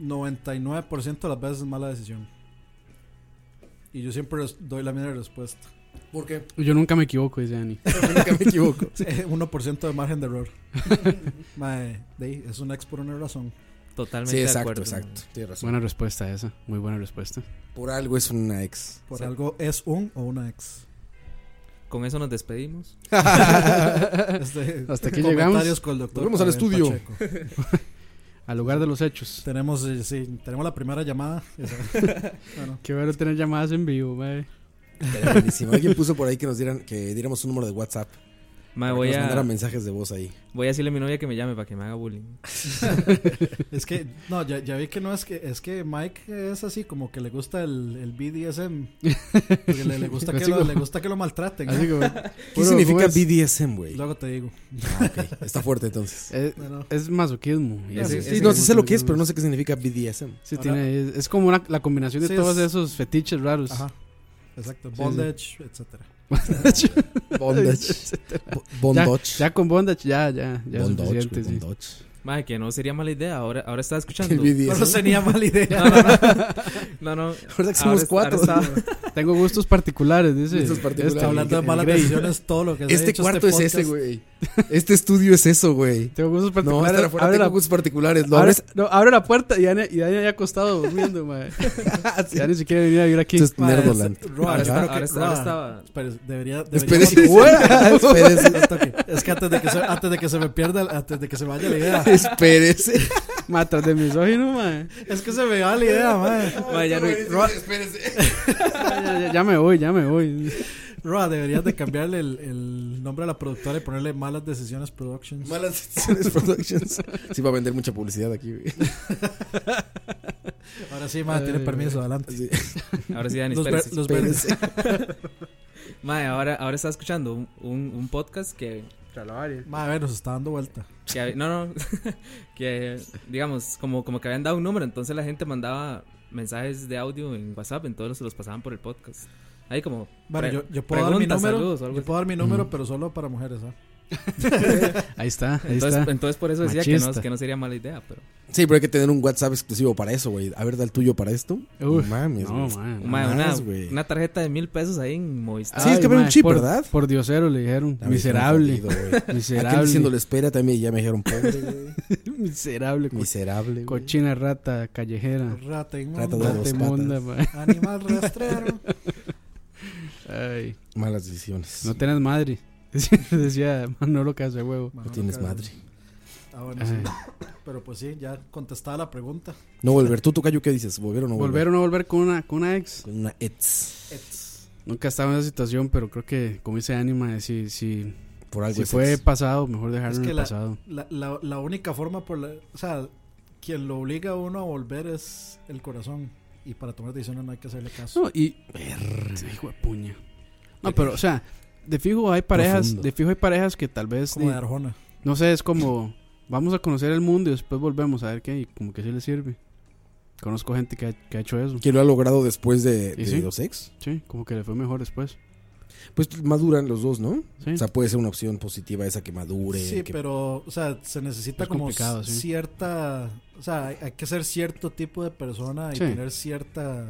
S3: 99% de las veces es mala decisión. Y yo siempre res- doy la misma respuesta.
S1: ¿Por qué?
S2: Yo nunca me equivoco, dice Dani.
S1: Nunca me equivoco.
S3: Eh, 1% de margen de error. Mae, de ahí, es un ex por una razón.
S4: Totalmente
S1: Sí,
S4: de
S1: exacto,
S4: acuerdo.
S1: exacto. Tienes razón.
S2: Buena respuesta esa. Muy buena respuesta.
S1: Por algo es una ex.
S3: Por
S4: Sí.
S3: algo es un o una ex.
S4: Con eso nos despedimos.
S3: Este,
S2: Hasta aquí
S3: comentarios
S2: llegamos.
S3: con el doctor
S1: Volvemos al
S3: Pavel
S1: estudio.
S3: Pacheco.
S2: Al lugar de los hechos.
S3: Tenemos, eh, sí, tenemos la primera llamada. Esa. Bueno,
S2: Qué bueno tener llamadas en vivo, mae.
S1: Estaría buenísimo. Alguien puso por ahí que nos dieran, que diéramos un número de WhatsApp.
S4: Ma,
S1: para
S4: voy
S1: que nos
S4: a,
S1: mandaran mensajes de voz ahí.
S4: voy a decirle a mi novia que me llame para que me haga bullying.
S3: Es que, no, ya, ya vi que no es que, es que Mike es así como que le gusta el, el BDSM. Porque le, le gusta que
S2: Así
S3: lo,
S2: como-
S3: le gusta que lo maltraten. ¿eh?
S2: Así como.
S1: ¿Qué
S2: Bueno,
S1: significa
S2: ¿cómo es?
S1: BDSM, güey?
S3: Luego te digo.
S1: Ah, ok. Está fuerte entonces.
S2: Es,
S3: Bueno,
S2: es masoquismo. Y
S4: Ese-
S2: así-
S4: ese
S1: Sí, no, sí sé lo que es, pero no sé qué significa BDSM.
S2: Sí,
S3: Ahora-
S2: tiene, es, es como una- la combinación de
S3: Sí,
S2: todos
S3: es-
S2: esos fetiches raros.
S3: ajá. Exacto.
S2: Sí, sí.
S3: Bondage, etcétera.
S1: Bondage. Bo-
S2: ya,
S1: Bondage.
S2: ya con bondage, ya, ya, ya es
S1: Bondage,
S2: suficiente.
S1: güey,
S2: sí.
S1: Bondage.
S4: Ma, que no sería mala idea. Ahora, ahora estaba escuchando.
S1: El
S3: No,
S1: BDSM.
S3: no tenía mala idea.
S4: No, no, no. No, no.
S1: Ahora que somos
S4: Ahora-
S1: cuatro.
S4: ahora estaba-
S2: Tengo gustos particulares, dice.
S1: Gustos particulares.
S2: este,
S3: Hablando de
S2: el
S3: malas
S2: Grey.
S3: decisiones, todo lo que se ha
S1: Este
S3: dicho
S1: cuarto es
S3: podcast.
S1: ese, güey. Este estudio es eso, güey.
S2: Tengo gustos
S1: No, hasta
S2: particulares.
S1: afuera
S2: abre,
S1: tengo
S2: la,
S1: gustos particulares. ¿Lo
S2: abre-
S1: abres?
S2: no, abre la puerta y Dani, y Dani ya acostado durmiendo, mae. Ya ni siquiera venía a vivir aquí.
S1: Esto es
S3: Mae,
S1: Nerdoland.
S3: es- Roa,
S4: Ahora
S3: yo creo
S4: estaba-
S3: que-
S4: ahora estaba- ahora
S3: Roa,
S4: estaba-
S3: espere, debería,
S1: Espere,
S2: este
S3: deberíamos-
S1: fuera, espérese,
S3: Un toque. Es que antes de que se, antes de que se me pierda, antes de que se vaya la idea.
S1: espérese.
S2: Matas de misógino, mae.
S3: Es que se me va la idea, mae.
S4: Ma, ya no-
S1: Espérese.
S2: Ya, ya- ya me voy, ya me voy.
S3: Roa, deberías de cambiarle el, el nombre a la productora y ponerle Malas Decisiones Productions.
S1: Malas Decisiones Productions. Sí, va a vender mucha publicidad aquí, güey.
S3: Ahora sí, ma, tiene
S2: Ay,
S3: permiso, adelante.
S1: Sí,
S4: Ahora sí, Dani,
S3: Los, ver-
S4: espérese.
S3: los verdes.
S1: espérese.
S4: Ma, ahora, ahora estaba escuchando un, un, un podcast que...
S3: Ma, a ver, nos está dando vuelta.
S4: que hab- no, no. que, digamos, como, como que habían dado un número, entonces la gente mandaba mensajes de audio en WhatsApp, entonces se los pasaban por el podcast. Ahí como...
S3: Bueno,
S4: pre-
S3: yo, yo puedo dar mi
S4: preguntas,
S3: número.
S4: saludos o algo Mm.
S3: yo puedo dar mi número, pero solo para mujeres, ¿ah?
S2: Ahí está, ahí
S4: Entonces,
S2: está.
S4: entonces por eso decía que no,
S2: Machista.
S4: que no sería mala idea, pero...
S1: Sí, pero hay que tener un WhatsApp exclusivo para eso, güey. A ver, da el tuyo para esto.
S2: Uf,
S1: no mames,
S2: No,
S1: güey.
S2: man, no.
S4: Ma, una,
S1: más, güey.
S4: una tarjeta de mil pesos ahí en Movistar.
S1: Sí, es que
S2: Ay,
S1: había un
S2: ma,
S1: chip,
S2: por-
S1: ¿verdad?
S2: Por diosero le dijeron.
S1: Ay,
S2: miserable.
S1: qué jodido, güey. Aquel
S2: Miserable.
S1: diciéndole espera también ya me dijeron pobre, güey.
S2: miserable. co-
S1: Miserable. güey.
S2: Cochina rata
S4: Ah.
S2: callejera.
S3: Rata
S1: Rata
S3: inmunda.
S1: de dos
S2: Rata inmunda, ma.
S3: Animal rastrero.
S2: Ay,
S1: Malas decisiones.
S2: no tenés madre. Decía Manolo Casahuevo.
S1: No tienes madre.
S3: Ah, bueno, sí. Pero pues sí, ya contestaba la pregunta.
S1: No volver. ¿Tú, Tocayo, qué dices? ¿Volver o no volver?
S2: Volver o no volver con una, con una ex.
S1: Con una ex.
S2: Nunca he estado en esa situación, pero creo que como dice Anima, si, si,
S1: Por algo
S2: si
S1: es
S2: fue
S1: ex.
S2: pasado, mejor dejarlo
S3: Es
S2: en
S3: que
S2: el
S3: la-
S2: pasado.
S3: La, la, la única forma por la. O sea, quien lo obliga a uno a volver es el corazón. Y para tomar decisiones no hay que hacerle caso.
S2: No, y. Hijo de puña. No, pero, o sea, de fijo hay parejas,
S1: Profundo.
S2: de fijo hay parejas que tal vez.
S3: como
S2: ni-
S3: de Arjona.
S2: No sé, es como vamos a conocer el mundo y después volvemos a ver qué y como que sí le sirve. Conozco gente que ha, que ha hecho eso.
S1: Que lo ha logrado después de,
S2: Sí,
S1: de
S2: sí.
S1: los ex.
S2: Sí, como que le fue mejor después.
S1: Pues maduran los dos, ¿no?
S2: Sí.
S1: O sea, puede ser una opción positiva esa que madure.
S3: Sí,
S1: que-
S3: pero, o sea, se necesita
S2: Es
S3: como
S2: complicado, sí.
S3: cierta. O sea, hay, hay que ser cierto tipo de persona y
S2: Sí.
S3: tener cierta.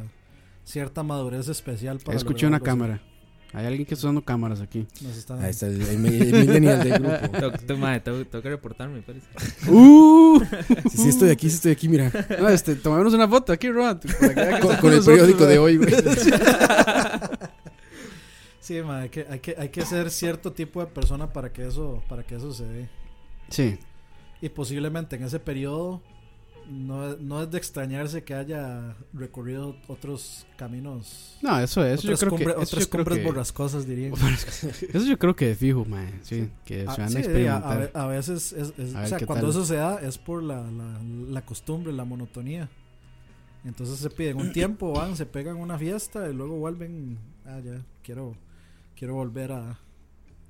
S3: Cierta madurez especial para.
S2: Escuché una
S3: lograr algo
S2: cámara. Hay alguien que está usando cámaras aquí.
S3: así. Nos están-
S1: Ahí Ah, está el, el, el millennial del grupo.
S4: Tengo, tengo- ma, tengo- tengo que reportarme, parece.
S2: ¡Uh!
S1: Si sí, estoy aquí, sí estoy aquí, mira.
S2: No, este, tomémonos una foto aquí, Roa.
S1: Con, con el periódico de hoy, güey.
S3: Sí, ma, hay que, hay, que, hay que ser cierto tipo de persona para que eso, para que eso se dé.
S2: Sí,
S3: Y posiblemente en ese periodo no, no es de extrañarse que haya recorrido otros caminos.
S2: no, eso es. Yo
S3: otras
S2: creo que.
S3: cumbre-
S2: Eso
S3: otras
S2: yo creo
S3: cumbres
S2: que,
S3: borrascosas, diría.
S2: eso yo creo que de fijo, man. Sí, que
S3: Ah,
S2: se van
S3: sí,
S2: a
S3: a- a,
S2: experimentar.
S3: ve- a veces, es- es-
S2: A
S3: o
S2: ver
S3: sea,
S2: qué
S3: cuando
S2: tal.
S3: eso se da es por la, la, la costumbre, la monotonía. Entonces se piden un tiempo, van, se pegan una fiesta y luego vuelven. Ah, ya, quiero, quiero volver a,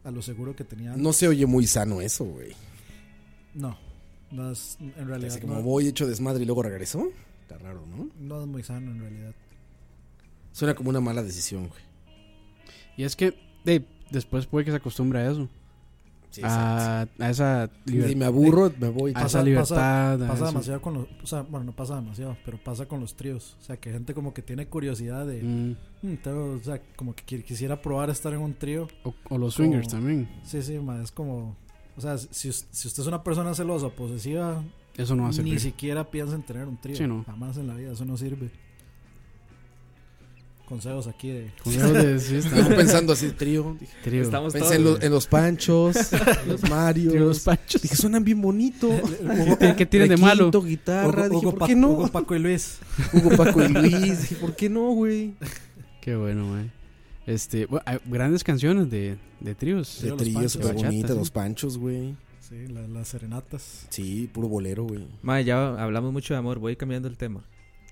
S3: a lo seguro que tenía. antes.
S1: No se oye muy sano eso, güey.
S3: No, no es, en realidad
S1: Así como
S3: no,
S1: voy hecho desmadre y luego regreso. Está raro, ¿no?
S3: no es muy sano en realidad.
S1: Suena como una mala decisión, güey.
S2: Y es que de- después puede que se acostumbre a eso.
S1: Sí, exacto.
S2: a, a esa
S1: y
S2: libertad.
S1: me aburro, me voy.
S2: A
S3: pasa-
S2: Ah, esa libertad. a
S3: Pasa
S2: eso.
S3: demasiado con los, o sea, bueno, no pasa demasiado, pero pasa con los tríos. O sea, que gente como que tiene curiosidad de,
S2: Mm,
S3: "Mm, tengo- o sea, como que qui- quisiera probar estar en un trío.
S2: o, o los swingers
S3: Como-
S2: también.
S3: Sí, sí, ma, es como, o sea, si, us- si usted es una persona celosa o posesiva,
S2: Eso no va a
S3: ni
S2: servir.
S3: siquiera piensa en tener un trío.
S2: Sí, no.
S3: Jamás en la vida, eso no sirve. Consejos aquí de...
S2: Consejos de- sí, está-
S1: Luego pensando así, trío. Dije,
S2: trío.
S4: Estamos Pues todos...
S1: Pensé en los, en los panchos, en los marios.
S2: Trío de los panchos.
S1: Dije, suenan bien bonito.
S2: ¿Qué tiene- ¿Qué tienen de malo?
S1: Requinto, guitarra.
S3: Hugo-
S1: dije,
S3: Hugo
S1: ¿por
S3: Pa-
S1: qué no?
S3: Hugo, Paco y Luis.
S1: Hugo Paco y Luis. Dije, ¿por qué no, güey?
S2: Qué bueno, man. Este, bu- hay grandes canciones de, de tríos.
S3: Sí.
S1: De
S3: los
S1: trío,
S3: Panchos.
S1: súper
S2: Bachata,
S1: bonita.
S2: sí.
S1: Los panchos, güey.
S3: Sí, la- las serenatas.
S1: Sí, puro bolero, güey.
S4: Ma, ya hablamos mucho de amor, voy cambiando el tema.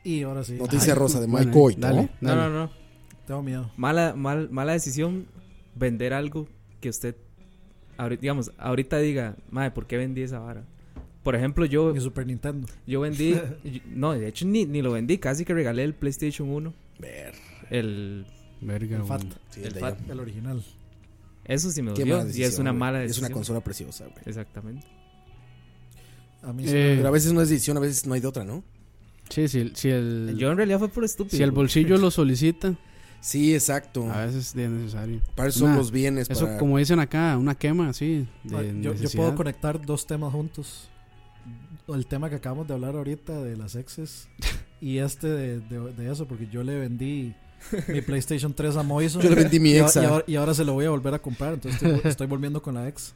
S3: Y ahora sí,
S1: Noticia
S2: Ay,
S1: rosa de
S2: bueno,
S1: Mike Hoy,
S2: dale,
S1: ¿no?
S2: dale.
S4: No, no, no.
S3: tengo miedo.
S4: Mala, mal- mala decisión vender algo que usted, ahori- digamos, ahorita diga, madre, ¿por qué vendí esa vara? Por ejemplo, yo,
S3: Mi Super Nintendo.
S4: yo vendí, yo- no, de hecho ni, ni lo vendí, casi que regalé el PlayStation 1,
S1: Ver.
S4: el,
S2: Verga,
S3: El
S2: güey.
S3: Fat,
S1: Sí,
S4: El
S1: de-
S4: Fat.
S3: el original.
S4: eso sí me
S1: Qué mala
S4: dolió, y
S1: decisión,
S4: es una
S1: güey.
S4: mala decisión.
S1: Es una consola preciosa, güey.
S4: Exactamente.
S3: A mí sí me-
S2: Eh,
S1: Pero a veces no es decisión, a veces no hay de otra, ¿no?
S2: sí, si, el- si el,
S4: Yo en realidad fue por estúpido.
S2: si el
S4: güey.
S2: bolsillo lo solicita,
S1: Sí, exacto.
S2: a veces es necesario.
S1: Para eso son
S2: Nah,
S1: los bienes.
S2: Eso,
S1: para...
S2: como dicen acá, una quema así. De
S3: Ah, yo, yo
S2: necesidad.
S3: puedo conectar dos temas juntos. El tema que acabamos de hablar ahorita de las exes y este de, de- de eso, porque yo le vendí mi PlayStation 3 a Moiso.
S1: Yo le vendí mi
S3: y, a-
S1: ex
S3: y
S1: a-
S3: ahora, y ahora se lo voy a volver a comprar, entonces estoy, estoy volviendo con la ex.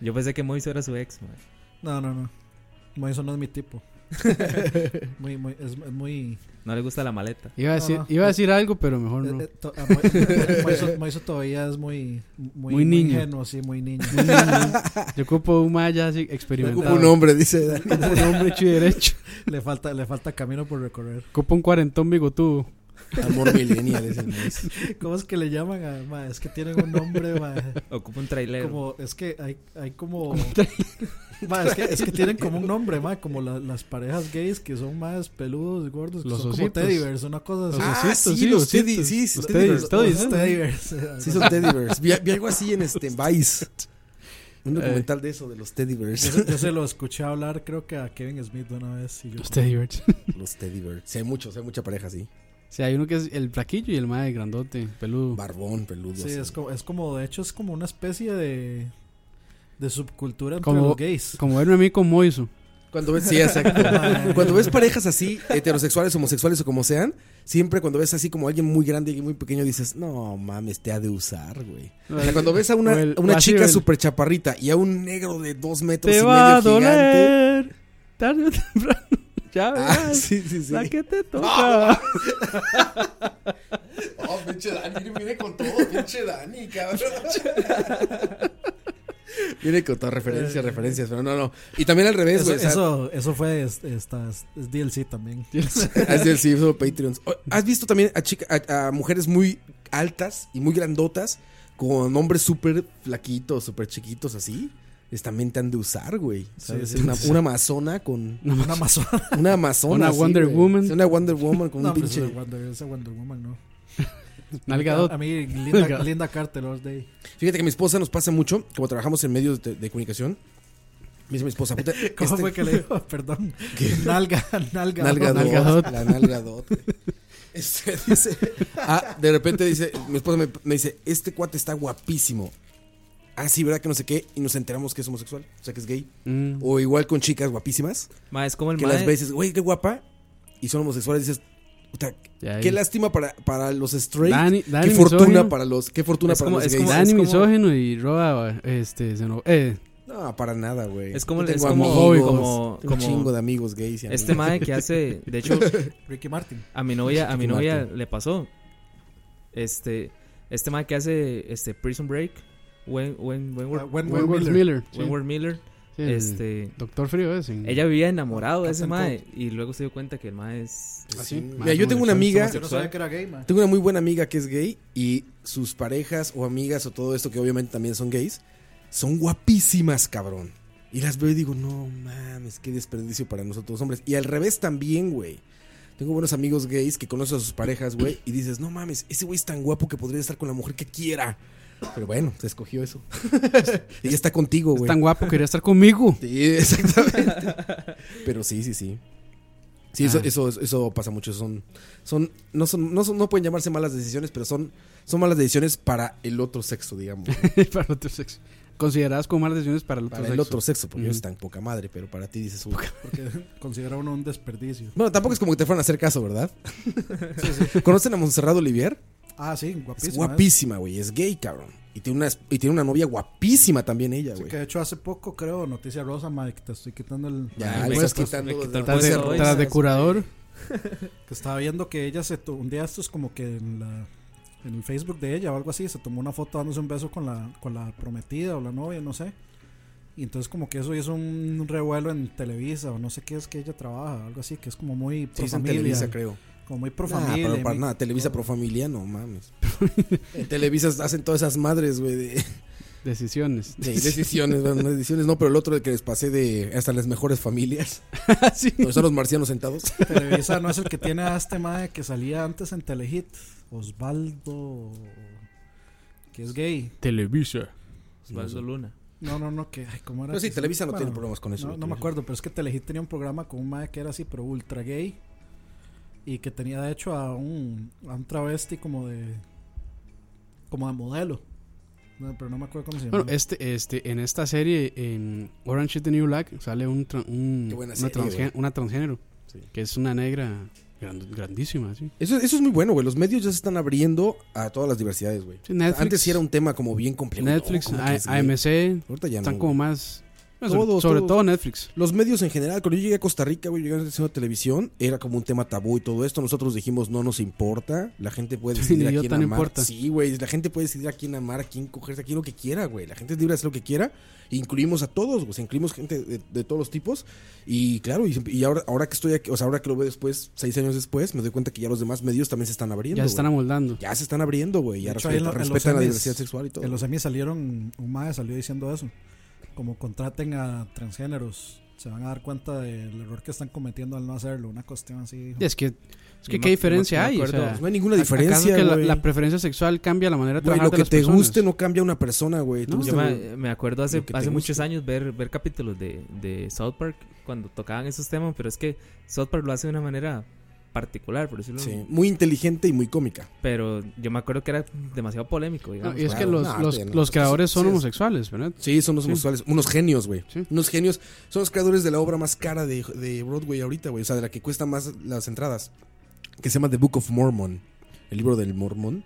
S4: Yo pensé que Moiso era su ex, madre.
S3: No, no, no. Moiso no es mi tipo. Muy, muy, es, es muy...
S4: No le gusta la maleta.
S2: Iba a decir,
S3: Ajá.
S2: iba a decir algo, pero mejor no.
S3: eh, eh, to- a Mo- Moiso, Moiso todavía es muy... Muy,
S2: Muy niño.
S3: ingenuo, sí, muy niño.
S2: Yo ocupo un maya así
S1: Ocupo
S2: experimentado.
S1: un hombre, dice Dani.
S2: un hombre hecho y derecho.
S3: le, falta, le falta camino por recorrer.
S2: Ocupo un cuarentón bigotudo.
S1: Amor milenial es el Mois.
S3: ¿Cómo es que le llaman? a- ma? es que tienen un nombre, ma.
S4: Ocupa un trailero.
S3: Como, es que hay, hay como. Ma, es, que, es que tienen como un nombre, ma, como la- las parejas gays que son más peludos, gordos, que
S2: Los
S3: son
S2: ositos.
S3: como teddy bears, una cosa así. Ah,
S1: Ah, sí,
S2: sí,
S1: los
S2: los
S1: teddy,
S2: ositos.
S1: sí, sí,
S2: Los
S1: teddy bears.
S2: teddy bears.
S3: Los teddy bears.
S1: Sí, son teddy bears. Vi, vi algo así en este en Vice. Un documental de eso, de los teddy
S3: Yo,
S1: bears.
S3: se- yo se lo escuché hablar, creo que a Kevin Smith de una vez. Y yo,
S2: Usted, George.
S1: los teddy bears. Sí, hay muchos, hay mucha pareja así.
S2: Sí, hay uno que es el flaquillo y el madre grandote, peludo.
S1: Barbón, peludo.
S3: sí,
S1: así.
S3: es como, es como, de hecho, es como una especie de, de subcultura entre
S2: Como-
S3: los gays.
S2: Como verme a mí con Moiso.
S1: Cuando ves, sí, exacto. cuando ves parejas así, heterosexuales, homosexuales o como sean, siempre cuando ves así como alguien muy grande y muy pequeño, dices, no mames, te ha de usar, güey. O sea, cuando ves a una,
S2: O el-
S1: a una
S2: o así
S1: chica
S2: el-
S1: súper chaparrita y a un negro de dos metros
S2: Te
S1: y
S2: va a
S1: medio gigante.
S2: doler. Tarde o temprano. Ya
S1: Ah,
S2: verás.
S1: sí, sí, sí.
S2: La que te toca.
S1: Oh, pinche Dani, viene con todo, pinche Dani, cabrón. viene con todas referencias, referencias, pero no, no. Y también al revés,
S3: Eh. Eso,
S1: güey. o sea,
S3: eso, eso fue es- esta, es- es DLC también.
S1: Así es, sí, son Patreons. O- ¿Has visto también a, chica- a, a mujeres muy altas y muy grandotas con hombres súper flaquitos, súper chiquitos así? Les también te han de usar, güey. ¿sabes?
S3: sí,
S1: una,
S3: sí.
S1: una amazona con...
S3: Una amazona.
S1: Una amazona.
S2: Una
S1: así,
S2: Wonder
S1: güey.
S2: Woman.
S1: Sí, Una Wonder Woman con
S3: No,
S1: un
S3: pero esa
S1: pinche...
S3: Wonder, esa Wonder Woman, ¿no? A
S1: Ah,
S2: Nalgadot.
S3: mí, Linda,
S2: Delgado.
S3: Linda Carter, Lord Day.
S1: Fíjate que a mi esposa nos pasa mucho, como trabajamos en medios de, de comunicación. Me dice mi esposa, puta,
S3: ¿Cómo
S1: este-
S3: fue que le dijo? Perdón. Nalga, nalga.
S1: Nalgadot.
S2: Nalgadot.
S1: La nalgadot. güey. Este dice. Ah, de repente dice. Mi esposa me, me dice: Este cuate está guapísimo. Ah, sí, ¿verdad que no sé qué? Y nos enteramos que es homosexual. O sea, que es gay.
S2: Mm.
S1: O igual con chicas guapísimas.
S4: Ma, es como el
S1: Que
S4: mae-
S1: las veces, güey, qué guapa. Y son homosexuales. Dices, puta,
S2: Ya
S1: qué
S2: ahí.
S1: lástima para, para los straight.
S2: Dani- Dani
S1: qué fortuna
S2: misógino.
S1: para los. Qué fortuna
S4: Es
S1: para
S4: como-
S1: los
S4: es
S1: gays.
S4: como-
S2: Dani
S4: como-
S2: misógino y Roa, este, xeno- eh,
S1: No, para nada, güey.
S4: Es como-
S1: Yo
S4: es
S1: tengo
S4: como-
S1: amigos,
S4: como-
S1: tengo un
S4: como-
S1: chingo de amigos gays. y
S4: Este
S1: amigas.
S4: mae que hace, de hecho,
S3: Ricky Martin.
S4: a mi novia, a mi
S1: Ricky
S4: novia
S1: Martin.
S4: le pasó. Este, este mae que hace este Prison Break, Wen, Wen, Wentworth-
S3: Ah, Wen- Wen-
S2: Wentworth
S3: Miller.
S2: Miller. sí.
S4: Wentworth Miller,
S2: Sí, el
S4: este,
S2: Doctor Frío es. en-
S4: ella vivía enamorado de ese
S3: Captain
S4: mae y luego se dio cuenta que el mae es
S1: Pues
S2: Así.
S1: sí.
S2: Más
S1: Mira, yo tengo una
S2: homosexual,
S1: amiga.
S3: Yo no sabía que era gay, man.
S1: Tengo una muy buena amiga que es gay y sus parejas o amigas o todo esto que obviamente también son gays son guapísimas, cabrón. Y las veo y digo, no mames, qué desperdicio para nosotros hombres. Y al revés también, güey. Tengo buenos amigos gays que conocen a sus parejas, güey, y dices, no mames, ese güey es tan guapo que podría estar con la mujer que quiera. Pero bueno, se escogió eso. y ya está contigo,
S2: Es
S1: güey.
S2: tan guapo, quería estar conmigo.
S1: Sí, exactamente. Pero sí, sí, sí. Sí, eso,
S2: Ah.
S1: eso, eso pasa mucho. Son, son, no son, no son, no pueden llamarse malas decisiones, pero son, son malas decisiones para el otro sexo, digamos. ¿no?
S2: para el otro sexo. Consideradas como malas decisiones para el otro
S1: Para
S2: sexo.
S1: el otro sexo, porque
S2: Ujú.
S1: ellos están poca madre, pero para ti dices. "Uy".
S3: Porque considera uno un desperdicio.
S1: Bueno, tampoco es como que te fueran a hacer caso, ¿verdad? ¿Conocen a Monserrat Olivier?
S3: Ah, sí,
S1: Es
S3: guapísimo.
S1: guapísima, güey. Es gay, cabrón. Y tiene una, y tiene una novia guapísima también ella, güey.
S3: ¿eh? Que de hecho hace poco, creo, Noticia Rosa, Mike, te estoy quitando el...
S1: Ya,
S4: Ay,
S1: le
S4: me
S1: estás
S4: quitó-
S1: quitando
S4: me
S1: los
S4: quitó el
S1: demás
S2: Tras de,
S4: Pues,
S2: tras de
S1: errores.
S2: curador.
S3: Que estaba viendo que ella se... to- Un día esto es como que en la... En el Facebook de ella o algo así, se tomó una foto dándose un beso con la, con la prometida o la novia, no sé. Y entonces como que eso hizo un revuelo en Televisa o no sé qué es que ella trabaja, algo así, que es como muy pro
S1: Sí, es en
S3: familia,
S1: Televisa, creo.
S3: Como muy pro
S1: Nah,
S3: familia.
S1: pero
S3: y
S1: para
S3: muy-
S1: nada, Televisa Pro Familia, no mames. en Televisa hacen todas esas madres, güey, de,
S2: Decisiones.
S1: de decisiones, bueno, no decisiones, no, pero el otro el que les pasé de hasta las mejores familias,
S2: Sí.
S1: donde están los marcianos sentados.
S3: Televisa no es el que tiene a este mae que salía antes en Telehit, Osvaldo, que es gay.
S2: Televisa.
S4: Osvaldo Luna.
S3: No, no, no, que, ay, ¿cómo era?
S1: Pero sí,
S3: que-
S1: Televisa no
S3: bueno,
S1: tiene problemas con eso.
S3: No, no me acuerdo, pero es que Telehit tenía un programa con un mae que era así, pero ultra gay. Y que tenía de hecho a un, a un travesti como de. como de modelo. No, pero no me acuerdo cómo se llama.
S2: Bueno, este, este, en esta serie, en Orange is the New Black, sale un, tra- un-
S1: Qué buena
S2: una,
S1: serie,
S2: transgé-
S1: güey.
S2: una transgénero.
S1: Sí.
S2: Que es una negra grand- grandísima, sí.
S1: Eso, eso es muy bueno, güey. Los medios ya se están abriendo a todas las diversidades, güey.
S2: Sí, Netflix.
S1: Antes sí era un tema como bien complejo.
S2: Netflix,
S1: ¿no? ¿Cómo que
S2: A-
S1: es gay?
S2: AMC,
S1: Ahorita ya no,
S2: están
S1: güey.
S2: como más. no, sobre-
S1: Todos,
S2: sobre
S1: todos.
S2: todo Netflix.
S1: Los medios en general, cuando yo llegué a Costa Rica, güey, llegué a haciendo televisión, era como un tema tabú y todo esto. Nosotros dijimos, no nos importa, la gente puede
S2: Sí,
S1: decidir
S2: ni
S1: a
S2: yo
S1: quién
S2: tan
S1: amar.
S2: importa.
S1: Sí, güey, la gente puede decidir a quién amar, a quién cogerse, a quién lo que quiera, güey. La gente es libre de hacer lo que quiera. Incluimos a todos, güey, incluimos gente de, de todos los tipos. Y claro, y, y ahora, ahora que estoy aquí, o sea, ahora que lo veo después, seis años después, me doy cuenta que ya los demás medios también se están abriendo.
S2: Ya se están
S1: güey.
S2: amoldando.
S1: ya se están abriendo, güey. Ya
S3: De hecho,
S1: respeta-
S3: ahí en lo- en los
S1: respetan la
S3: Emmys-
S1: diversidad sexual y todo.
S3: En los Emmys salieron, un mae salió diciendo eso. Como contraten a transgéneros. se van a dar cuenta del error que están cometiendo al no hacerlo. Una cuestión así. dijo.
S2: Y Es que, es que
S4: Yo
S2: qué
S4: me-
S2: diferencia
S4: me
S2: hay. O
S4: acuerdo-
S2: sea,
S1: No hay ninguna
S2: ¿acaso
S1: diferencia,
S2: que la,
S1: güey.
S2: la preferencia sexual cambia la manera de
S1: Güey,
S2: trabajar
S1: lo
S2: de
S1: que
S2: las
S1: te
S2: personas?
S1: guste no cambia a una persona, güey. Te gusta,
S4: Yo
S1: güey.
S4: me, me acuerdo hace,
S1: lo que te
S4: hace
S1: guste.
S4: muchos años ver, ver capítulos de, de South Park cuando tocaban esos temas, pero es que South Park lo hace de una manera particular, por decirlo
S1: Sí, muy inteligente y muy cómica.
S4: Pero yo me acuerdo que era demasiado polémico,
S2: No,
S4: digamos.
S2: y es que
S1: claro.
S2: los,
S1: No,
S2: los,
S1: tío, no.
S2: los creadores
S1: Sí,
S2: son
S1: sí, es-
S2: homosexuales, ¿verdad?
S1: Sí, son los homosexuales. Unos genios, güey.
S2: Sí.
S1: Unos genios. Son los creadores de la obra más cara de, de Broadway ahorita, güey. O sea, de la que cuesta más las entradas. Que se llama The Book of Mormon. El libro del Mormón.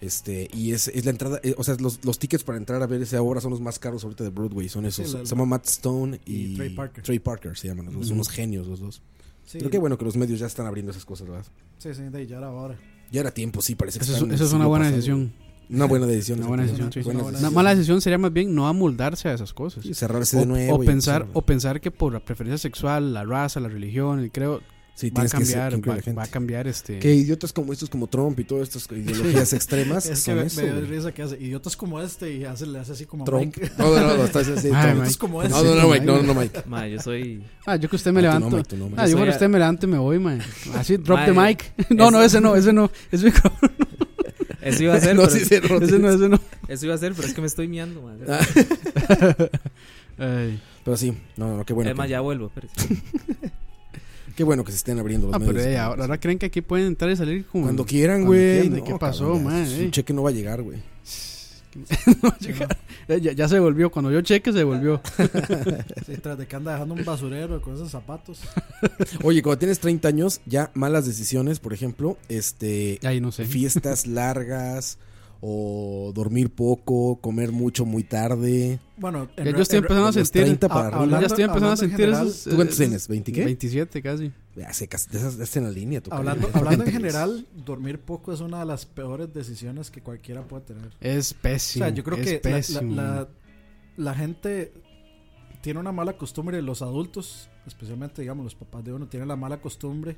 S1: Este, y es, es la entrada. eh, o sea, los, los tickets para entrar a ver esa obra son los más caros ahorita de Broadway. Son esos.
S3: Sí, la-
S1: se llama Matt Stone y,
S3: y Trey Parker.
S1: Trey Parker se llaman. los dos.
S2: Ujú.
S1: Unos genios los dos.
S3: Sí,
S1: Pero qué bueno que los medios ya están abriendo esas cosas, ¿verdad?
S3: sí, sí, de ahí ya era ahora.
S1: Ya era tiempo, sí, parece que
S2: Esa es,
S1: están en el
S2: esa es una
S1: siglo
S2: buena
S1: pasado.
S2: decisión.
S1: Una buena decisión.
S2: Una buena
S1: exactamente.
S2: decisión, sí.
S1: Buena
S3: Una buena
S2: Una
S1: decisión.
S2: mala decisión sería más bien no amoldarse a esas cosas.
S1: Sí, cerrarse
S2: O,
S1: de nuevo.
S2: o
S1: y
S2: pensar,
S1: empezar,
S2: o pensar que por la preferencia sexual, la raza, la religión, el creo,
S1: Sí,
S2: va a
S1: tienes que ser-
S2: cambiar,
S1: que incluir a
S2: va,
S1: la gente.
S2: va a cambiar este...
S1: Que idiotas como estos, como Trump y todas estas ideologías extremas
S3: Es que
S1: son
S3: me,
S1: eso.
S3: me dio
S1: güey.
S3: risa que hace idiotas como este y hace, le hace así como a
S1: Trump.
S3: Mike.
S1: No, no, no, estás así,
S2: Ay,
S1: Trump.
S2: Mike.
S3: Es
S1: No,
S3: como este.
S1: no, no, Mike, no, no, Mike.
S4: Ma, yo soy...
S2: Ah, yo que usted me
S1: Ah, tu
S2: levanto.
S1: nombre, tu nombre.
S2: Ah, yo
S4: Yo
S2: por
S4: soy
S2: usted me levanto y me voy, man. Así, drop the
S4: Mae,
S2: mic. No, no, ese no, ese no. Ese,
S4: Eso iba a ser,
S1: No,
S4: pero,
S1: sí, se
S2: no,
S1: rote.
S2: ese no, ese no.
S4: eso iba a ser, pero es que me estoy miando, ma.
S1: Ah,
S2: Ay.
S1: Pero sí, no, no, qué bueno.
S4: Además,
S1: que-
S4: ya vuelvo. espérese.
S1: Qué bueno que se estén abriendo los
S2: Ah, pero
S1: medios.
S2: eh, ahora, ahora creen que aquí pueden entrar y salir como...
S1: Cuando quieran,
S2: Cuando
S1: güey.
S2: quieran, ¿de qué pasó,
S1: cabrón, ya,
S2: man,
S1: su
S2: eh?
S1: cheque no va a llegar, güey.
S2: No, chica, eh, ya, ya se volvió, cuando yo cheque se volvió.
S3: Sí, tras de que anda dejando un basurero con esos zapatos.
S1: Oye, cuando tienes 30 años, ya malas decisiones, por ejemplo, este,
S2: Ay, no sé.
S1: fiestas largas o dormir poco, comer mucho muy tarde.
S3: Bueno, en
S2: Ya
S3: re-
S2: yo estoy
S3: en re-
S2: empezando a
S1: de los
S2: sentir...
S1: 30 para
S2: ah,
S1: arriba.
S2: hablando- ya estoy empezando a
S3: hablando en
S2: sentir
S3: general,
S2: esos...
S1: ¿Tú cuántos
S2: eh,
S1: tienes? ¿20 qué?
S2: 27 casi.
S1: Ya, se cas- de esas- de esas en la línea, tocayo.
S3: Hablando, hablando en general, dormir poco es una de las peores decisiones que cualquiera puede tener.
S2: Es
S3: O
S2: pésimo.
S3: sea, yo creo
S2: es
S3: que la- la,
S2: pésimo.
S3: la- la gente tiene una mala costumbre, los adultos, especialmente digamos los papás de uno, tienen la mala costumbre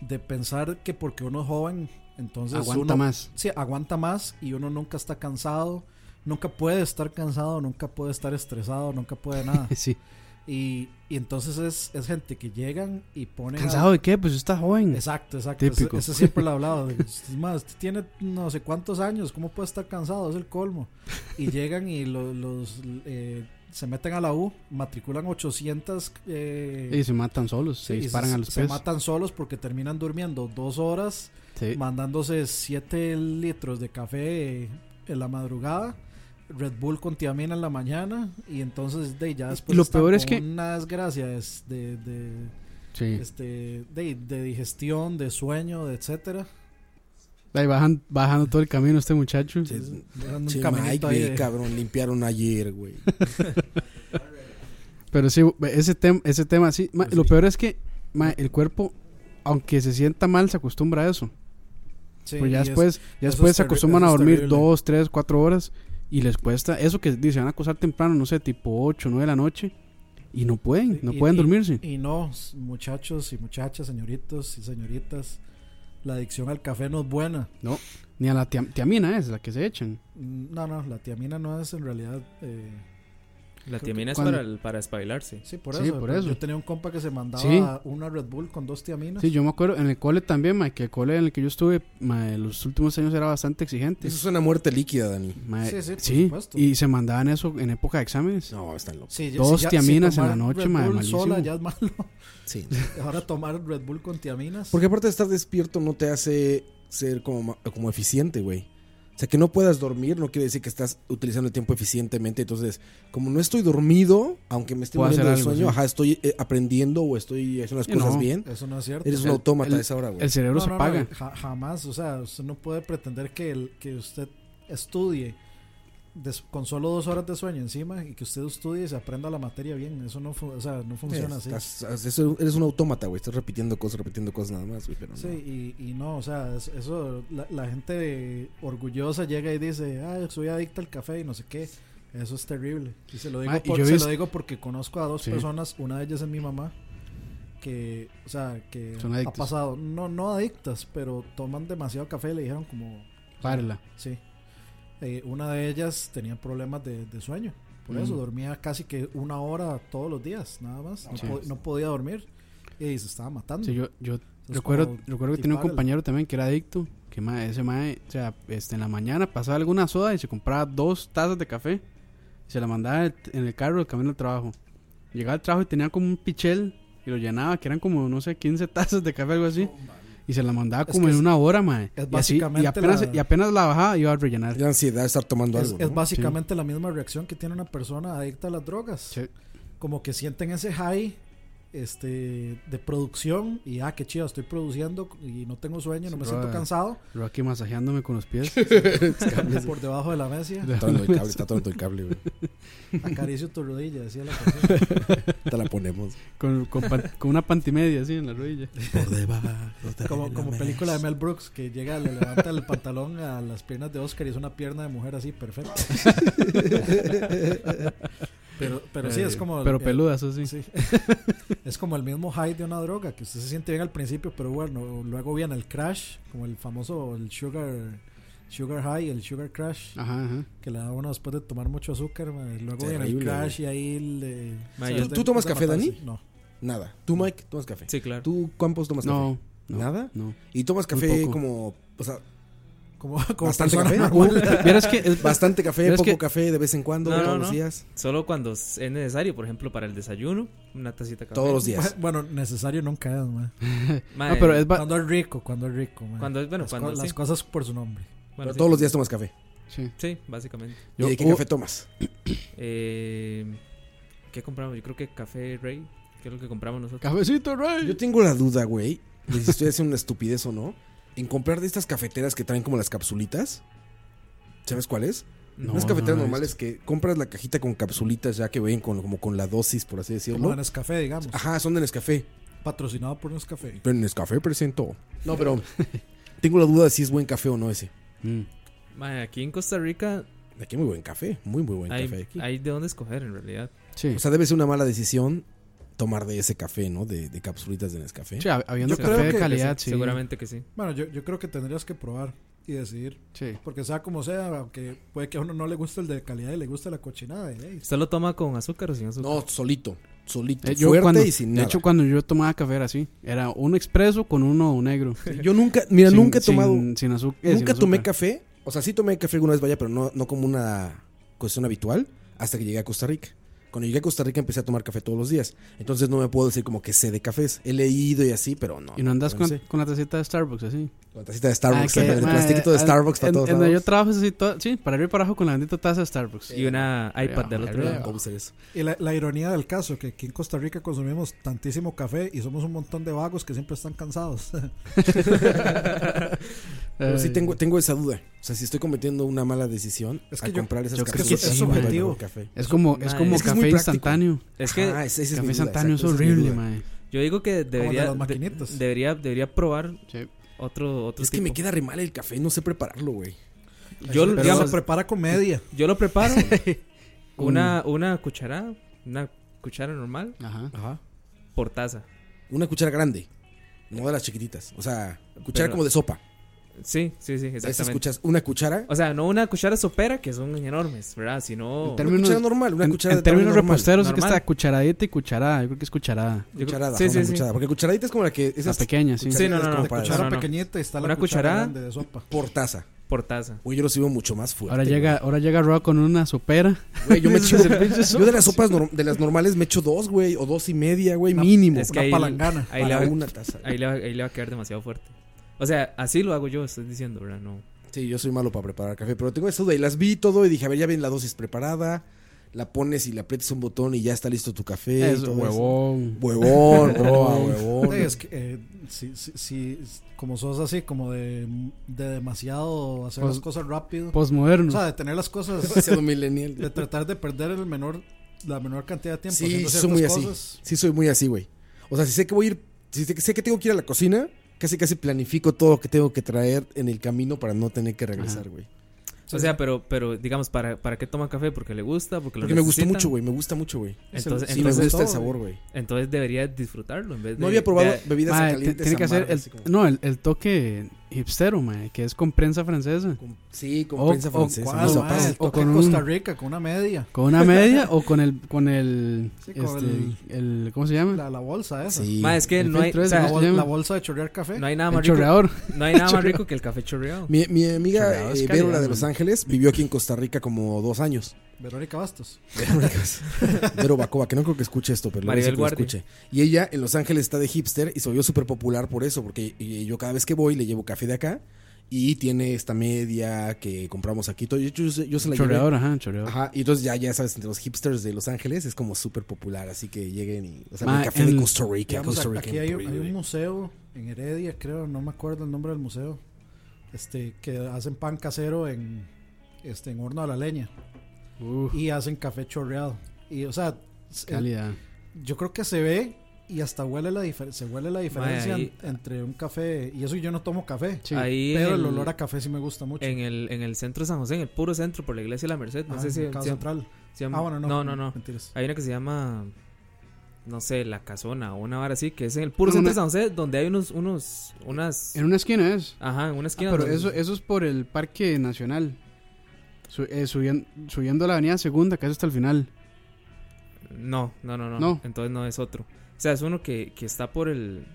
S3: de pensar que porque uno es joven, entonces
S2: Aguanta
S3: uno
S2: más.
S3: sí, aguanta más y uno nunca está cansado, nunca puede estar cansado, nunca puede estar estresado, nunca puede nada.
S2: Sí.
S3: y, y entonces es, es gente que llegan y ponen... a-
S2: ¿Cansado de qué? Pues está joven.
S3: Exacto, exacto. Ese-
S2: Típico.
S3: Ese, siempre lo he hablado. Es más, usted tiene no sé cuántos años, ¿cómo puede estar cansado? Es el colmo. Y llegan y lo- los eh, se meten a la U, matriculan 800. eh,
S2: Y se matan solos, se
S3: y
S2: disparan a los
S3: se
S2: pies.
S3: matan solos porque terminan durmiendo dos horas,
S2: Sí.
S3: mandándose 7 litros de café eh, en la madrugada. Red Bull con tiamina en la mañana y entonces de ahí, ya después
S2: lo
S3: están
S2: peor es
S3: con
S2: que-
S3: una desgracia es de- de
S2: Sí.
S3: este, de, de digestión, de sueño, de etcétera.
S2: Ahí bajan, bajando todo el camino este muchacho.
S1: Sí,
S3: Dando un
S1: Che, Mike,
S3: caminito ahí
S1: güey,
S3: de-
S1: cabrón, limpiaron ayer, güey.
S2: Pero sí, ese, tema ese tema, sí. ma,
S1: Pues
S2: lo
S1: sí.
S2: peor es que ma, el cuerpo, aunque se sienta mal, se acostumbra a eso.
S3: Sí,
S2: Pues ya
S3: y es-
S2: después, ya
S3: eso
S2: después
S3: es
S2: se
S3: terri-
S2: acostumbran
S3: eso
S2: a
S3: es
S2: dormir
S3: terrible.
S2: dos, tres, cuatro horas y les cuesta. Eso que dicen, van a acostar temprano, no sé, tipo 8, 9 de la noche. Y no pueden, no
S3: y-
S2: pueden
S3: y-
S2: dormirse.
S3: Y no, s- muchachos y muchachas, señoritos y señoritas, la adicción al café no es buena.
S2: Ni a la tia- tiamina es la que se echan.
S3: Mm, No, no, la tiamina no es en realidad. eh,
S4: La
S3: que
S4: tiamina es
S2: cuando-
S4: para, el- para espabilarse.
S3: sí, por
S2: Sí,
S3: eso.
S2: por
S3: pero
S2: eso.
S3: Yo tenía un compa que se mandaba
S2: Sí.
S3: una Red Bull con dos tiaminas.
S2: Sí, yo me acuerdo en el cole también, ma, que el cole en el que yo estuve, ma, en los últimos años era bastante exigente.
S1: Eso es una muerte líquida, Dani.
S2: Ma,
S3: Sí, sí, por supuesto.
S2: y se mandaban eso en época de exámenes.
S1: No, están locos.
S3: Sí, ya-
S2: Dos
S3: ya-
S2: tiaminas en
S3: tomar
S2: la noche,
S3: Red
S2: ma,
S3: Bull sola
S2: malísimo.
S3: ya es malo.
S1: Sí.
S3: Ahora tomar Red Bull con tiaminas.
S1: Porque aparte de estar despierto no te hace ser como, ma- como eficiente, güey. O sea, que no puedas dormir no quiere decir que estás utilizando el tiempo eficientemente. Entonces, como no estoy dormido, aunque me esté
S2: Puedo
S1: muriendo
S2: hacer
S1: de
S2: algo,
S1: sueño,
S2: sí.
S1: ajá, estoy eh, aprendiendo o estoy haciendo las
S2: Eh,
S1: cosas
S2: no.
S1: bien.
S3: Eso no es cierto.
S1: Eres un
S2: El-
S1: autómata
S2: el-
S1: a esa hora, güey.
S2: El cerebro
S3: No,
S2: se
S3: no, no,
S2: apaga.
S3: ja- jamás, o sea, usted no puede pretender que, el, que usted estudie des- con solo dos horas de sueño encima y que usted estudie y se aprenda la materia bien. Eso no, fu- o sea, no funciona así.
S1: Eh, Estás- estás- eres un autómata, güey. Estás repitiendo cosas, repitiendo cosas nada más, güey. Pero no.
S3: Sí, y, y no, o sea, es- eso, la, la gente orgullosa llega y dice, ah, soy adicta al café y no sé qué. Eso es terrible. Y se lo digo,
S2: Ma, y
S3: por-
S2: yo he
S3: se
S2: visto-
S3: lo digo porque conozco a dos
S2: Sí.
S3: personas, una de ellas es mi mamá, que, o sea, que
S2: Son
S3: ha
S2: adictas.
S3: pasado, no, no adictas, pero toman demasiado café y le dijeron como,
S2: Párela.
S3: Sí. Eh, una de ellas tenía problemas de, de sueño. Por eso dormía casi que una hora todos los días, nada más. No,
S2: Sí.
S3: po- no podía dormir y se estaba matando.
S2: Sí, yo, yo
S3: Eso es
S2: recuerdo,
S3: como
S2: recuerdo que tenía un
S3: dispárale.
S2: compañero también que era adicto. Que mae, ese mae, o sea, este, en la mañana pasaba alguna soda y se compraba dos tazas de café. Y se la mandaba en el carro el camino al trabajo. Llegaba al trabajo y tenía como un pichel y lo llenaba, que eran como, no sé, 15 tazas de café, algo así. Y se la mandaba
S3: Es
S2: como
S3: que
S2: en
S3: es-
S2: una hora, mae.
S3: es
S2: Y, así, y,
S3: básicamente
S2: apenas,
S3: la-
S2: y apenas la bajaba iba a rellenar.
S1: La ansiedad de estar tomando
S3: Es,
S1: algo.
S3: es
S1: ¿no?
S3: básicamente la misma reacción que tiene una persona adicta a las drogas.
S2: Sí.
S3: Como que sienten ese high este, de producción y ah, qué chido, estoy produciendo y no tengo sueño, no me siento
S2: droga.
S3: cansado.
S2: Luego aquí masajeándome con los pies.
S3: por debajo de la mesa,
S1: Está torando el cable, está torando el cable, güey.
S3: acaricio tu rodilla, decía la canción.
S1: Te la ponemos.
S2: con, con, pan- con una pantimedia así en la rodilla.
S1: Por debajo. te
S3: Como, como
S1: reglamento.
S3: película de Mel Brooks que llega, le levanta el pantalón a las piernas de Oscar y es una pierna de mujer así perfecta. pero, pero sí,
S1: Eh,
S3: es como. el-
S2: Pero
S3: el-
S2: peluda, eso sí.
S3: sí. es como el mismo high de una droga que usted se siente bien al principio, pero bueno, luego viene el crash, como el famoso el sugar, sugar high, el sugar crash,
S2: Ajá, ajá.
S3: que le da uno después de tomar mucho azúcar. ma, Luego viene el
S1: Terrible,
S3: crash y ahí le.
S4: Ma,
S3: se
S4: yo-
S3: de-
S1: ¿Tú tomas
S3: de
S1: café,
S3: matarse.
S1: Dani?
S3: No.
S1: Nada. ¿Tú, Mike, tomas café?
S4: Sí, claro.
S1: ¿Tú, Campos, tomas
S2: No,
S1: café?
S2: no.
S1: ¿Nada?
S2: No.
S1: Y tomas
S2: Muy
S1: café
S2: poco.
S1: como. O sea,
S3: Como, como
S1: bastante
S3: persona
S1: café.
S3: normal.
S2: Uh, vieras que es-
S1: Bastante café,
S2: Pero es
S1: poco
S2: que-
S1: café de vez en cuando,
S4: No,
S1: todos
S4: no,
S1: los
S4: no.
S1: días.
S4: Solo cuando es necesario, por ejemplo, para el desayuno, una tacita de café.
S1: Todos los días.
S3: Bueno, necesario nunca es, ma.
S4: Ma,
S2: no, pero
S4: eh,
S2: es ba-
S3: Cuando es rico, cuando es rico, ma.
S4: Cuando es- bueno,
S3: las,
S4: cuando
S3: co-
S4: sí.
S3: las cosas por su nombre.
S4: bueno,
S1: Pero
S4: sí.
S1: todos los días tomas café.
S2: sí.
S4: Sí, básicamente.
S1: ¿Y
S2: Yo-
S1: de qué
S2: uh,
S1: café tomas?
S4: Eh, ¿Qué compramos? Yo creo que café Rey, que es lo que compramos nosotros.
S2: Cafecito,
S1: Yo
S2: Rey.
S1: tengo la duda, güey, de si estoy haciendo una estupidez o no. En comprar de estas cafeteras que traen como las capsulitas. ¿Sabes cuáles?
S2: No,
S1: Unas
S2: no,
S1: cafeteras
S2: no,
S1: normales que compras la cajita con capsulitas ya que ven con, como con la dosis, por así
S3: Como
S1: decirlo.
S3: en Nescafé, digamos.
S1: Ajá, son de Nescafé.
S3: Patrocinado por Nescafé.
S1: Pero en Nescafé presento. No, pero tengo la duda de si es buen café o no ese.
S2: Mm.
S4: Ma, aquí en Costa Rica
S1: Aquí muy buen café, muy muy buen café
S4: hay,
S1: aquí.
S4: hay de dónde escoger en realidad.
S2: Sí.
S1: O sea, debe ser una mala decisión tomar de ese café, ¿no? De, de capsulitas de Nescafé.
S2: Sí, hab- habiendo
S3: Yo creo
S2: café
S3: que-
S2: de
S3: que
S2: calidad, sí.
S4: Seguramente que sí.
S3: Bueno, yo, yo creo que tendrías que probar y decidir.
S2: Sí. Eh,
S3: Porque sea como sea, aunque puede que a uno no le guste el de calidad y le guste la cochinada. eh,
S4: ¿Usted lo toma con azúcar o sin azúcar?
S1: No, solito. Solito.
S2: Eh, yo
S1: fuerte
S2: cuando-
S1: y sin
S2: De
S1: nada.
S2: hecho, cuando yo tomaba café era así. Era uno expreso con uno negro.
S1: yo nunca, mira,
S2: Sin-
S1: nunca he
S2: sin-
S1: tomado.
S2: Sin, azúcar.
S1: nunca tomé café. O sea, sí tomé café alguna vez, vaya, pero no, no como una cuestión habitual hasta que llegué a Costa Rica. Cuando llegué a Costa Rica empecé a tomar café todos los días. Entonces no me puedo decir como que sé de cafés. He leído y así, pero no.
S2: Y no andas
S1: no
S2: con,
S1: sé.
S2: con la tacita de Starbucks así.
S1: Con tacita de Starbucks,
S2: Ah, que,
S1: el
S2: ma,
S1: plastiquito de
S2: en-
S1: Starbucks para
S2: en-
S1: todos
S2: en donde yo
S1: lados.
S2: trabajo es así, todo- sí, para arriba y para abajo con la bendita taza de Starbucks.
S4: Y una
S1: eh,
S4: iPad del otro
S2: Arriba.
S4: lado.
S1: ¿Cómo ser eso?
S3: Y la, la ironía del caso, que aquí en Costa Rica consumimos tantísimo café y somos un montón de vagos que siempre están cansados.
S1: Pero sí
S2: Ay.
S1: tengo, tengo esa duda. O sea, si estoy cometiendo una mala decisión
S3: Es
S1: a
S3: que yo-
S1: comprar esas
S2: yo creo que
S1: cápsulas
S2: sí,
S1: de
S2: güey.
S1: nuevo café.
S2: Es como, es
S4: Ma,
S2: como
S4: es
S1: que es
S2: café
S1: muy práctico.
S2: instantáneo.
S4: Es que
S1: Ah, esa- esa es mi
S2: café
S1: duda,
S2: instantáneo es
S1: exacto, esa mi
S2: horrible,
S1: duda.
S2: mae.
S4: yo digo que debería,
S3: las
S4: de-
S3: maquinitas.
S4: debería, debería probar
S2: Sí.
S4: otro, otro
S1: Es que
S4: tipo.
S1: me queda re mal el café, no sé prepararlo, güey.
S4: Yo,
S3: Pero
S4: digamos,
S3: se prepara con media.
S4: yo lo preparo una, una cucharada, una cuchara normal
S2: Ajá.
S1: Ajá.
S4: por taza.
S1: Una cuchara grande, no de las chiquititas. O sea, cuchara
S4: Pero-
S1: como de sopa.
S4: Sí, sí, sí,
S1: Esas
S4: exactamente.
S1: cucharas, una cuchara,
S4: O sea, no una cuchara sopera, que son enormes, ¿verdad? Sino...
S2: En
S1: una
S2: términos-
S1: cuchara normal, una
S2: en,
S1: cuchara
S2: en
S1: de tamaño
S2: términos
S1: normal.
S2: reposteros es que
S4: normal.
S2: está cucharadita y cucharada. Yo creo que es cucharada.
S4: Yo creo-
S1: Cucharada,
S4: sí,
S1: ajá,
S4: sí,
S1: una
S4: sí.
S1: cucharada. Porque cucharadita es como la que
S2: Las
S1: esas
S2: pequeñas, sí.
S4: Sí, no, no,
S1: cucharadas
S4: no,
S1: como
S4: de
S1: para-
S3: Pues Cuchara
S4: no, no.
S3: pequeñita y está la
S4: Una
S3: cuchara
S4: cucharada.
S3: grande de sopa.
S1: por taza.
S4: Por taza.
S1: Güey, yo lo sirvo mucho más fuerte.
S2: Ahora llega, ahora llega Roa con una sopera.
S1: Güey, yo me
S2: Ese
S1: echo.
S2: servicio es-
S1: Yo de las sopas norm- de las normales me echo dos, güey, o dos y media, güey, mínimo.
S4: Es que
S3: una
S4: ahí-
S3: palangana
S4: Ahí le,
S1: para
S4: va,
S1: una taza.
S4: ahí, le va, ahí le va a quedar demasiado fuerte. O sea, así lo hago yo, estoy diciendo, ¿verdad? No.
S1: Sí, yo soy malo para preparar café, pero tengo esa duda y las vi todo y dije, a ver, ya ven la dosis preparada, la pones y le aprietas un botón y ya está listo tu café. y
S2: Es
S1: todo eso.
S2: huevón.
S1: Huevón, bro, huevón.
S3: Sí, es que, eh, si, si, si- como sos así, como de, de demasiado hacer las
S1: Pues,
S2: Pos-
S3: cosas rápido. O
S2: Postmoderno.
S3: sea, de tener las cosas,
S1: Demasiado millennial.
S3: de tratar de perder el menor, la menor cantidad de tiempo.
S1: Sí,
S3: haciendo
S1: soy
S3: ciertas
S1: muy así.
S3: cosas.
S1: Sí, soy muy así, güey. O sea, si sé que voy a ir, si sé que- sé que tengo que ir a la cocina, casi casi planifico todo lo que tengo que traer en el camino para no tener que regresar, güey.
S4: O sea, pero, pero digamos, ¿para, ¿para qué toma café? ¿Porque le gusta? ¿Porque lo
S1: Porque me gustó
S4: necesita?
S1: mucho, güey, me gusta mucho, güey.
S4: Entonces,
S1: Sí, me
S4: entonces,
S1: gusta el
S3: todo,
S1: sabor, güey.
S4: entonces debería disfrutarlo en vez de...
S1: No había probado
S4: de-
S1: bebidas
S2: Mae, te-
S1: calientes.
S2: tiene que hacer
S1: amargas,
S2: el,
S1: así como-
S2: no, el, el toque hipstero, mae, que es con prensa francesa.
S1: Con- sí, con
S2: O-
S1: prensa
S2: o
S1: francesa.
S3: ¿Cuál,
S1: mis
S3: mae?
S1: papás.
S2: o
S3: Toqué
S2: con
S3: en
S2: un-
S3: Costa Rica con una media.
S2: Con una media o con el. Con el,
S3: Sí, con
S2: este, el- ¿Cómo se llama?
S3: La, la bolsa esa.
S1: Sí.
S4: Ma, es que
S2: El
S4: no hay,
S2: filtro
S4: o
S2: ese,
S4: sea,
S3: La,
S2: ¿cómo
S3: bol-
S2: se llama?
S3: la bolsa de chorear café.
S4: no hay nada
S2: el
S4: más rico,
S2: chorreador.
S4: no hay nada más rico que el café chorreado.
S1: Mi, mi amiga
S2: Chorreado es
S1: eh,
S2: calidad,
S1: Vérola de
S2: man.
S1: Los Ángeles vivió aquí en Costa Rica como dos años.
S3: Verónica Bastos.
S1: Vero Bacova, que no creo que escuche esto, pero lo
S4: Maribel Guardia.
S1: escuche. Y ella en Los Ángeles está de hipster y se volvió súper popular por eso, porque y- yo cada vez que voy le llevo café de acá y tiene esta media que compramos aquí. Todo. Yo, yo, se- yo se la llevé.
S2: Chorreador, ajá, chorreador.
S1: Ajá, y entonces ya, ya sabes, entre los hipsters de Los Ángeles es como súper popular, así que lleguen y... O sea,
S2: Ma,
S1: el café
S2: en-
S1: de Costa Rica,
S3: Digamos,
S1: Costa Rica.
S3: aquí hay, hay un
S1: Rica.
S3: museo en Heredia, creo, no me acuerdo el nombre del museo, este, que hacen pan casero en, este, en horno a la leña
S2: Uf,
S3: y hacen café chorreado. Y, o sea, s- el-
S2: calidad.
S3: yo creo que se ve y hasta huele la difer- se huele la diferencia
S4: ahí-
S3: en- entre un café y eso yo no tomo café,
S2: Sí.
S4: Ahí
S3: pero
S4: en
S3: el, olor a café sí me gusta mucho.
S4: en el en el centro de San José, en el puro centro por la iglesia de la Merced, no
S3: Ah,
S4: sé
S3: en
S4: si,
S3: Mercado
S4: si han-
S3: central.
S4: si han-
S3: Ah, bueno, no.
S4: no, no, no.
S3: Mentiras.
S4: Hay una que se llama no sé, la casona o una vara así, que es en el puro
S2: Bueno,
S4: centro
S2: una-
S4: de San José donde hay unos unos unas
S2: En una esquina es.
S4: ajá, en una esquina.
S2: Ah, Pero
S4: donde-
S2: eso, eso es por el Parque Nacional. Su- eh, subiendo, subiendo la avenida segunda, casi hasta el final.
S4: No, no, no, no,
S2: No.
S4: Entonces no es otro. O sea, es uno que, que está por el,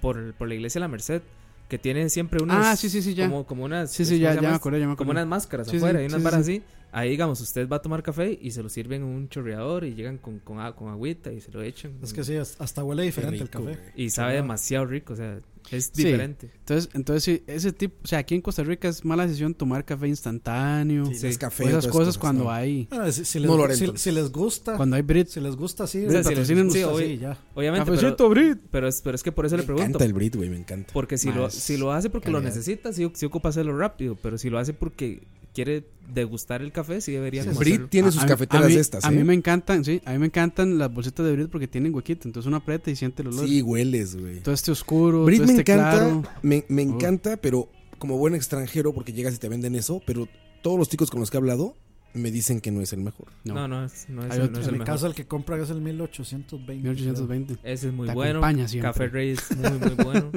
S4: por el- por la iglesia de la Merced, que tiene siempre unos
S2: ah, sí, sí, sí, ya.
S4: como como unas
S2: sí, sí,
S4: ¿cómo
S2: ya,
S4: se
S2: ya
S4: llama
S2: me
S4: esto?
S2: acordé, ya me
S4: como
S2: acordé.
S4: unas máscaras
S2: Sí, sí,
S4: afuera, hay
S2: sí,
S4: unas
S2: sí,
S4: varas
S2: sí.
S4: así. Ahí, digamos, usted va a tomar café y se lo sirven en un chorreador y llegan con, con, a- con agüita y se lo echan.
S3: Es que sí, hasta hasta huele diferente el café.
S1: güey.
S4: Y sabe
S3: chorreado.
S4: demasiado rico, o sea, es
S2: Sí.
S4: diferente.
S2: Entonces, entonces sí, ese tipo, o sea, aquí en Costa Rica es mala decisión tomar café instantáneo.
S1: Sí, no es café,
S2: o esas
S1: otras
S2: cosas, cuando
S1: ¿no?
S2: hay
S3: Bueno, Ah, si, si les,
S1: No lo haré
S3: si-
S1: entonces.
S3: si les gusta,
S2: cuando hay Brits.
S3: si les gusta así,
S4: O sea, si les
S3: patrocinen
S4: gusta,
S3: ustedes,
S4: sí,
S3: sí, ya.
S4: Obviamente, pero,
S2: Cafecito Brit.
S4: pero es, pero es que por eso
S1: Me
S4: le pregunto.
S1: encanta el Brit, güey, me encanta.
S4: Porque si lo,
S2: Más
S4: si lo hace porque lo
S2: calidad.
S4: necesita, sí, sí ocupa hacerlo rápido. Pero si lo hace porque quiere degustar el café, sí debería
S1: El
S4: como
S1: Brit
S4: hacerlo.
S1: tiene
S2: A-
S1: sus
S2: a mí-
S1: cafeteras
S2: a mí,
S1: estas,
S2: A mí
S1: ¿eh?
S2: me encantan, sí, a mí me encantan las bolsitas de Brit porque tienen huequito, entonces uno aprieta y siente el olor.
S1: Sí, hueles, güey.
S2: Todo este oscuro,
S1: Brit
S2: todo
S1: me
S2: este
S1: encanta,
S2: claro.
S1: me, me encanta, pero como buen extranjero, porque llegas y te venden eso, pero todos los chicos con los que he hablado me dicen que no es el mejor.
S2: No,
S4: No, no es, no es,
S2: Hay
S4: no
S2: otros
S4: es
S3: En
S4: el
S3: mi
S4: mejor.
S3: casa el que compran es el 1820.
S2: 1820.
S4: Ese es muy
S2: Te
S4: bueno.
S2: acompaña siempre.
S4: Café Rey es muy, muy bueno.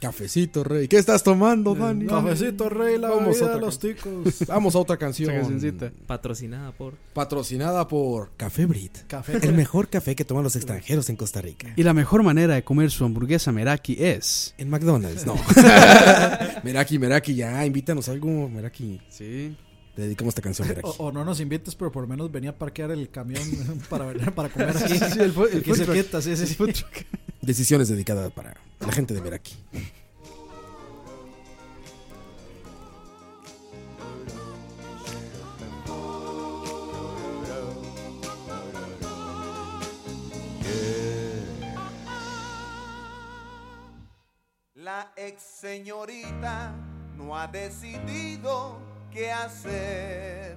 S1: Cafecito, rey. ¿Qué estás tomando, Dani?
S3: creo. Cafecito rey, la
S1: Vamos
S3: bebida
S1: otra
S3: de los ticos.
S1: Vamos a otra
S2: Esa
S1: canción.
S2: cancioncita.
S4: Patrocinada por.
S1: Patrocinada por Café Brit.
S3: Café
S1: El
S3: con-
S1: mejor café que toman los extranjeros en Costa Rica.
S2: Y la mejor manera de comer su hamburguesa Meraki es.
S1: En McDonald's, no. Meraki, Meraki, ya, invítanos algo, Meraki.
S2: Sí.
S1: Te dedicamos esta canción, Meraki.
S3: o, o no nos invites, pero por lo menos venía a parquear el camión para, venir- para comer aquí.
S2: Sí, el, fu- el
S3: Aquí
S2: food
S3: se
S2: truck.
S3: quita, sí, sí, sí.
S1: Decisiones dedicadas para la gente de Meraki.
S7: La ex señorita no ha decidido qué hacer.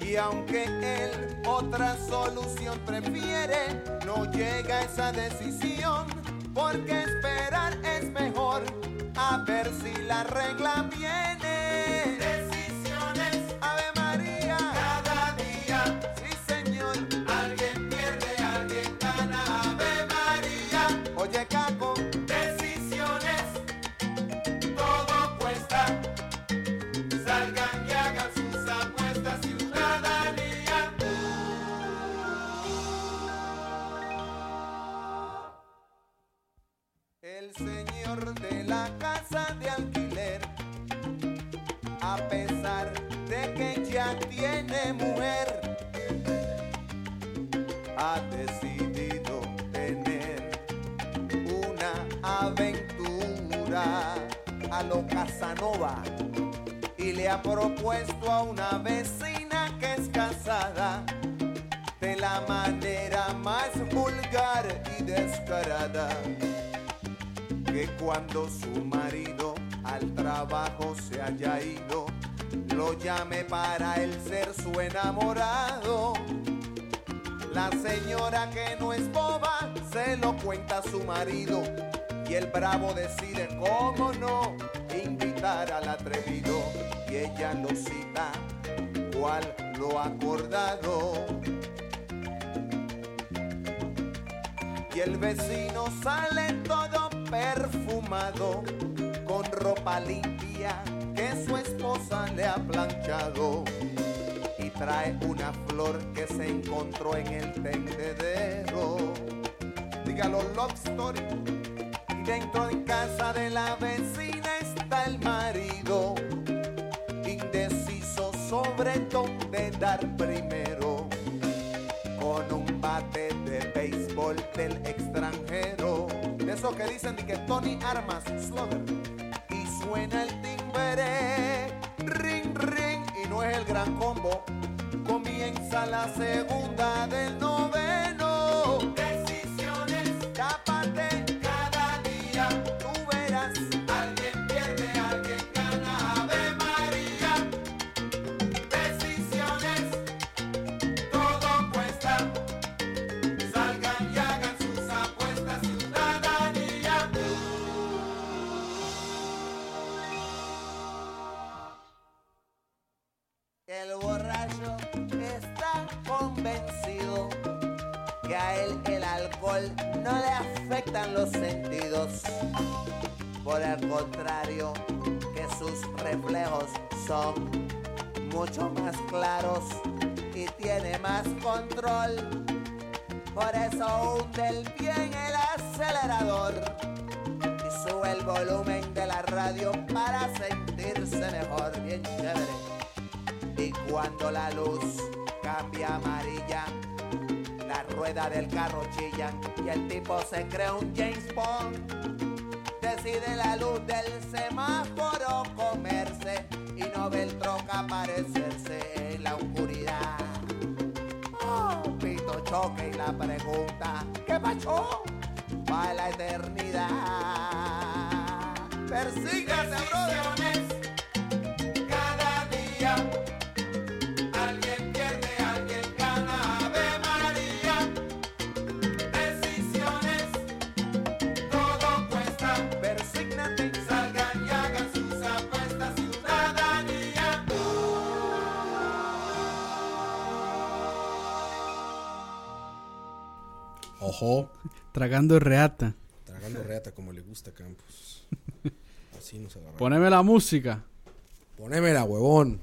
S7: Y aunque él otra solución prefiere, no llega a esa decisión, porque esperar es mejor, a ver si la regla viene. Decisiones, Ave María, cada día, sí señor, alguien pierde, alguien gana, Ave María. Oye Caco, decisiones, todo cuesta. Salgan y hagan sus apuestas, ciudadanía. El señor de la casa de alquiler, a pesar de que ya tiene mujer, ha decidido tener una aventura a lo Casanova y le ha propuesto a una vecina que es casada de la manera más vulgar y descarada que cuando su marido al trabajo se haya ido, lo llame para el ser su enamorado. La señora que no es boba se lo cuenta a su marido y el bravo decide cómo no invitar al atrevido y ella lo cita cual lo acordado. Y el vecino sale todo perfumado, con ropa limpia que su esposa le ha planchado. Y trae una flor que se encontró en el tendedero. Dígalo, Love Story. Y dentro de casa de la vecina está el marido, indeciso sobre dónde dar primero con un bate de béisbol del extranjero. De esos que dicen de que Tony Armas, Slugger. Y suena el timbre, ring, ring, y no es el gran combo. Comienza la segunda del noveno. Decisiones, tápate cada día. Tú verás, alguien pierde, alguien gana. Ave María. Decisiones, todo cuesta. Salgan y hagan sus apuestas, ciudadanía. El borracho está convencido que a él el alcohol no le afectan los sentidos. Por el contrario, que sus reflejos son mucho más claros y tiene más control. Por eso hunde el pie en el acelerador y sube el volumen de la radio para sentirse mejor, bien chévere. Y cuando la luz cambia amarilla, la rueda del carro chilla y el tipo se cree un James Bond decide la luz del semáforo comerse y no ve el troca aparecerse en la oscuridad. Oh, pito choque y la pregunta, ¿qué pacho? Va la eternidad. Persíguese, brother. Cada día. Alguien pierde, alguien gana. Ave María. Decisiones todo cuesta. Persígnate, salgan y hagan sus apuestas, ciudadanía.
S1: Ojo.
S2: Tragando reata.
S1: Tragando reata como le gusta a Campos. Así nos agarramos.
S2: Poneme la música.
S1: Ponémela, huevón.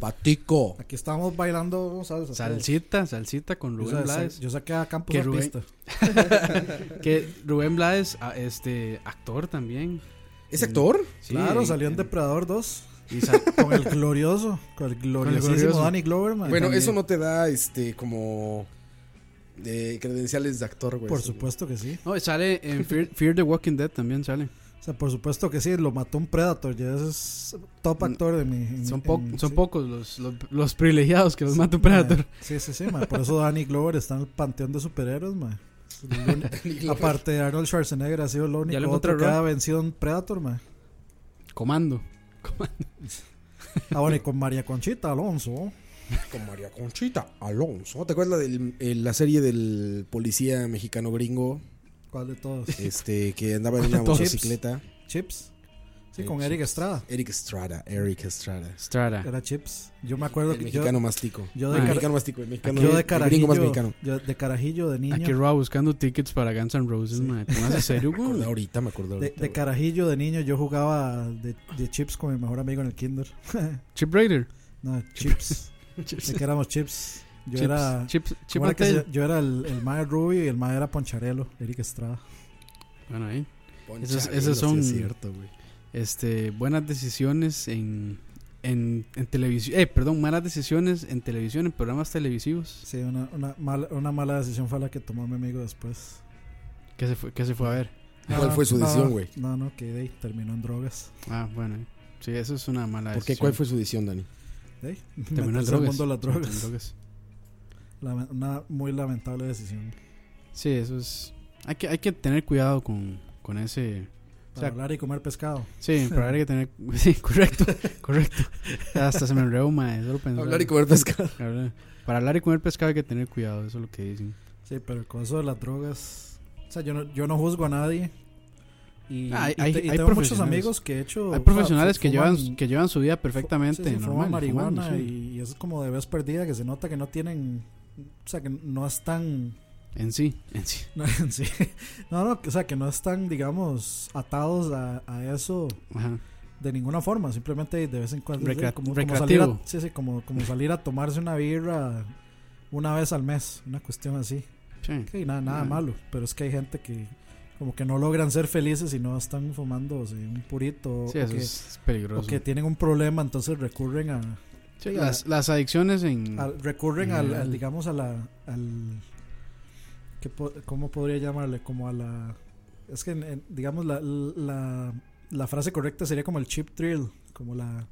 S1: Patico.
S3: Aquí estamos bailando salsa.
S2: Salsita, salsita con
S3: Yo,
S2: Rubén
S3: sa-
S2: Blades.
S3: yo saqué a Campos
S2: Que Rubén-
S3: artista.
S2: Que Rubén Blades, ah, este, actor también.
S1: ¿Es actor?
S2: Sí,
S3: Claro,
S2: en-
S3: salió en
S2: en-
S3: Depredador 2
S2: y sa-
S3: con el glorioso, con el gloriosísimo
S2: glorioso.
S3: Danny Glover, man.
S1: Bueno,
S2: también.
S1: eso no te da este como de credenciales de actor, güey.
S2: Pues
S3: por supuesto que sí.
S2: no, y sale en Fear, Fear the Walking Dead también sale.
S3: O sea, por supuesto que sí, lo mató un Predator, ya ese es top actor de mi... en-
S2: Son, po-
S3: en-
S2: son
S3: Mm, sí.
S2: pocos los, los, los privilegiados que los mata un predator.
S3: Ma, Eh, Sí, sí, sí, ma. por eso Danny Glover está en el panteón de superhéroes, ma. Es el único- Aparte de Arnold Schwarzenegger, ha sido el único
S4: lo
S3: otro
S4: encontré,
S3: que
S4: Ron.
S3: ha vencido un Predator, ma.
S2: Comando.
S3: Ah, bueno, y con María Conchita Alonso.
S1: Con María Conchita Alonso. ¿Te acuerdas de la serie del policía mexicano gringo?
S3: ¿Cuál de todos?
S1: Este, que andaba en una
S3: Chips.
S1: motocicleta.
S3: Chips. Sí,
S1: Sí,
S3: con Eric Estrada.
S1: Eric Estrada, Eric Estrada.
S2: Strada.
S3: Era Chips. Yo me acuerdo
S1: El
S3: que yo,
S1: mexicano mastico.
S3: yo
S1: El
S3: de cara-
S1: mexicano mastico, el mexicano
S3: yo de
S1: el gringo más
S3: carajillo,
S1: mexicano. Ah,
S3: yo de carajillo de niño,
S2: Aquí Roa buscando tickets para Guns N' Roses, mae. ¿Te vas en serio,
S1: Me
S2: güey?
S1: acordé ahorita, me acordé
S3: Mm. de,
S1: ahorita.
S3: de
S1: güey.
S3: carajillo de niño yo jugaba de, de Chips con mi mejor amigo en el kinder.
S2: Chip Raider.
S3: No, Chips. de que éramos Chips. Yo
S2: Chips.
S3: era
S2: Chips- Chip
S3: ¿Cómo era que
S2: and
S3: se-
S2: Dale.
S3: yo era el, el mae Rubio y el mae era Poncharelo, Eric Estrada.
S2: Bueno, ahí.
S1: Poncha,
S2: esos-
S1: güey,
S2: esos
S1: sí
S2: son-
S1: es cierto, güey.
S2: Este, buenas decisiones en, en, en televisión. Eh, perdón, malas decisiones en televisión, en programas televisivos.
S3: Sí, una, una, mala, una mala decisión fue la que tomó mi amigo después.
S2: ¿Qué se fue, qué se fue a ver?
S1: ¿Cuál fue su decisión, güey?
S3: No, no, que de ahí terminó en drogas.
S2: Ah, bueno. eh. Sí, eso es una
S3: Ah,
S2: mala
S1: ¿Por qué?
S2: decisión.
S1: ¿Cuál fue su decisión, Dani?
S3: De ahí,
S2: Terminó en
S3: meterse al
S2: drogas.
S3: mundo de las
S2: En
S3: drogas.
S2: drogas.
S3: Lame- una muy lamentable decisión.
S2: Sí, eso es... Hay que, hay que tener cuidado con, con ese...
S3: Para hablar y comer pescado.
S2: Sí, pero habría que tener. Sí, correcto, correcto. Hasta se me enredó, mae, solo pensar.
S1: Hablar y comer pescado.
S2: Hablar- Para hablar y comer pescado hay que tener cuidado, eso es lo que dicen.
S3: Sí, pero con eso de las drogas. O sea, yo no, yo no juzgo a nadie. Y,
S2: Ah, hay-
S3: y
S2: hay-
S3: te- y
S2: hay
S3: tengo muchos
S2: profesionales.
S3: amigos que he
S1: Oh,
S3: hecho.
S2: Hay profesionales
S1: ah,
S3: o sea,
S2: que,
S3: fuman-
S2: llevan, que llevan su vida perfectamente,
S3: sí, sí, fuman
S2: normal.
S3: marihuana
S2: fumando, sí.
S3: y, y eso es como de vez perdida que se nota que no tienen. O sea, que no están.
S2: En sí, en sí.
S3: No, sí. no, no, o sea, que no están, digamos, atados a, a eso
S2: Ajá.
S3: de ninguna forma. Simplemente de vez en cuando. sí,
S2: Recrea-
S3: como, como salir
S2: recreativo.
S3: a, sí, sí, como, como salir a tomarse una birra una vez al mes. Una cuestión así.
S2: Sí.
S3: Sí, nada, nada
S2: Ah.
S3: malo, pero es que hay gente que como que no logran ser felices y no están fumando o sea, un purito
S2: Sí,
S3: o,
S2: eso
S3: que,
S2: es
S3: o
S2: peligroso.
S3: que tienen un problema, entonces recurren a,
S2: Sí, las, las adicciones en...
S3: a- recurren al, al,
S2: Real.
S3: digamos a la al ¿qué po- cómo podría llamarle como a la es que en- en- digamos la, la la frase correcta sería como el chip thrill, como la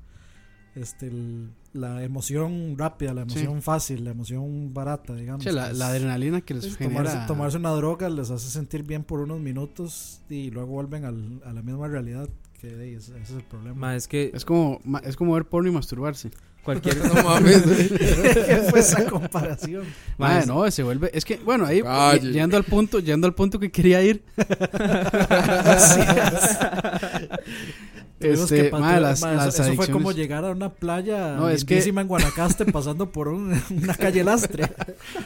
S3: este el- la emoción rápida, la
S2: Sí.
S3: emoción fácil, la emoción barata, digamos.
S2: Sí, la,
S3: que es-
S2: la adrenalina que les
S3: Sí,
S2: genera...
S3: tomarse, tomarse una droga les hace sentir bien por unos minutos y luego vuelven al- a la misma realidad que de ellos. Ese es el problema.
S4: Ma, es que
S2: Es como, ma- es como ver porno y masturbarse.
S4: cualquier.
S1: No mames, güey.
S3: ¿Qué fue esa comparación?
S4: Ma,
S2: Madre,
S4: es-
S2: no, se vuelve... Es que, bueno, ahí...
S1: Calle.
S2: ll- Llegando al punto, llegando al punto que quería ir.
S3: Así es. Tuvimos
S2: Este,
S3: que
S2: ma,
S3: patear-
S2: las,
S3: ma, eso-
S2: las
S3: eso, fue
S2: adicciones.
S3: como llegar a una playa
S2: No, es que-
S3: lindísima en Guanacaste pasando por un- una calle lastre.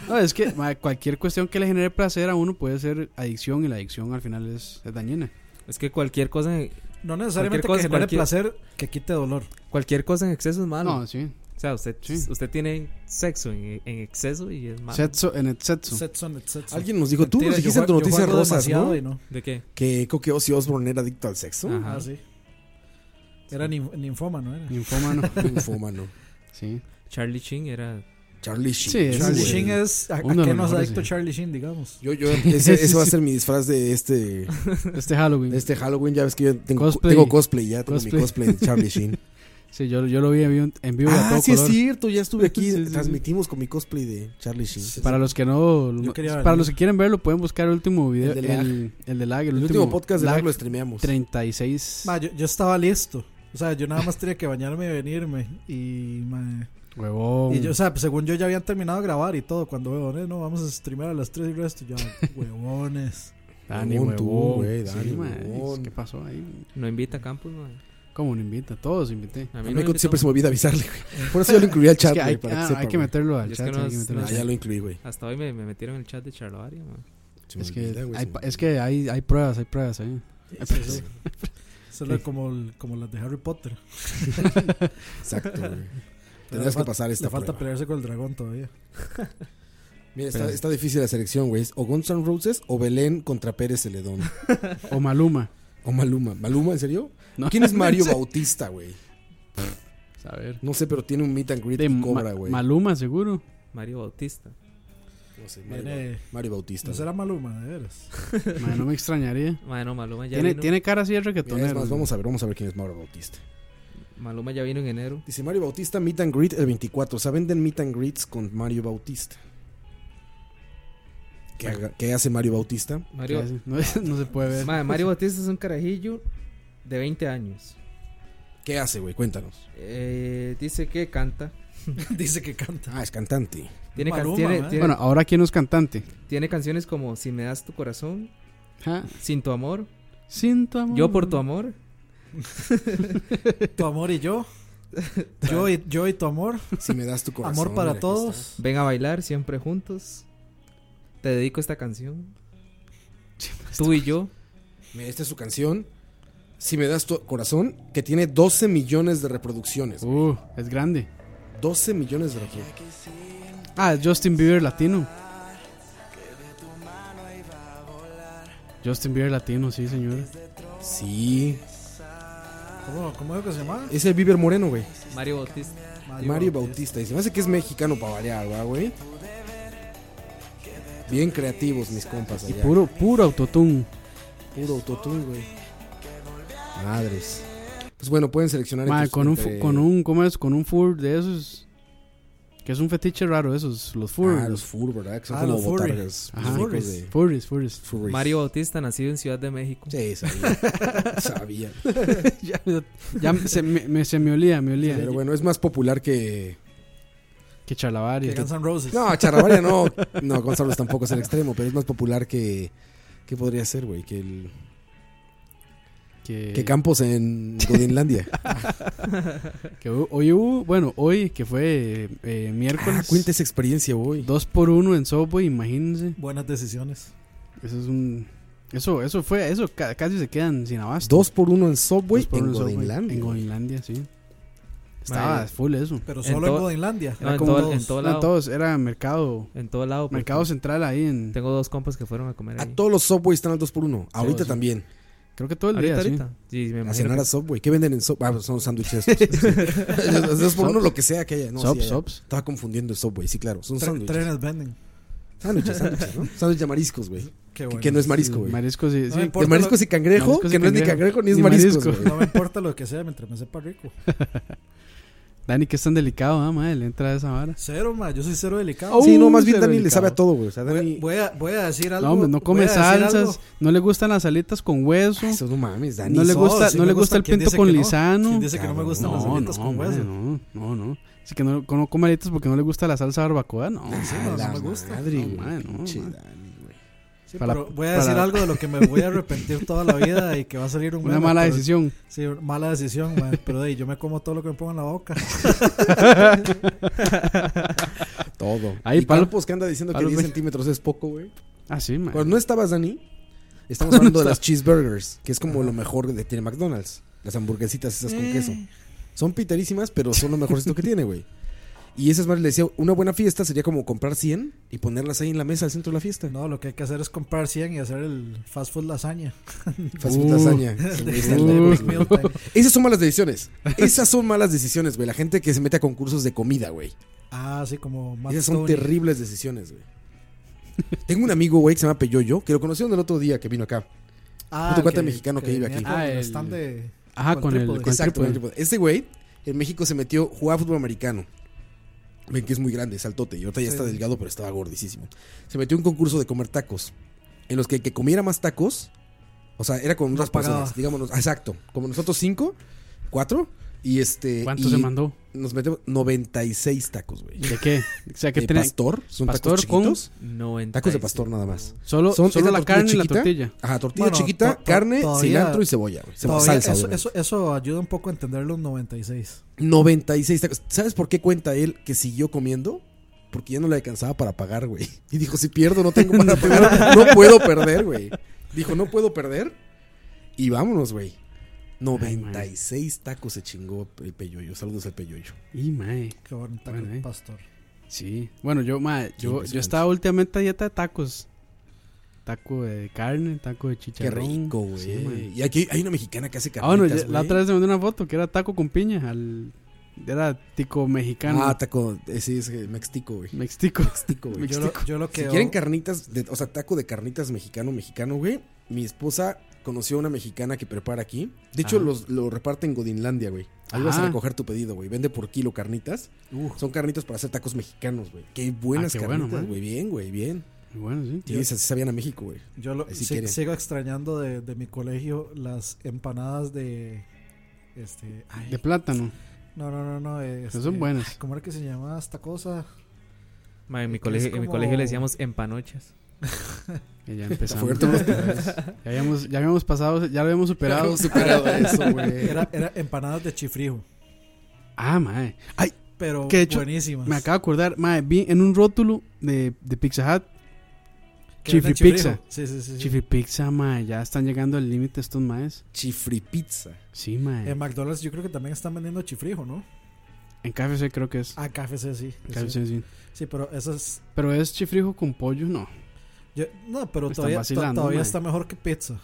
S2: No, es que ma, cualquier cuestión que le genere placer a uno puede ser adicción y la adicción al final es, es dañina.
S4: Es que cualquier cosa, en-
S3: No necesariamente
S4: Cualquier cosa,
S3: que genere
S4: cualquier-
S3: placer, que quite dolor.
S4: cualquier cosa en exceso es
S3: Ah,
S4: malo.
S2: No, sí.
S4: o sea, usted,
S2: Sí.
S4: usted tiene sexo en, en exceso y es
S3: Ah.
S4: malo.
S2: Sexo en el sexo.
S3: Setson, etcétera.
S1: Alguien nos dijo, tú
S3: Mentira,
S1: nos
S3: yo
S1: dijiste en
S3: jue-
S1: tu
S3: yo
S1: noticia
S3: juego
S1: rosas,
S3: demasiado
S1: ¿no?
S3: y no.
S4: ¿De qué?
S1: Que creo que Ozzy Osbourne era adicto al sexo.
S4: Ajá.
S3: Ah, sí. Era nin- ninfoma, ¿no? Era.
S2: Ninfómano.
S1: Infómano.
S2: sí.
S4: Charlie Sheen era.
S1: Charlie Sheen.
S2: Sí, es-
S3: Charlie
S1: güey.
S3: Sheen es. ¿A, a
S2: Uno de
S3: qué
S2: los
S3: nos
S2: mejores,
S3: adicto
S2: sí.
S3: Charlie Sheen, digamos?
S1: Yo, yo, ese, ese va a ser mi disfraz de este,
S2: Este Halloween.
S1: de este Halloween. Ya ves que yo tengo
S2: Cosplay.
S1: tengo cosplay ya, tengo mi
S2: Cosplay.
S1: cosplay de Charlie Sheen.
S2: Sí, yo, yo lo vi en vivo- en vivo y a
S1: ah,
S2: todo
S1: sí,
S2: color.
S1: es cierto, ya estuve aquí.
S2: Sí, sí, sí.
S1: Transmitimos con mi cosplay de Charlie Sheen.
S2: Para los que no,
S3: Yo quería
S2: para
S3: verlo.
S2: los que quieren verlo, pueden buscar el último video,
S1: El
S2: el,
S1: de Lag.
S2: el de Lag, el,
S1: El último podcast de Lag lo streameamos.
S2: 36.
S3: Ma, yo, yo estaba listo. O sea, yo nada más tenía que bañarme y venirme. Y, ma,
S2: Huevón.
S3: y yo, o sea, según yo ya habían terminado de grabar y todo. Cuando huevones, no, vamos a streamear a las 3 y resto. Yo, huevones.
S2: Dani,
S1: Huevón tú,
S2: huevón.
S1: güey,
S2: Sí,
S1: Dani,
S2: ma,
S1: huevón.
S2: ¿Qué pasó ahí?
S4: No invita a Campos, ma.
S2: ¿Cómo no invita? Todos invité.
S4: A
S1: A
S4: mí no me
S1: mí con-
S4: invitó.
S1: siempre se me olvida avisarle, güey. Por eso yo lo incluí
S2: Eh.
S1: al
S2: Es
S1: chat,
S2: que hay,
S1: güey,
S2: ah,
S1: para que
S2: hay
S1: sepa,
S2: que
S1: güey.
S2: meterlo al
S4: Es
S2: chat.
S4: que no
S2: hay que
S4: es-
S2: meterlo
S4: no
S2: al
S1: Ah,
S4: es-
S1: ya
S2: chat.
S1: lo incluí, güey.
S4: Hasta hoy me, me metieron en el chat de Charlavaria, ma.
S1: Se me
S2: Es que,
S1: olvida, güey,
S2: hay,
S1: se
S2: pa-
S1: me
S2: es que hay, hay pruebas, hay pruebas. ¿eh?
S3: Eso es como, el- como las de Harry Potter.
S1: Exacto, güey.
S3: Pero
S1: Tendrás que
S3: fal-
S1: pasar esta
S3: Le falta
S1: prueba.
S3: pelearse con el dragón todavía.
S1: Mira, está,
S2: Pero-
S1: está difícil la selección, güey. Es O Guns N' Roses o Belén contra Pérez Celedón.
S2: O Maluma.
S1: O Maluma. ¿Maluma, en serio?
S2: No.
S1: ¿Quién es Mario Bautista, güey?
S2: A ver.
S1: No sé, pero tiene un meet and greet
S2: De
S1: con
S2: Ma-
S1: Cobra, güey.
S2: Maluma, seguro.
S4: Mario Bautista.
S1: No sé, Mario,
S3: Viene.
S1: Bau- Mario Bautista.
S3: No será Maluma, de veras.
S2: Ma, no me extrañaría.
S4: Ma, no, Maluma ya
S2: Tiene,
S4: vino.
S2: tiene cara así de
S1: Mira,
S2: reggaetonero.
S1: es más,
S2: güey.
S1: vamos a ver, vamos a ver quién es Mario Bautista.
S4: Maluma ya vino en enero.
S1: Dice Mario Bautista meet and greet el 24. O sea, venden meet and greets con Mario Bautista. ¿Qué, haga- qué hace Mario Bautista?
S2: ¿Qué
S4: Mario,
S2: hace? No, no se puede ver.
S4: ma, Mario Bautista es un carajillo de 20 años.
S1: ¿Qué hace, güey? Cuéntanos.
S4: Eh, dice que canta.
S3: Dice que canta.
S1: Ah, es cantante.
S4: Tiene, can-
S3: Maluma,
S4: tiene,
S3: ma.
S4: tiene-
S2: Bueno, ahora quién no es cantante.
S4: tiene canciones como Si me das tu corazón,
S2: Ja.
S4: Sin tu amor,
S2: Sin tu amor.
S4: Yo por tu amor,
S3: Tu amor y yo. Yo y, yo y tu amor.
S1: Si me das tu corazón.
S3: amor para
S1: mira, aquí está.
S3: todos.
S4: Ven a bailar siempre juntos. Te dedico esta canción. Tú y yo.
S1: Mira, esta es su canción. Si me das tu corazón, que tiene 12 millones de reproducciones.
S2: Uh, es grande.
S1: 12 millones de reproducciones.
S2: Ah, es Justin Bieber latino. Justin Bieber latino, sí, señor.
S1: Sí.
S3: ¿Cómo, cómo digo que se llamaba?
S1: Es el Bieber Moreno, güey.
S4: Mario Bautista.
S1: Eh, Mario Bautista. Y se me hace que es mexicano para variar, ¿verdad, güey? Bien creativos mis compas allá.
S2: Puro, puro autotune.
S1: Puro autotune, güey. Madres. Pues bueno, pueden seleccionar
S2: Ma,
S1: entre-
S2: con un, fu-
S1: entre-
S2: con un, ¿cómo es? Con un fur de esos. Que es un fetiche raro esos, los furries.
S1: Ah, los fur, ¿verdad? Que son
S3: Ah,
S1: como
S3: los furry.
S1: botargas.
S2: Ajá.
S1: muñecos
S3: Furries.
S1: de-
S2: Furries, furries.
S1: furries.
S4: Mario Bautista, nacido en Ciudad de México.
S1: Sí, sabía. sabía.
S2: ya ya se, me, me- se me olía, me olía.
S1: Pero bueno, es más popular que.
S2: que charlabar y
S3: Que Guns N' Roses.
S1: No, Charravaria no. No, Gonzalo tampoco es el extremo, pero es más popular que. ¿Qué podría ser, güey? Que, el-
S2: que,
S1: que Campos en Godinlandia.
S2: que hu- hoy hubo, bueno, hoy que fue eh,
S1: Ah,
S2: miércoles,
S1: cuenta esa experiencia, güey.
S2: dos por uno en Subway, imagínense.
S3: Buenas decisiones.
S2: Eso es un, eso, eso fue, eso ca- casi se quedan sin abasto.
S1: Dos por uno en Subway
S2: Dos por
S1: en
S2: uno Subway,
S1: Godinlandia.
S2: En Godinlandia, sí. Estaba
S4: Madre.
S2: full eso.
S3: Pero
S4: En
S3: solo en,
S4: todo-
S3: Godinlandia.
S4: No,
S3: Era
S4: en
S3: como
S4: todo- en
S3: dos.
S4: todo-
S2: No,
S4: lado.
S2: todos, era mercado,
S4: En todo lado.
S3: pues,
S4: porque
S2: mercado central ahí en,
S4: Tengo dos compas que fueron a comer
S1: A
S4: ahí.
S1: todos los Subway están al dos por uno. Ahorita
S2: sí.
S1: también.
S2: creo que todo el
S4: Ahorita,
S2: día, sí.
S4: ahorita. Sí, me
S1: A
S4: imagino
S1: cenar
S4: que-
S1: a Subway. ¿Qué venden en Subway? Ah, son sándwiches. estos. Los dos por uno, lo que sea que haya. No,
S2: Subs,
S1: sí, haya.
S2: subs.
S1: Estaba confundiendo el Subway, sí, claro. Son
S3: Tre-
S1: sándwiches.
S3: trenes venden.
S1: Sándwiches, sándwiches, ¿no? Sándwiches de mariscos, güey.
S3: Qué
S1: Que-
S3: bueno.
S1: Que no es marisco, güey.
S2: Marisco, sí,
S3: No
S2: sí.
S3: me
S1: De
S3: importa
S1: mariscos
S3: lo-
S1: y cangrejo,
S2: Mariscos y
S1: que no es ni
S2: cangrejo.
S1: cangrejo ni es
S2: Ni
S1: mariscos,
S2: marisco.
S1: güey.
S3: No me importa lo que sea mientras me sepa rico.
S2: Dani, que es tan delicado, ah, madre, le entra a esa vara.
S3: Cero, ma. Yo soy cero delicado.
S1: Sí, no, más
S2: Uh,
S1: bien
S2: cero
S1: Dani le sabe a
S2: delicado.
S1: todo, güey. O sea, Dani.
S3: Voy a, voy a decir algo.
S2: No, hombre, no come
S3: voy a decir
S2: salsas,
S3: algo.
S2: no le gustan las alitas con hueso.
S1: Eso no mames, Dani.
S2: No le
S1: So-
S3: No,
S2: gusta,
S3: sí
S2: no
S3: me
S2: le
S3: gusta.
S2: gusta el
S3: ¿Quién
S2: pinto
S3: dice
S2: con
S3: que no?
S2: lisano.
S3: ¿Quién dice que no me
S1: Cabrón,
S3: gustan las
S2: No,
S3: alitas
S2: no,
S3: con
S2: madre,
S3: hueso?
S2: no, no, no. Así que no, no come alitas porque no le gusta la salsa barbacoa, no.
S3: Sí,
S1: Ah,
S3: no, no
S1: la
S3: me gusta.
S1: madre,
S2: No,
S1: güey.
S2: madre, no,
S1: Pinche
S2: madre.
S1: Dani, güey.
S3: Sí,
S2: Para-
S3: pero voy a
S2: para-
S3: decir algo de lo que me voy a arrepentir toda la vida y que va a salir un
S2: Una
S3: meme,
S2: mala
S3: pero-
S2: decisión.
S3: Sí, mala decisión, ma, pero de ahí yo me como todo lo que me pongo en la boca.
S1: Todo.
S2: Ahí,
S1: y
S2: Pablo-
S1: Campos que anda diciendo que
S2: Pablo-
S1: 10 centímetros es poco, güey.
S2: Ah, sí, madre.
S1: Cuando no estabas, Dani, estamos hablando de las cheeseburgers, que es como lo mejor que tiene McDonald's. Las hamburguesitas esas con queso. Son piterísimas, pero son lo mejorcito que tiene, güey. Y esas madres le decía, una buena fiesta sería como comprar 100 y ponerlas ahí en la mesa al centro de la fiesta.
S3: No, lo que hay que hacer es comprar 100 y hacer el fast food lasaña.
S1: Fast food
S2: Uh.
S1: lasaña. Esos güeyes están locos, güey.
S3: Meal time.
S1: Esas son malas decisiones. Esas son malas decisiones, güey. La gente que se mete a concursos de comida, güey.
S3: Ah, sí, como Matt
S1: Esas son
S3: Tony.
S1: terribles decisiones, güey. Tengo un amigo, güey, que se llama Peyoyo, que lo conocieron el otro día que vino acá.
S3: Ah,
S1: otro cuate
S3: que-
S1: mexicano que vive
S3: venía
S1: aquí.
S3: con
S2: Ah,
S3: el
S2: el-
S3: stand de-
S2: Ajá,
S3: con
S2: con el,
S3: trípode.
S2: con el
S1: Exacto.
S2: trípode.
S1: con el trípode. Este güey en México se metió, jugaba fútbol americano. Ven que es muy grande, saltote. Y ahorita ya
S3: Sí.
S1: está delgado, pero estaba gordísimo. Se metió a un concurso de comer tacos. En los que el que comiera más tacos, o sea, era con unas
S3: pagaba.
S1: personas, digámonos, exacto. Como nosotros cinco, cuatro. Y este.
S2: ¿Cuánto
S1: y
S2: se mandó?
S1: Nos metemos 96 tacos, güey.
S2: ¿De qué? O sea, que
S1: de
S2: tenía
S1: pastor, son
S2: pastor
S1: tacos chiquitos.
S4: 90.
S1: Tacos de pastor nada más.
S2: solo,
S1: Son-
S2: solo
S1: es
S2: la
S1: tortilla
S2: carne y la
S1: chiquita.
S2: tortilla.
S1: Ajá, tortilla
S3: Bueno,
S1: chiquita,
S3: to- to-
S1: carne,
S3: todavía-
S1: cilantro y cebolla, güey. Cebo-
S3: Todavía
S1: salsa,
S3: eso,
S1: obviamente.
S3: eso, eso ayuda un poco a entender los 96.
S1: 96 tacos. ¿Sabes por qué cuenta él que siguió comiendo? Porque ya no le alcanzaba para pagar, güey. Y dijo, si pierdo, no tengo para pagar. No puedo perder, güey. Dijo, no puedo perder. Y vámonos, güey. 96 tacos se chingó el peyoyo. Saludos al peyoyo.
S2: Y, madre.
S3: Qué bueno, taco
S2: Bueno,
S3: de
S2: eh.
S3: pastor.
S2: Sí. Bueno, yo, madre, yo, yo
S1: impresionante.
S2: estaba últimamente a dieta de tacos. Taco de carne, taco de
S1: Qué
S2: chicharrón.
S1: rico, güey.
S2: Sí, madre.
S1: y aquí hay una mexicana que hace
S2: Ah, bueno,
S1: carnitas,
S2: ya- la
S1: güey.
S2: otra vez me mandé una foto que era taco con piña. Al, era tico mexicano.
S1: Ah, taco. eh, sí, es eh, mextico, güey.
S2: Mextico.
S1: Mextico, güey.
S3: Yo lo, yo lo que.
S1: Si quieren carnitas, de- o sea, taco de carnitas mexicano, mexicano, güey. Mi esposa conoció a una mexicana que prepara aquí. De hecho,
S2: Ajá.
S1: los, lo reparte en Godinlandia, güey. Ahí vas a
S2: Ah.
S1: recoger tu pedido, güey. Vende por kilo carnitas.
S2: Uh,
S1: Son carnitas para hacer tacos mexicanos, güey. Qué buenas
S2: Ah, qué bueno,
S1: carnitas,
S2: man.
S1: güey. Bien, güey, bien.
S2: bueno, sí.
S1: Sí, así sabían a México, güey.
S3: yo lo-
S1: si
S3: si-
S1: quieren.
S3: sigo extrañando de, de mi colegio las empanadas de. Este. ay,
S2: De plátano.
S3: no, no, no, no. eh,
S2: Esas
S3: este,
S2: son buenas.
S3: ¿Cómo era que se llamaba esta cosa?
S4: Ma, en, mi
S3: Que
S4: colegio,
S3: es
S4: en mi
S3: como-
S4: colegio le decíamos empanochas.
S2: Y ya
S1: Está
S2: empezamos.
S1: fuerte,
S2: ya,
S1: güey.
S2: habíamos, ya habíamos pasado, ya lo habíamos superado.
S1: Pero superado eso,
S2: Eh.
S1: güey.
S3: Era, era empanadas de chifrijo.
S2: Ah, mae. Ay,
S3: Pero
S2: Que de hecho,
S3: buenísimas.
S2: me acabo de acordar, mae, vi en un rótulo de, de Pizza Hut,
S3: Que venden
S2: Chifri pizza.
S3: chifrijo. Sí, sí, sí. sí.
S2: Chifri Pizza, mae, ya están llegando al límite estos maes.
S1: Chifri pizza.
S2: Sí, mae.
S3: En McDonald's yo creo que también están vendiendo chifrijo, ¿no?
S2: en KFC creo que es.
S3: Ah, KFC sí.
S2: KFC,
S3: Sí,
S2: sí.
S3: Sí, pero esas.
S2: Pero es chifrijo con pollo, no.
S3: yo- no, pero
S2: Están
S3: todavía, to-
S2: vacilando,
S3: todavía
S2: mae.
S3: está mejor que pizza.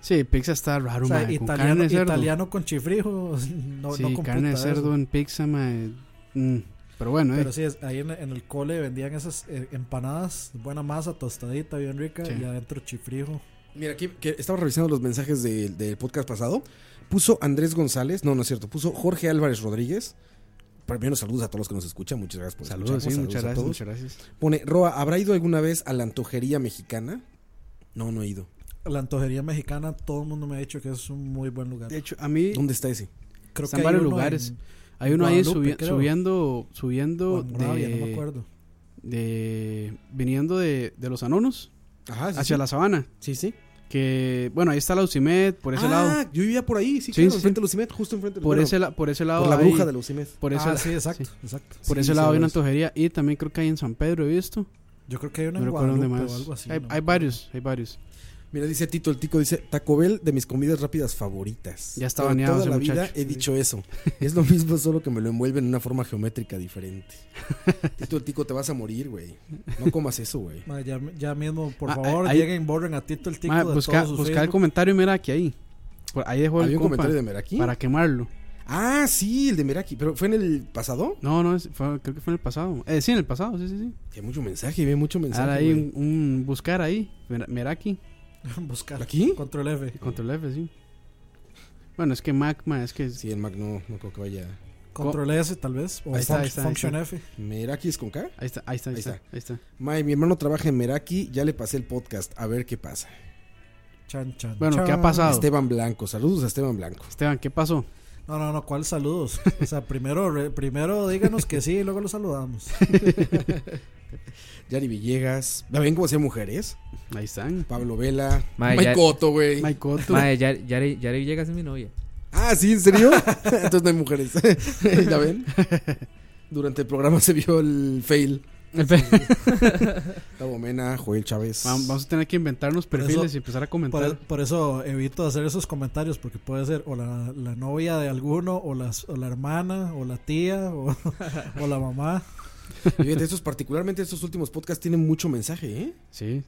S2: Sí, pizza está raro,
S3: o sea,
S2: mae, con
S3: italiano,
S2: carne de cerdo.
S3: italiano con chifrijo. No,
S2: sí,
S3: no computa
S2: carne de
S3: eso.
S2: cerdo en pizza, mae. Mm, Pero bueno, eh.
S3: Pero sí, es- ahí en, en el cole vendían esas eh, empanadas, buena masa, tostadita, bien rica,
S2: Sí.
S3: y adentro chifrijo.
S1: Mira, aquí que estaba revisando los mensajes del, del podcast pasado. Puso Andrés González, no, no es cierto, puso Jorge Álvarez Rodríguez. Primero, saludos a todos los que nos escuchan. Muchas gracias por
S2: Saludos, sí,
S1: escucharnos.
S2: muchas
S1: a
S2: gracias,
S1: todos.
S2: muchas gracias.
S1: Pone, Roa, ¿habrá ido alguna vez a la antojería mexicana? No, no he ido.
S3: La antojería mexicana, todo el mundo me ha dicho que es un muy buen lugar.
S2: De hecho, a mí
S1: ¿Dónde está ese?
S3: Creo
S2: están
S3: hay
S2: varios
S3: uno
S2: lugares.
S3: en-
S2: hay uno ahí
S3: Guadalupe,
S2: subi-
S3: creo.
S2: subiendo, subiendo
S3: o en Moravia, no me
S2: de,
S3: acuerdo.
S2: de- viniendo de, de los anonos
S1: Ajá, sí.
S2: hacia
S1: sí.
S2: la sabana.
S1: Sí, sí.
S2: Que bueno, ahí está la UCIMED, por ese
S1: ah,
S2: lado.
S1: yo vivía por ahí,
S2: Sí,
S1: sí, claro,
S2: sí,
S1: enfrente de Lucimet, justo enfrente de
S2: Por,
S1: bueno,
S2: ese la- por ese lado.
S1: por la
S2: hay-
S1: bruja de Lucimet.
S2: Por ese,
S3: ah,
S2: la-
S3: sí, exacto,
S2: sí.
S3: exacto.
S2: por
S1: sí,
S2: ese lado hay una
S1: sabes.
S2: antojería. Y también creo que hay en San Pedro, he visto.
S3: Yo creo que hay una
S2: No
S3: en
S2: recuerdo
S3: Guadalupe
S2: dónde más.
S3: o algo así.
S2: hay,
S3: ¿no?
S2: hay varios, hay varios.
S1: Mira, dice Tito, el Tico dice, Taco Bell de mis comidas rápidas favoritas.
S2: Ya está
S1: Pero
S2: baneado
S1: Toda
S2: ese
S1: la vida
S2: muchacho.
S1: he dicho eso. Es lo mismo, solo que me lo envuelven en una forma geométrica diferente. Tito, el Tico, te vas a morir, güey. No comas eso, güey.
S3: Ma, ya, ya mismo, por
S2: Ah,
S3: favor,
S2: hay-
S3: lleguen, borren a Tito el Tico
S2: Ma,
S3: de
S2: busca
S3: todos sus
S2: busca el
S3: Facebook.
S2: comentario y mira que ahí. Por- Ahí dejó el
S1: ¿Había un
S2: compa
S1: comentario de Meraki?
S2: para quemarlo.
S1: Ah, sí, el de Meraki. ¿Pero fue en el pasado?
S2: No, no, es- fue- creo que fue en el pasado. Eh, sí, en el pasado, sí, sí, sí.
S1: Que hay mucho mensaje, ve mucho mensaje.
S2: Ahora hay
S1: güey.
S2: un, un buscar ahí, Mer- Meraki,
S3: buscar.
S1: ¿Aquí?
S3: Control F.
S2: control F, sí. Bueno, es que Mac, ma, es que
S1: Sí, el Mac no, no creo que vaya.
S3: Control S, tal vez. O
S2: Ahí está,
S3: func-
S2: ahí está, ahí
S3: Function
S2: está.
S3: F.
S1: ¿Meraki es con K?
S2: ahí está, ahí está, ahí,
S1: Ahí
S2: está,
S1: está.
S2: ahí está.
S1: May, mi hermano trabaja en Meraki, ya le pasé el podcast, a ver qué pasa.
S3: Chan, chan.
S2: Bueno, ¿qué ha
S3: chan.
S2: pasado?
S1: Esteban Blanco, saludos a Esteban Blanco.
S2: Esteban, ¿qué pasó?
S3: No, no, no, ¿cuál saludos? O sea, primero, re- primero díganos que sí y luego lo saludamos.
S1: Yari Villegas, ¿la ven cómo hacían mujeres?
S2: Ahí están.
S1: Pablo Vela,
S4: May,
S1: Mike
S4: ya-
S1: Cotto, güey.
S2: Mike Cotto.
S4: Madre, ya, ya, le- ya le llegas a mi novia.
S1: Ah, ¿sí? ¿En serio? Entonces no hay mujeres. ¿Ya ven? Durante el programa se vio el fail.
S2: El pe-
S1: Tavo Mena, Joel Chávez.
S2: Vam- Vamos a tener que inventarnos
S3: Por eso-
S2: perfiles y empezar a
S3: Por,
S2: comentar.
S3: por eso evito hacer esos comentarios, porque puede ser o la, la novia de alguno, o, las, o la hermana, o la tía, o, o la mamá.
S1: Y fíjate, estos, particularmente estos últimos podcasts tienen mucho mensaje, ¿eh?
S2: Sí.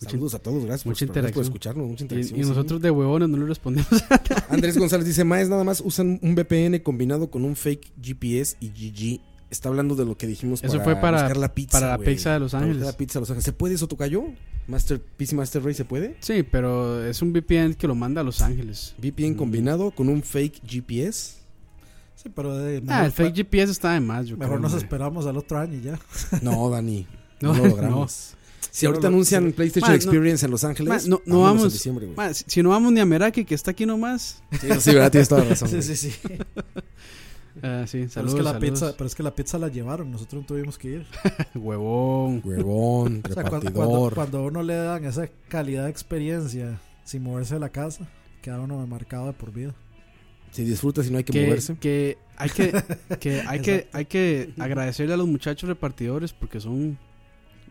S2: Mucha-
S1: Saludos a todos, gracias,
S2: mucha
S1: por, gracias por
S2: interacción.
S1: escucharnos, mucha
S2: Y-
S1: interacción.
S2: Y,
S1: sí.
S2: nosotros de huevones no le respondemos.
S1: Andrés González dice, Maes, nada más usan un VPN combinado con un fake GPS y GG. Está hablando de lo que dijimos
S2: Eso fue para-
S1: buscar la pizza,
S2: para la
S1: güey.
S2: pizza de Los
S1: Para buscar
S2: Ángeles.
S1: la pizza de Los Ángeles. ¿Se puede eso, Tocayo? Master, PC Master Race, ¿se puede?
S2: sí, pero es un VPN que lo manda a Los Ángeles.
S1: VPN combinado con un fake GPS.
S3: Sí, pero de-
S2: Ah,
S3: mejor,
S2: el fake GPS está de más, yo
S3: mejor
S2: creo,
S3: nos
S2: ma.
S3: esperamos al otro año y ya.
S1: No, Dani,
S2: No,
S1: no, lo logramos. Si ahorita
S3: no lo-
S1: anuncian
S3: sí.
S1: PlayStation
S2: Man, no-
S1: Experience en Los Ángeles,
S2: Man, no- no
S1: vámonos en
S2: vamos.
S1: diciembre, güey.
S2: Ma, si, si no vamos ni a Meraki, que está aquí nomás.
S1: Sí, sí, verdad, tienes toda la razón.
S3: Sí,
S1: güey.
S3: sí, sí.
S2: Ah, sí,
S3: Pero
S2: saludos,
S3: es, que la
S2: saludos.
S3: pizza, pero es que la pizza la llevaron, nosotros no tuvimos que ir.
S2: Huevón.
S1: Huevón,
S3: O sea, cuando,
S1: repartidor.
S3: cuando, cuando a uno le dan esa calidad de experiencia sin moverse de la casa, queda uno marcado de por vida.
S1: Si disfrutas y no hay que,
S2: Que,
S1: moverse.
S2: que hay que, que hay que, hay que agradecerle a los muchachos repartidores porque son,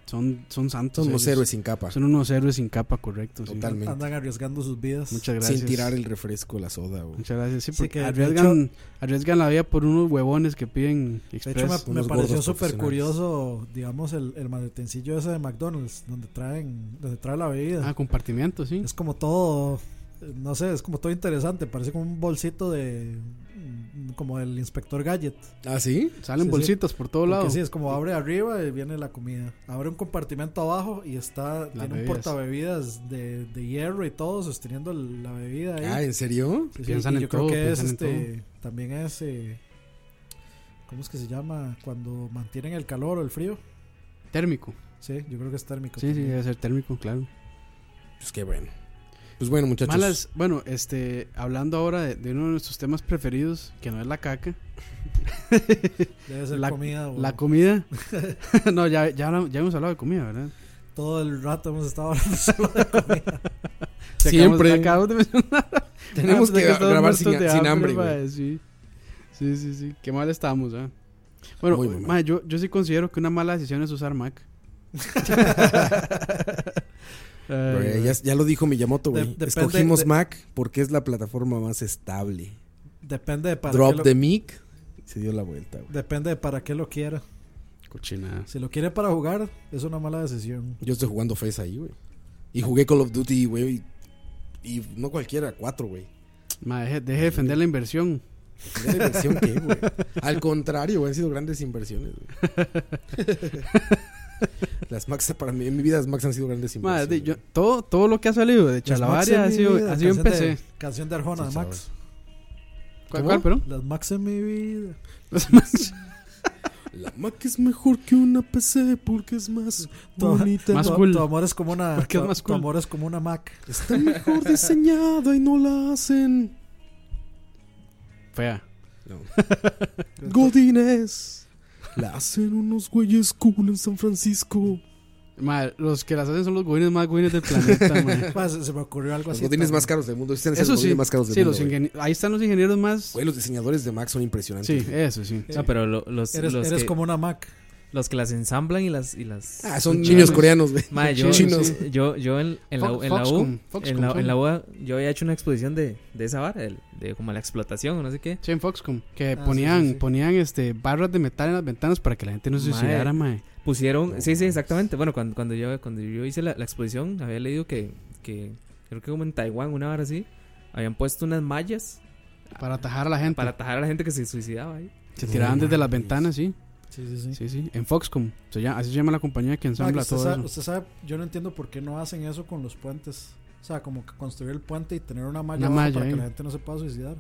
S2: son, son santos.
S1: Son los
S2: ellos.
S1: héroes sin capa.
S2: Son unos héroes sin capa, correcto. sí.
S1: Totalmente.
S3: Andan arriesgando sus vidas.
S2: Muchas gracias.
S1: Sin tirar el refresco, la soda. güey.
S2: Muchas gracias. Sí,
S3: Sí,
S2: porque
S3: que de
S2: arriesgan, arriesgan la vida por unos huevones que piden
S3: De hecho,
S2: express.
S3: me, me
S1: Pues, unos
S3: pareció
S1: gordos
S3: súper
S1: profesionales.
S3: curioso, digamos, el, el maletencillo ese de McDonald's, donde traen donde trae la bebida.
S2: ah, compartimiento, sí.
S3: Es como todo, eh, no sé, es como todo interesante. Parece como un bolsito de. mm, como el inspector Gadget.
S1: ¿Ah, sí?
S2: Salen
S3: sí, sí.
S2: bolsitas por todo
S3: Porque
S2: lado.
S3: sí, es como abre arriba y viene la comida. Abre un compartimento abajo y está. tiene un
S2: bebidas.
S3: portabebidas de, de hierro y todo, sosteniendo el- la bebida ahí.
S1: Ah, ¿en serio?
S3: Sí, sí,
S2: Piensan
S3: y
S2: en
S3: yo creo
S2: todo,
S3: que es
S2: piensan en
S3: este. También es. eh, ¿Cómo es que se llama? Cuando mantienen el calor o el frío.
S2: Térmico.
S3: Sí, yo creo que es térmico.
S2: Sí, eh, sí,
S3: también.
S2: debe ser térmico, claro.
S1: Pues qué bueno. Pues bueno, muchachos.
S2: Malas, bueno, este, hablando ahora de, de uno de nuestros temas preferidos, que no es la caca,
S3: Debe ser
S2: la-
S3: comida. o-
S2: la comida. no, ya, ya, hablamos- ya hemos hablado de comida, ¿verdad?
S3: todo el rato hemos estado hablando solo de comida.
S2: Se acabamos-
S1: Siempre.
S2: acabamos de mencionar-
S1: Tenemos
S2: Ah, pues
S1: que
S2: es estamos
S1: grabar sin,
S2: muertos de
S1: sin hambre,
S2: mae,
S1: güey.
S2: sí. sí, sí, sí. Qué mal estamos, ¿ah? Bueno,
S1: Muy, muy mal.
S2: mae, yo, yo sí considero que una mala decisión es usar Mac. Ay,
S1: Güey, Ya, ya lo dijo Miyamoto,
S3: De-
S1: güey.
S3: depende
S1: Escogimos
S3: de-
S1: Mac porque es la plataforma más estable.
S3: Depende de para
S1: Drop
S3: qué lo,
S1: the mic. Se dio la vuelta, güey.
S3: depende de para qué lo quiera.
S2: Cochinadas.
S3: Si lo quiere para jugar, es una mala decisión.
S1: Yo estoy jugando FES ahí, güey. Y jugué Call of Duty, güey. Y, y no cualquiera, cuatro, güey.
S2: Mae, deje, deje de defender la inversión.
S1: ¿De inversión qué, güey? Al contrario, güey, han sido grandes inversiones, güey. Las Macs, para mí, en mi vida las Macs han sido grandes
S2: Mae,
S1: inversiones.
S2: de- yo- todo, todo lo que ha salido de
S3: Las Max
S2: Chalabaria
S3: en
S2: ha
S3: mi
S2: sido,
S3: vida,
S2: ha sido en
S3: canción de-
S2: PC.
S3: canción de Arjona,
S1: Sí,
S3: de Max.
S2: ¿Cuál, cuál,
S1: ¿Cómo?
S2: pero?
S3: Las Max en mi vida.
S1: La Mac es mejor que una PC porque es más
S3: Tu-
S1: bonita.
S2: Más
S3: tu,
S2: cool.
S3: tu amor es como una.
S2: ¿Por qué es
S3: tu-
S2: más
S3: Tu
S2: cool?
S3: amor es como una Mac.
S1: Está mejor diseñada y no la hacen.
S2: Fea.
S1: Godines. La hacen unos güeyes cool en San Francisco.
S2: Ma, los que las hacen son los godines más godines del planeta, ma.
S3: Ma, se, se me ocurrió algo
S1: Los
S3: así.
S1: godines
S3: también.
S1: más caros del mundo. Están
S2: Eso sí,
S1: más caros del
S2: sí
S1: mundo.
S2: los
S1: güey.
S2: ingenie- ahí están los ingenieros más...
S1: Güey, los diseñadores de Mac son impresionantes.
S2: Sí, eso sí.
S4: No, pero lo- los,
S3: Eres,
S4: los,
S3: eres
S4: que,
S3: como una Mac.
S4: los que las ensamblan y las. Y las
S1: Ah, son
S4: los
S1: niños
S4: chinos.
S1: coreanos, güey.
S4: Mae, yo,
S1: Chinos.
S4: sí, yo, yo en, en la, en la U,
S2: Foxconn, Foxconn,
S4: en la,
S2: son.
S4: en la U, yo había hecho una exposición de, de esa vara, de, de como la explotación o no sé qué.
S2: Sí, en Foxconn. Que
S3: Ah, sí,
S2: ponían,
S3: sí, sí.
S2: ponían este, barras de metal en las ventanas para que la gente no se
S4: Mae.
S2: suicidara, mae.
S4: Pusieron,
S1: No
S4: sí, sí,
S1: mames.
S4: exactamente. Bueno, cuando, cuando, yo, cuando yo hice la, la exposición, había leído que, que, creo que como en Taiwán, una vara así, habían puesto unas mallas
S2: Para atajar a la gente.
S4: para atajar a la gente que se suicidaba ahí.
S2: Se tiraban
S1: No
S2: desde las
S1: mames.
S2: ventanas, sí.
S3: Sí, sí, sí.
S2: Sí, sí. En Foxconn. Se llama- así se llama la compañía
S1: Ah,
S2: que
S3: Ma, que
S2: ensambla
S3: usted,
S2: todo
S3: sabe,
S2: eso.
S3: usted sabe, yo no entiendo por qué no hacen eso con los puentes. O sea, como que construir el puente y tener una malla,
S2: Una
S3: abajo
S2: malla
S3: para
S2: ahí.
S3: que la gente no se pueda suicidar.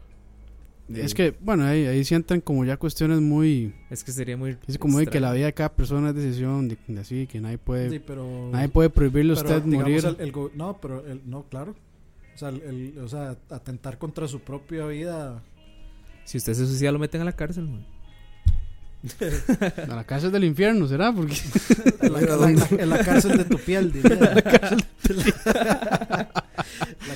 S2: Es que, bueno, ahí, ahí sí entran como ya cuestiones muy...
S4: Es que sería muy.
S2: Es como de que
S4: extraño.
S2: la vida de cada persona es decisión, de, de así, que nadie puede...
S3: Sí, pero.
S2: Nadie Eh, puede prohibirle a
S3: pero,
S2: usted
S3: digamos,
S2: morir.
S3: el- el go- no, pero el, no, claro. O sea, el- el- o sea, atentar contra su propia vida.
S4: Si usted se suicida, lo meten a la cárcel, man.
S2: A la casa del infierno, ¿será? Porque
S3: En la, en la- en la cárcel de tu piel, diría. la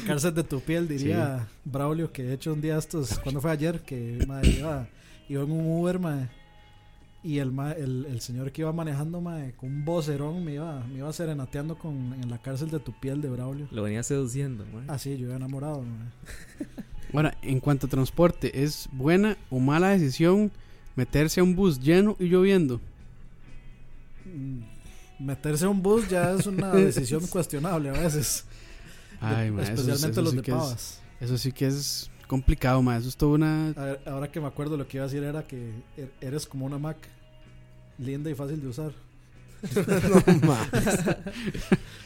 S3: cárcel de tu piel, diría Braulio, que de hecho un día estos, cuando fue ayer, que madre, iba, iba en un Uber, madre, y el, ma- el, el señor que iba manejando, madre, con un vocerón, me iba, me iba serenateando con, en la cárcel de tu piel de Braulio.
S4: Lo venía seduciendo, man.
S3: Así, yo iba enamorado, madre.
S2: Bueno, en cuanto a transporte, ¿es buena o mala decisión meterse a un bus lleno y lloviendo?
S3: Mm, Meterse a un bus ya es una decisión cuestionable a veces,
S2: Ay, ma, eso, es-
S3: especialmente
S2: eso
S3: los
S2: sí
S3: de
S2: que es,
S3: Pavas.
S2: eso sí que es complicado, ma. Eso es toda una...
S3: A ver, ahora que me acuerdo, lo que iba a decir era que er- eres como una Mac, linda y fácil de usar.
S1: No mames.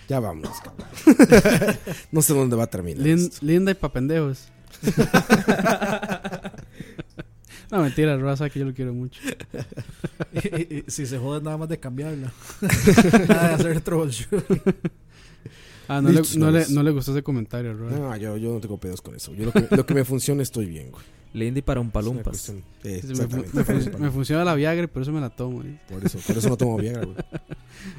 S1: ya vámonos, cabrón. no sé dónde va a terminar.
S2: lin-
S1: esto.
S2: linda y pa' pendejos. no, mentira, Raza, que yo lo quiero mucho.
S3: Y, y- y si se jode nada más de cambiarla, nada de hacer troubleshooting.
S2: Ah, no, le,
S1: Listo,
S2: no, le,
S1: nice.
S2: no le gustó ese comentario, Raza.
S1: No, yo, yo no tengo pedos con eso. Yo lo que, lo que me funciona estoy bien, güey.
S4: Lindy para un
S1: Es una
S4: palumpas.
S1: cuestión- eh,
S2: Sí, me, fu-
S1: exactamente.
S2: me fu- me funciona la Viagra y por eso me la tomo. ¿eh?
S1: Por eso, por eso no tomo Viagra, güey.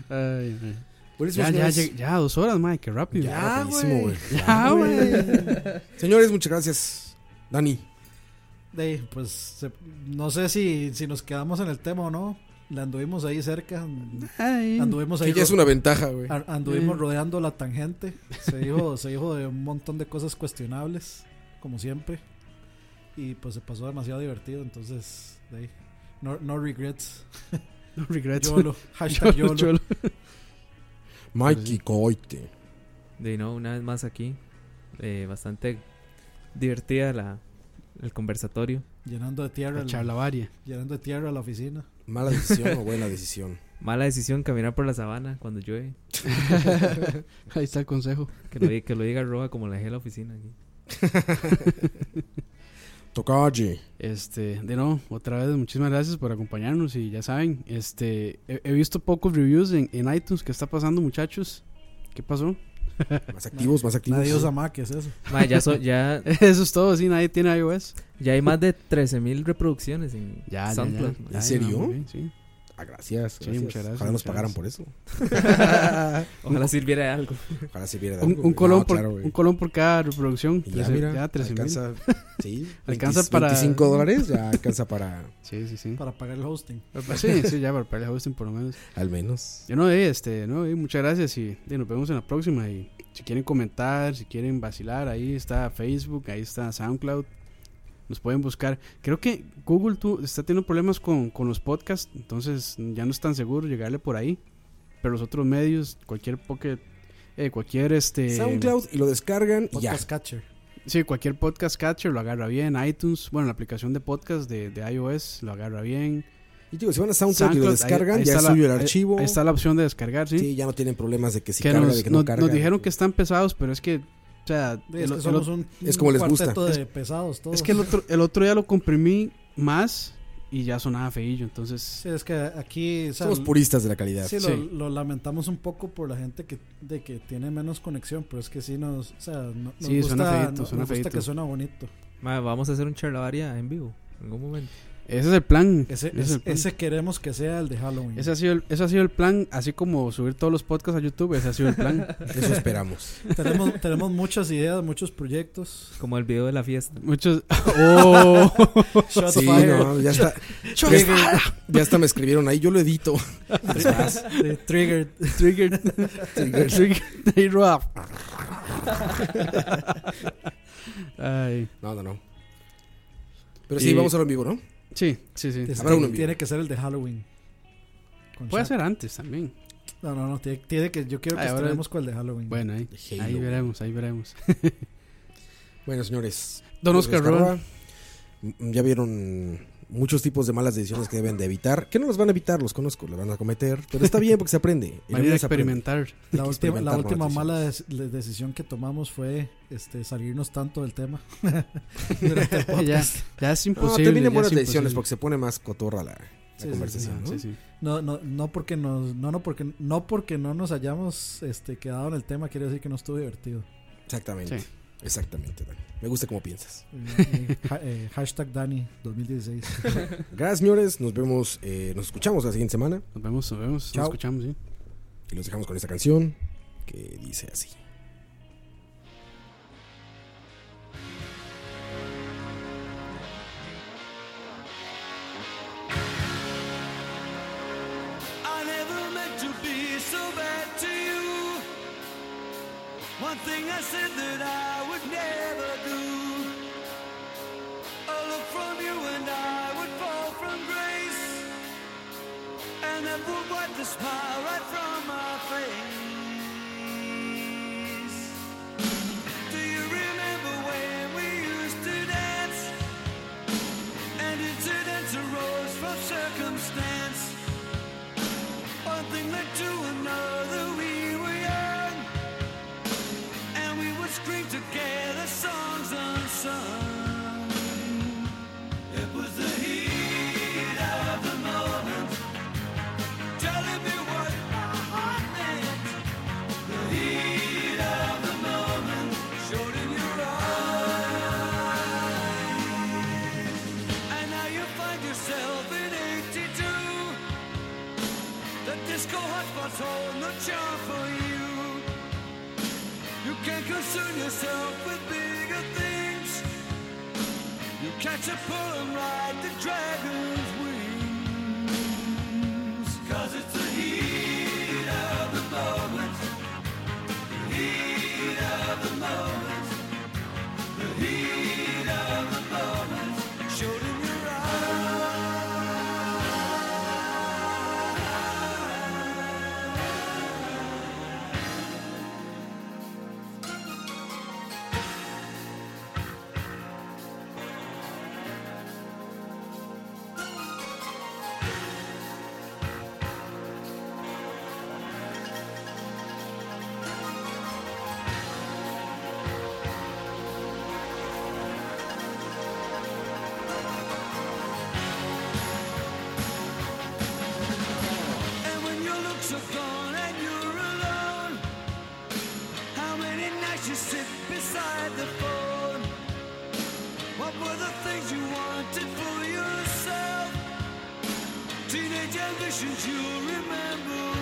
S2: Ay, ay.
S1: Por eso,
S2: Ya, ya,
S1: señores,
S2: lleg- ya, dos horas, ma, qué rápido. Ah,
S1: Ya, rapidísimo, güey.
S2: Ya, güey.
S1: Señores, muchas gracias. Dani,
S3: De ahí, pues se- no sé si, si nos quedamos en el tema o no. La anduvimos ahí cerca,
S2: Ay.
S3: anduvimos ahí.
S1: que ya es
S3: ro-
S1: una ventaja, güey.
S2: Ah,
S3: a- Anduvimos rodeando la tangente. Se dijo, se dijo de un montón de cosas cuestionables, como siempre. Y pues se pasó demasiado divertido. Entonces, de ahí, no, no regrets.
S2: No regrets.
S3: YOLO. Hashtag
S2: Yolo,
S3: YOLO.
S2: yolo. pues
S1: Mikey Coite.
S4: De no, una vez más aquí. Eh, bastante divertida la, el conversatorio.
S3: Llenando de tierra,
S2: La
S3: el-
S2: charla varia.
S3: llenando de tierra la oficina.
S1: ¿Mala decisión o buena decisión?
S4: Mala decisión caminar por la sabana cuando llueve.
S2: Ahí está el consejo.
S4: Que lo, di- que lo diga Roa como la dejé en la oficina. aquí.
S1: Tocalle.
S2: Este, de nuevo, otra vez, muchísimas gracias por acompañarnos y ya saben, este, he, he visto pocos reviews en, en iTunes. ¿Qué está pasando, muchachos? ¿Qué pasó?
S1: Más activos, más activos.
S3: Nadie usa Mac, ¿qué es eso?
S4: Ma, ya, so- ya,
S2: Eso es todo, sí, nadie tiene iOS.
S4: ya hay más de 13.000 reproducciones en
S2: Ya, ya,
S4: SoundCloud.
S2: ya.
S4: ma.
S1: ¿En serio?
S2: no, muy bien, sí.
S1: Ah, gracias.
S2: Sí,
S1: gracias.
S2: muchas gracias,
S1: Ojalá nos
S2: muchas
S1: pagaran
S2: gracias.
S1: por eso.
S4: Ojalá sirviera de algo.
S1: Ojalá se viera de
S2: Un,
S1: algo,
S2: un
S1: güey.
S2: colón
S1: No,
S2: por,
S1: claro, güey.
S2: un colón por cada reproducción.
S1: Y ya,
S2: Trece-
S1: mira,
S2: ya, 13 mil.
S1: alcanza, sí,
S2: Alcanza
S1: 20,
S2: para-
S1: 25 dólares, ya alcanza para,
S2: Sí, sí, sí.
S3: Para pagar el hosting.
S2: Sí, sí, ya, para pagarle a Austin por lo menos.
S1: al menos.
S2: Yo no, eh, este, no, eh, muchas gracias y, eh, nos vemos en la próxima. Y si quieren comentar, si quieren vacilar, ahí está Facebook, ahí está SoundCloud. Nos pueden buscar. Creo que Google tú, está teniendo problemas con, con los podcasts, entonces ya no es tan seguro llegarle por ahí. Pero los otros medios, cualquier pocket, eh, pues, cualquier este.
S1: SoundCloud y lo descargan y ya.
S3: Podcast Catcher.
S2: Sí, cualquier podcast catcher lo agarra bien. iTunes, bueno, la aplicación de podcast de, de iOS lo agarra bien.
S1: Y digo, si van a SoundCloud, y lo
S2: SoundCloud, ahí-
S1: descargan,
S2: ahí
S1: ya
S2: está
S1: es
S2: la-
S1: suyo el
S2: ahí-
S1: archivo.
S2: Ahí está la opción de descargar,
S1: sí. ya no tienen problemas de que si
S2: que
S1: carga,
S2: nos,
S1: de que no
S2: nos-
S1: carga.
S2: nos dijeron que están pesados, pero es que O sea,
S3: Es
S2: el-
S3: que
S2: el
S3: somos un,
S1: es como les gusta.
S3: cuarteto de pesados todos.
S2: Es que el otro, el otro día lo comprimí más y ya sonaba feillo. Entonces,
S3: Sí, es que aquí. o sea,
S1: Somos puristas de la calidad.
S3: Sí, lo,
S2: Sí.
S3: lo lamentamos un poco por la gente que, de que tiene menos conexión, pero es que sí nos, o sea, no- nos
S2: Sí,
S3: gusta,
S2: suena feíto,
S3: no-
S2: suena
S3: nos gusta
S2: feíto.
S3: que suena bonito.
S4: Mae, vamos a hacer un charlavaria en vivo. En algún momento.
S2: ese es el plan.
S3: Ese,
S2: Ese es
S3: es-
S2: el plan.
S3: ese queremos que sea el de Halloween.
S2: Ese ha, sido el, ese ha sido el plan, así como subir todos los podcasts a YouTube, ese ha sido el plan.
S1: Eso esperamos.
S3: tenemos, tenemos muchas ideas, muchos proyectos.
S4: Como el video de la fiesta.
S2: Muchos... ¡Oh!
S3: Shots
S1: Sí,
S3: fired,
S1: no, ya está. Ya, está- ya hasta me escribieron ahí, yo lo edito.
S3: de Triggered.
S2: Trigger. Trigger. Ahí, Rob. Ay.
S1: No, no, no. Pero sí,
S2: Y-
S1: vamos a lo en vivo, ¿no?
S2: Sí, sí, sí.
S3: Este,
S1: Habrá uno en
S3: tiene que ser el de Halloween. Con
S2: Puede Ah,
S3: Shaq.
S2: ser antes también.
S3: No, no, no. Tiene, tiene que, yo quiero que
S2: Ay, ahora-
S3: estrenemos con el de Halloween.
S2: Bueno, ahí,
S1: Halo.
S2: ahí veremos, ahí veremos.
S1: Bueno, señores.
S2: Don
S1: Pues,
S2: Oscar
S1: Roa,
S2: Roa.
S1: m- Ya vieron muchos tipos de malas decisiones que deben de evitar. Que no las van a evitar, los conozco, las van a cometer. Pero está bien porque se aprende. Y la
S2: Van a ir
S1: vida
S2: a
S1: se aprende.
S2: experimentar.
S3: La
S1: que
S3: última, la
S1: experimentar
S3: última
S1: nuevas
S3: mala des- le- decisión que tomamos fue este, salirnos tanto del tema. Durante el podcast.
S2: ya, ya es
S1: No,
S2: imposible. pues ya
S1: terminen Ah, buenas
S2: es
S1: decisiones
S2: imposible.
S1: porque se pone más cotorra la, la
S3: Sí, sí,
S1: conversación,
S2: Ah,
S1: ¿no?
S2: sí, sí.
S3: No, no, no porque nos, no, no porque, no porque no nos hayamos este, quedado en el tema quiere decir que no estuvo divertido.
S1: Exactamente.
S2: Sí.
S1: Exactamente, Dan. Me gusta cómo piensas.
S3: Eh, eh, ha- eh, hashtag Dani 2016.
S1: Gracias, señores. Nos vemos, eh, nos escuchamos la siguiente semana.
S2: Nos vemos, nos vemos,
S1: Chao.
S2: nos escuchamos, sí.
S1: Y los dejamos con esta canción que dice así.
S8: I never meant to be so bad to you. One thing I said that I would never do. A look from you and I would fall from grace. And that would wipe the smile right from my face. Do you remember when we used to dance? And incidents arose from circumstance. One thing led to another, we were young And we would scream together songs unsung It was the heat of the moment Telling me what my heart meant The heat of the moment Showed in your eyes And now you find yourself in 82 the disco hotspots hold no charm for you. You can't concern yourself with bigger things. You catch a pull and ride the dragon's wings. Cause it's the heat of the moment. The heat of the moment. The heat of the moment. Showed in your eyes. And when your looks are gone and you're alone, how many nights you sit beside the phone? What were the things you wanted for yourself? Teenage ambitions you remember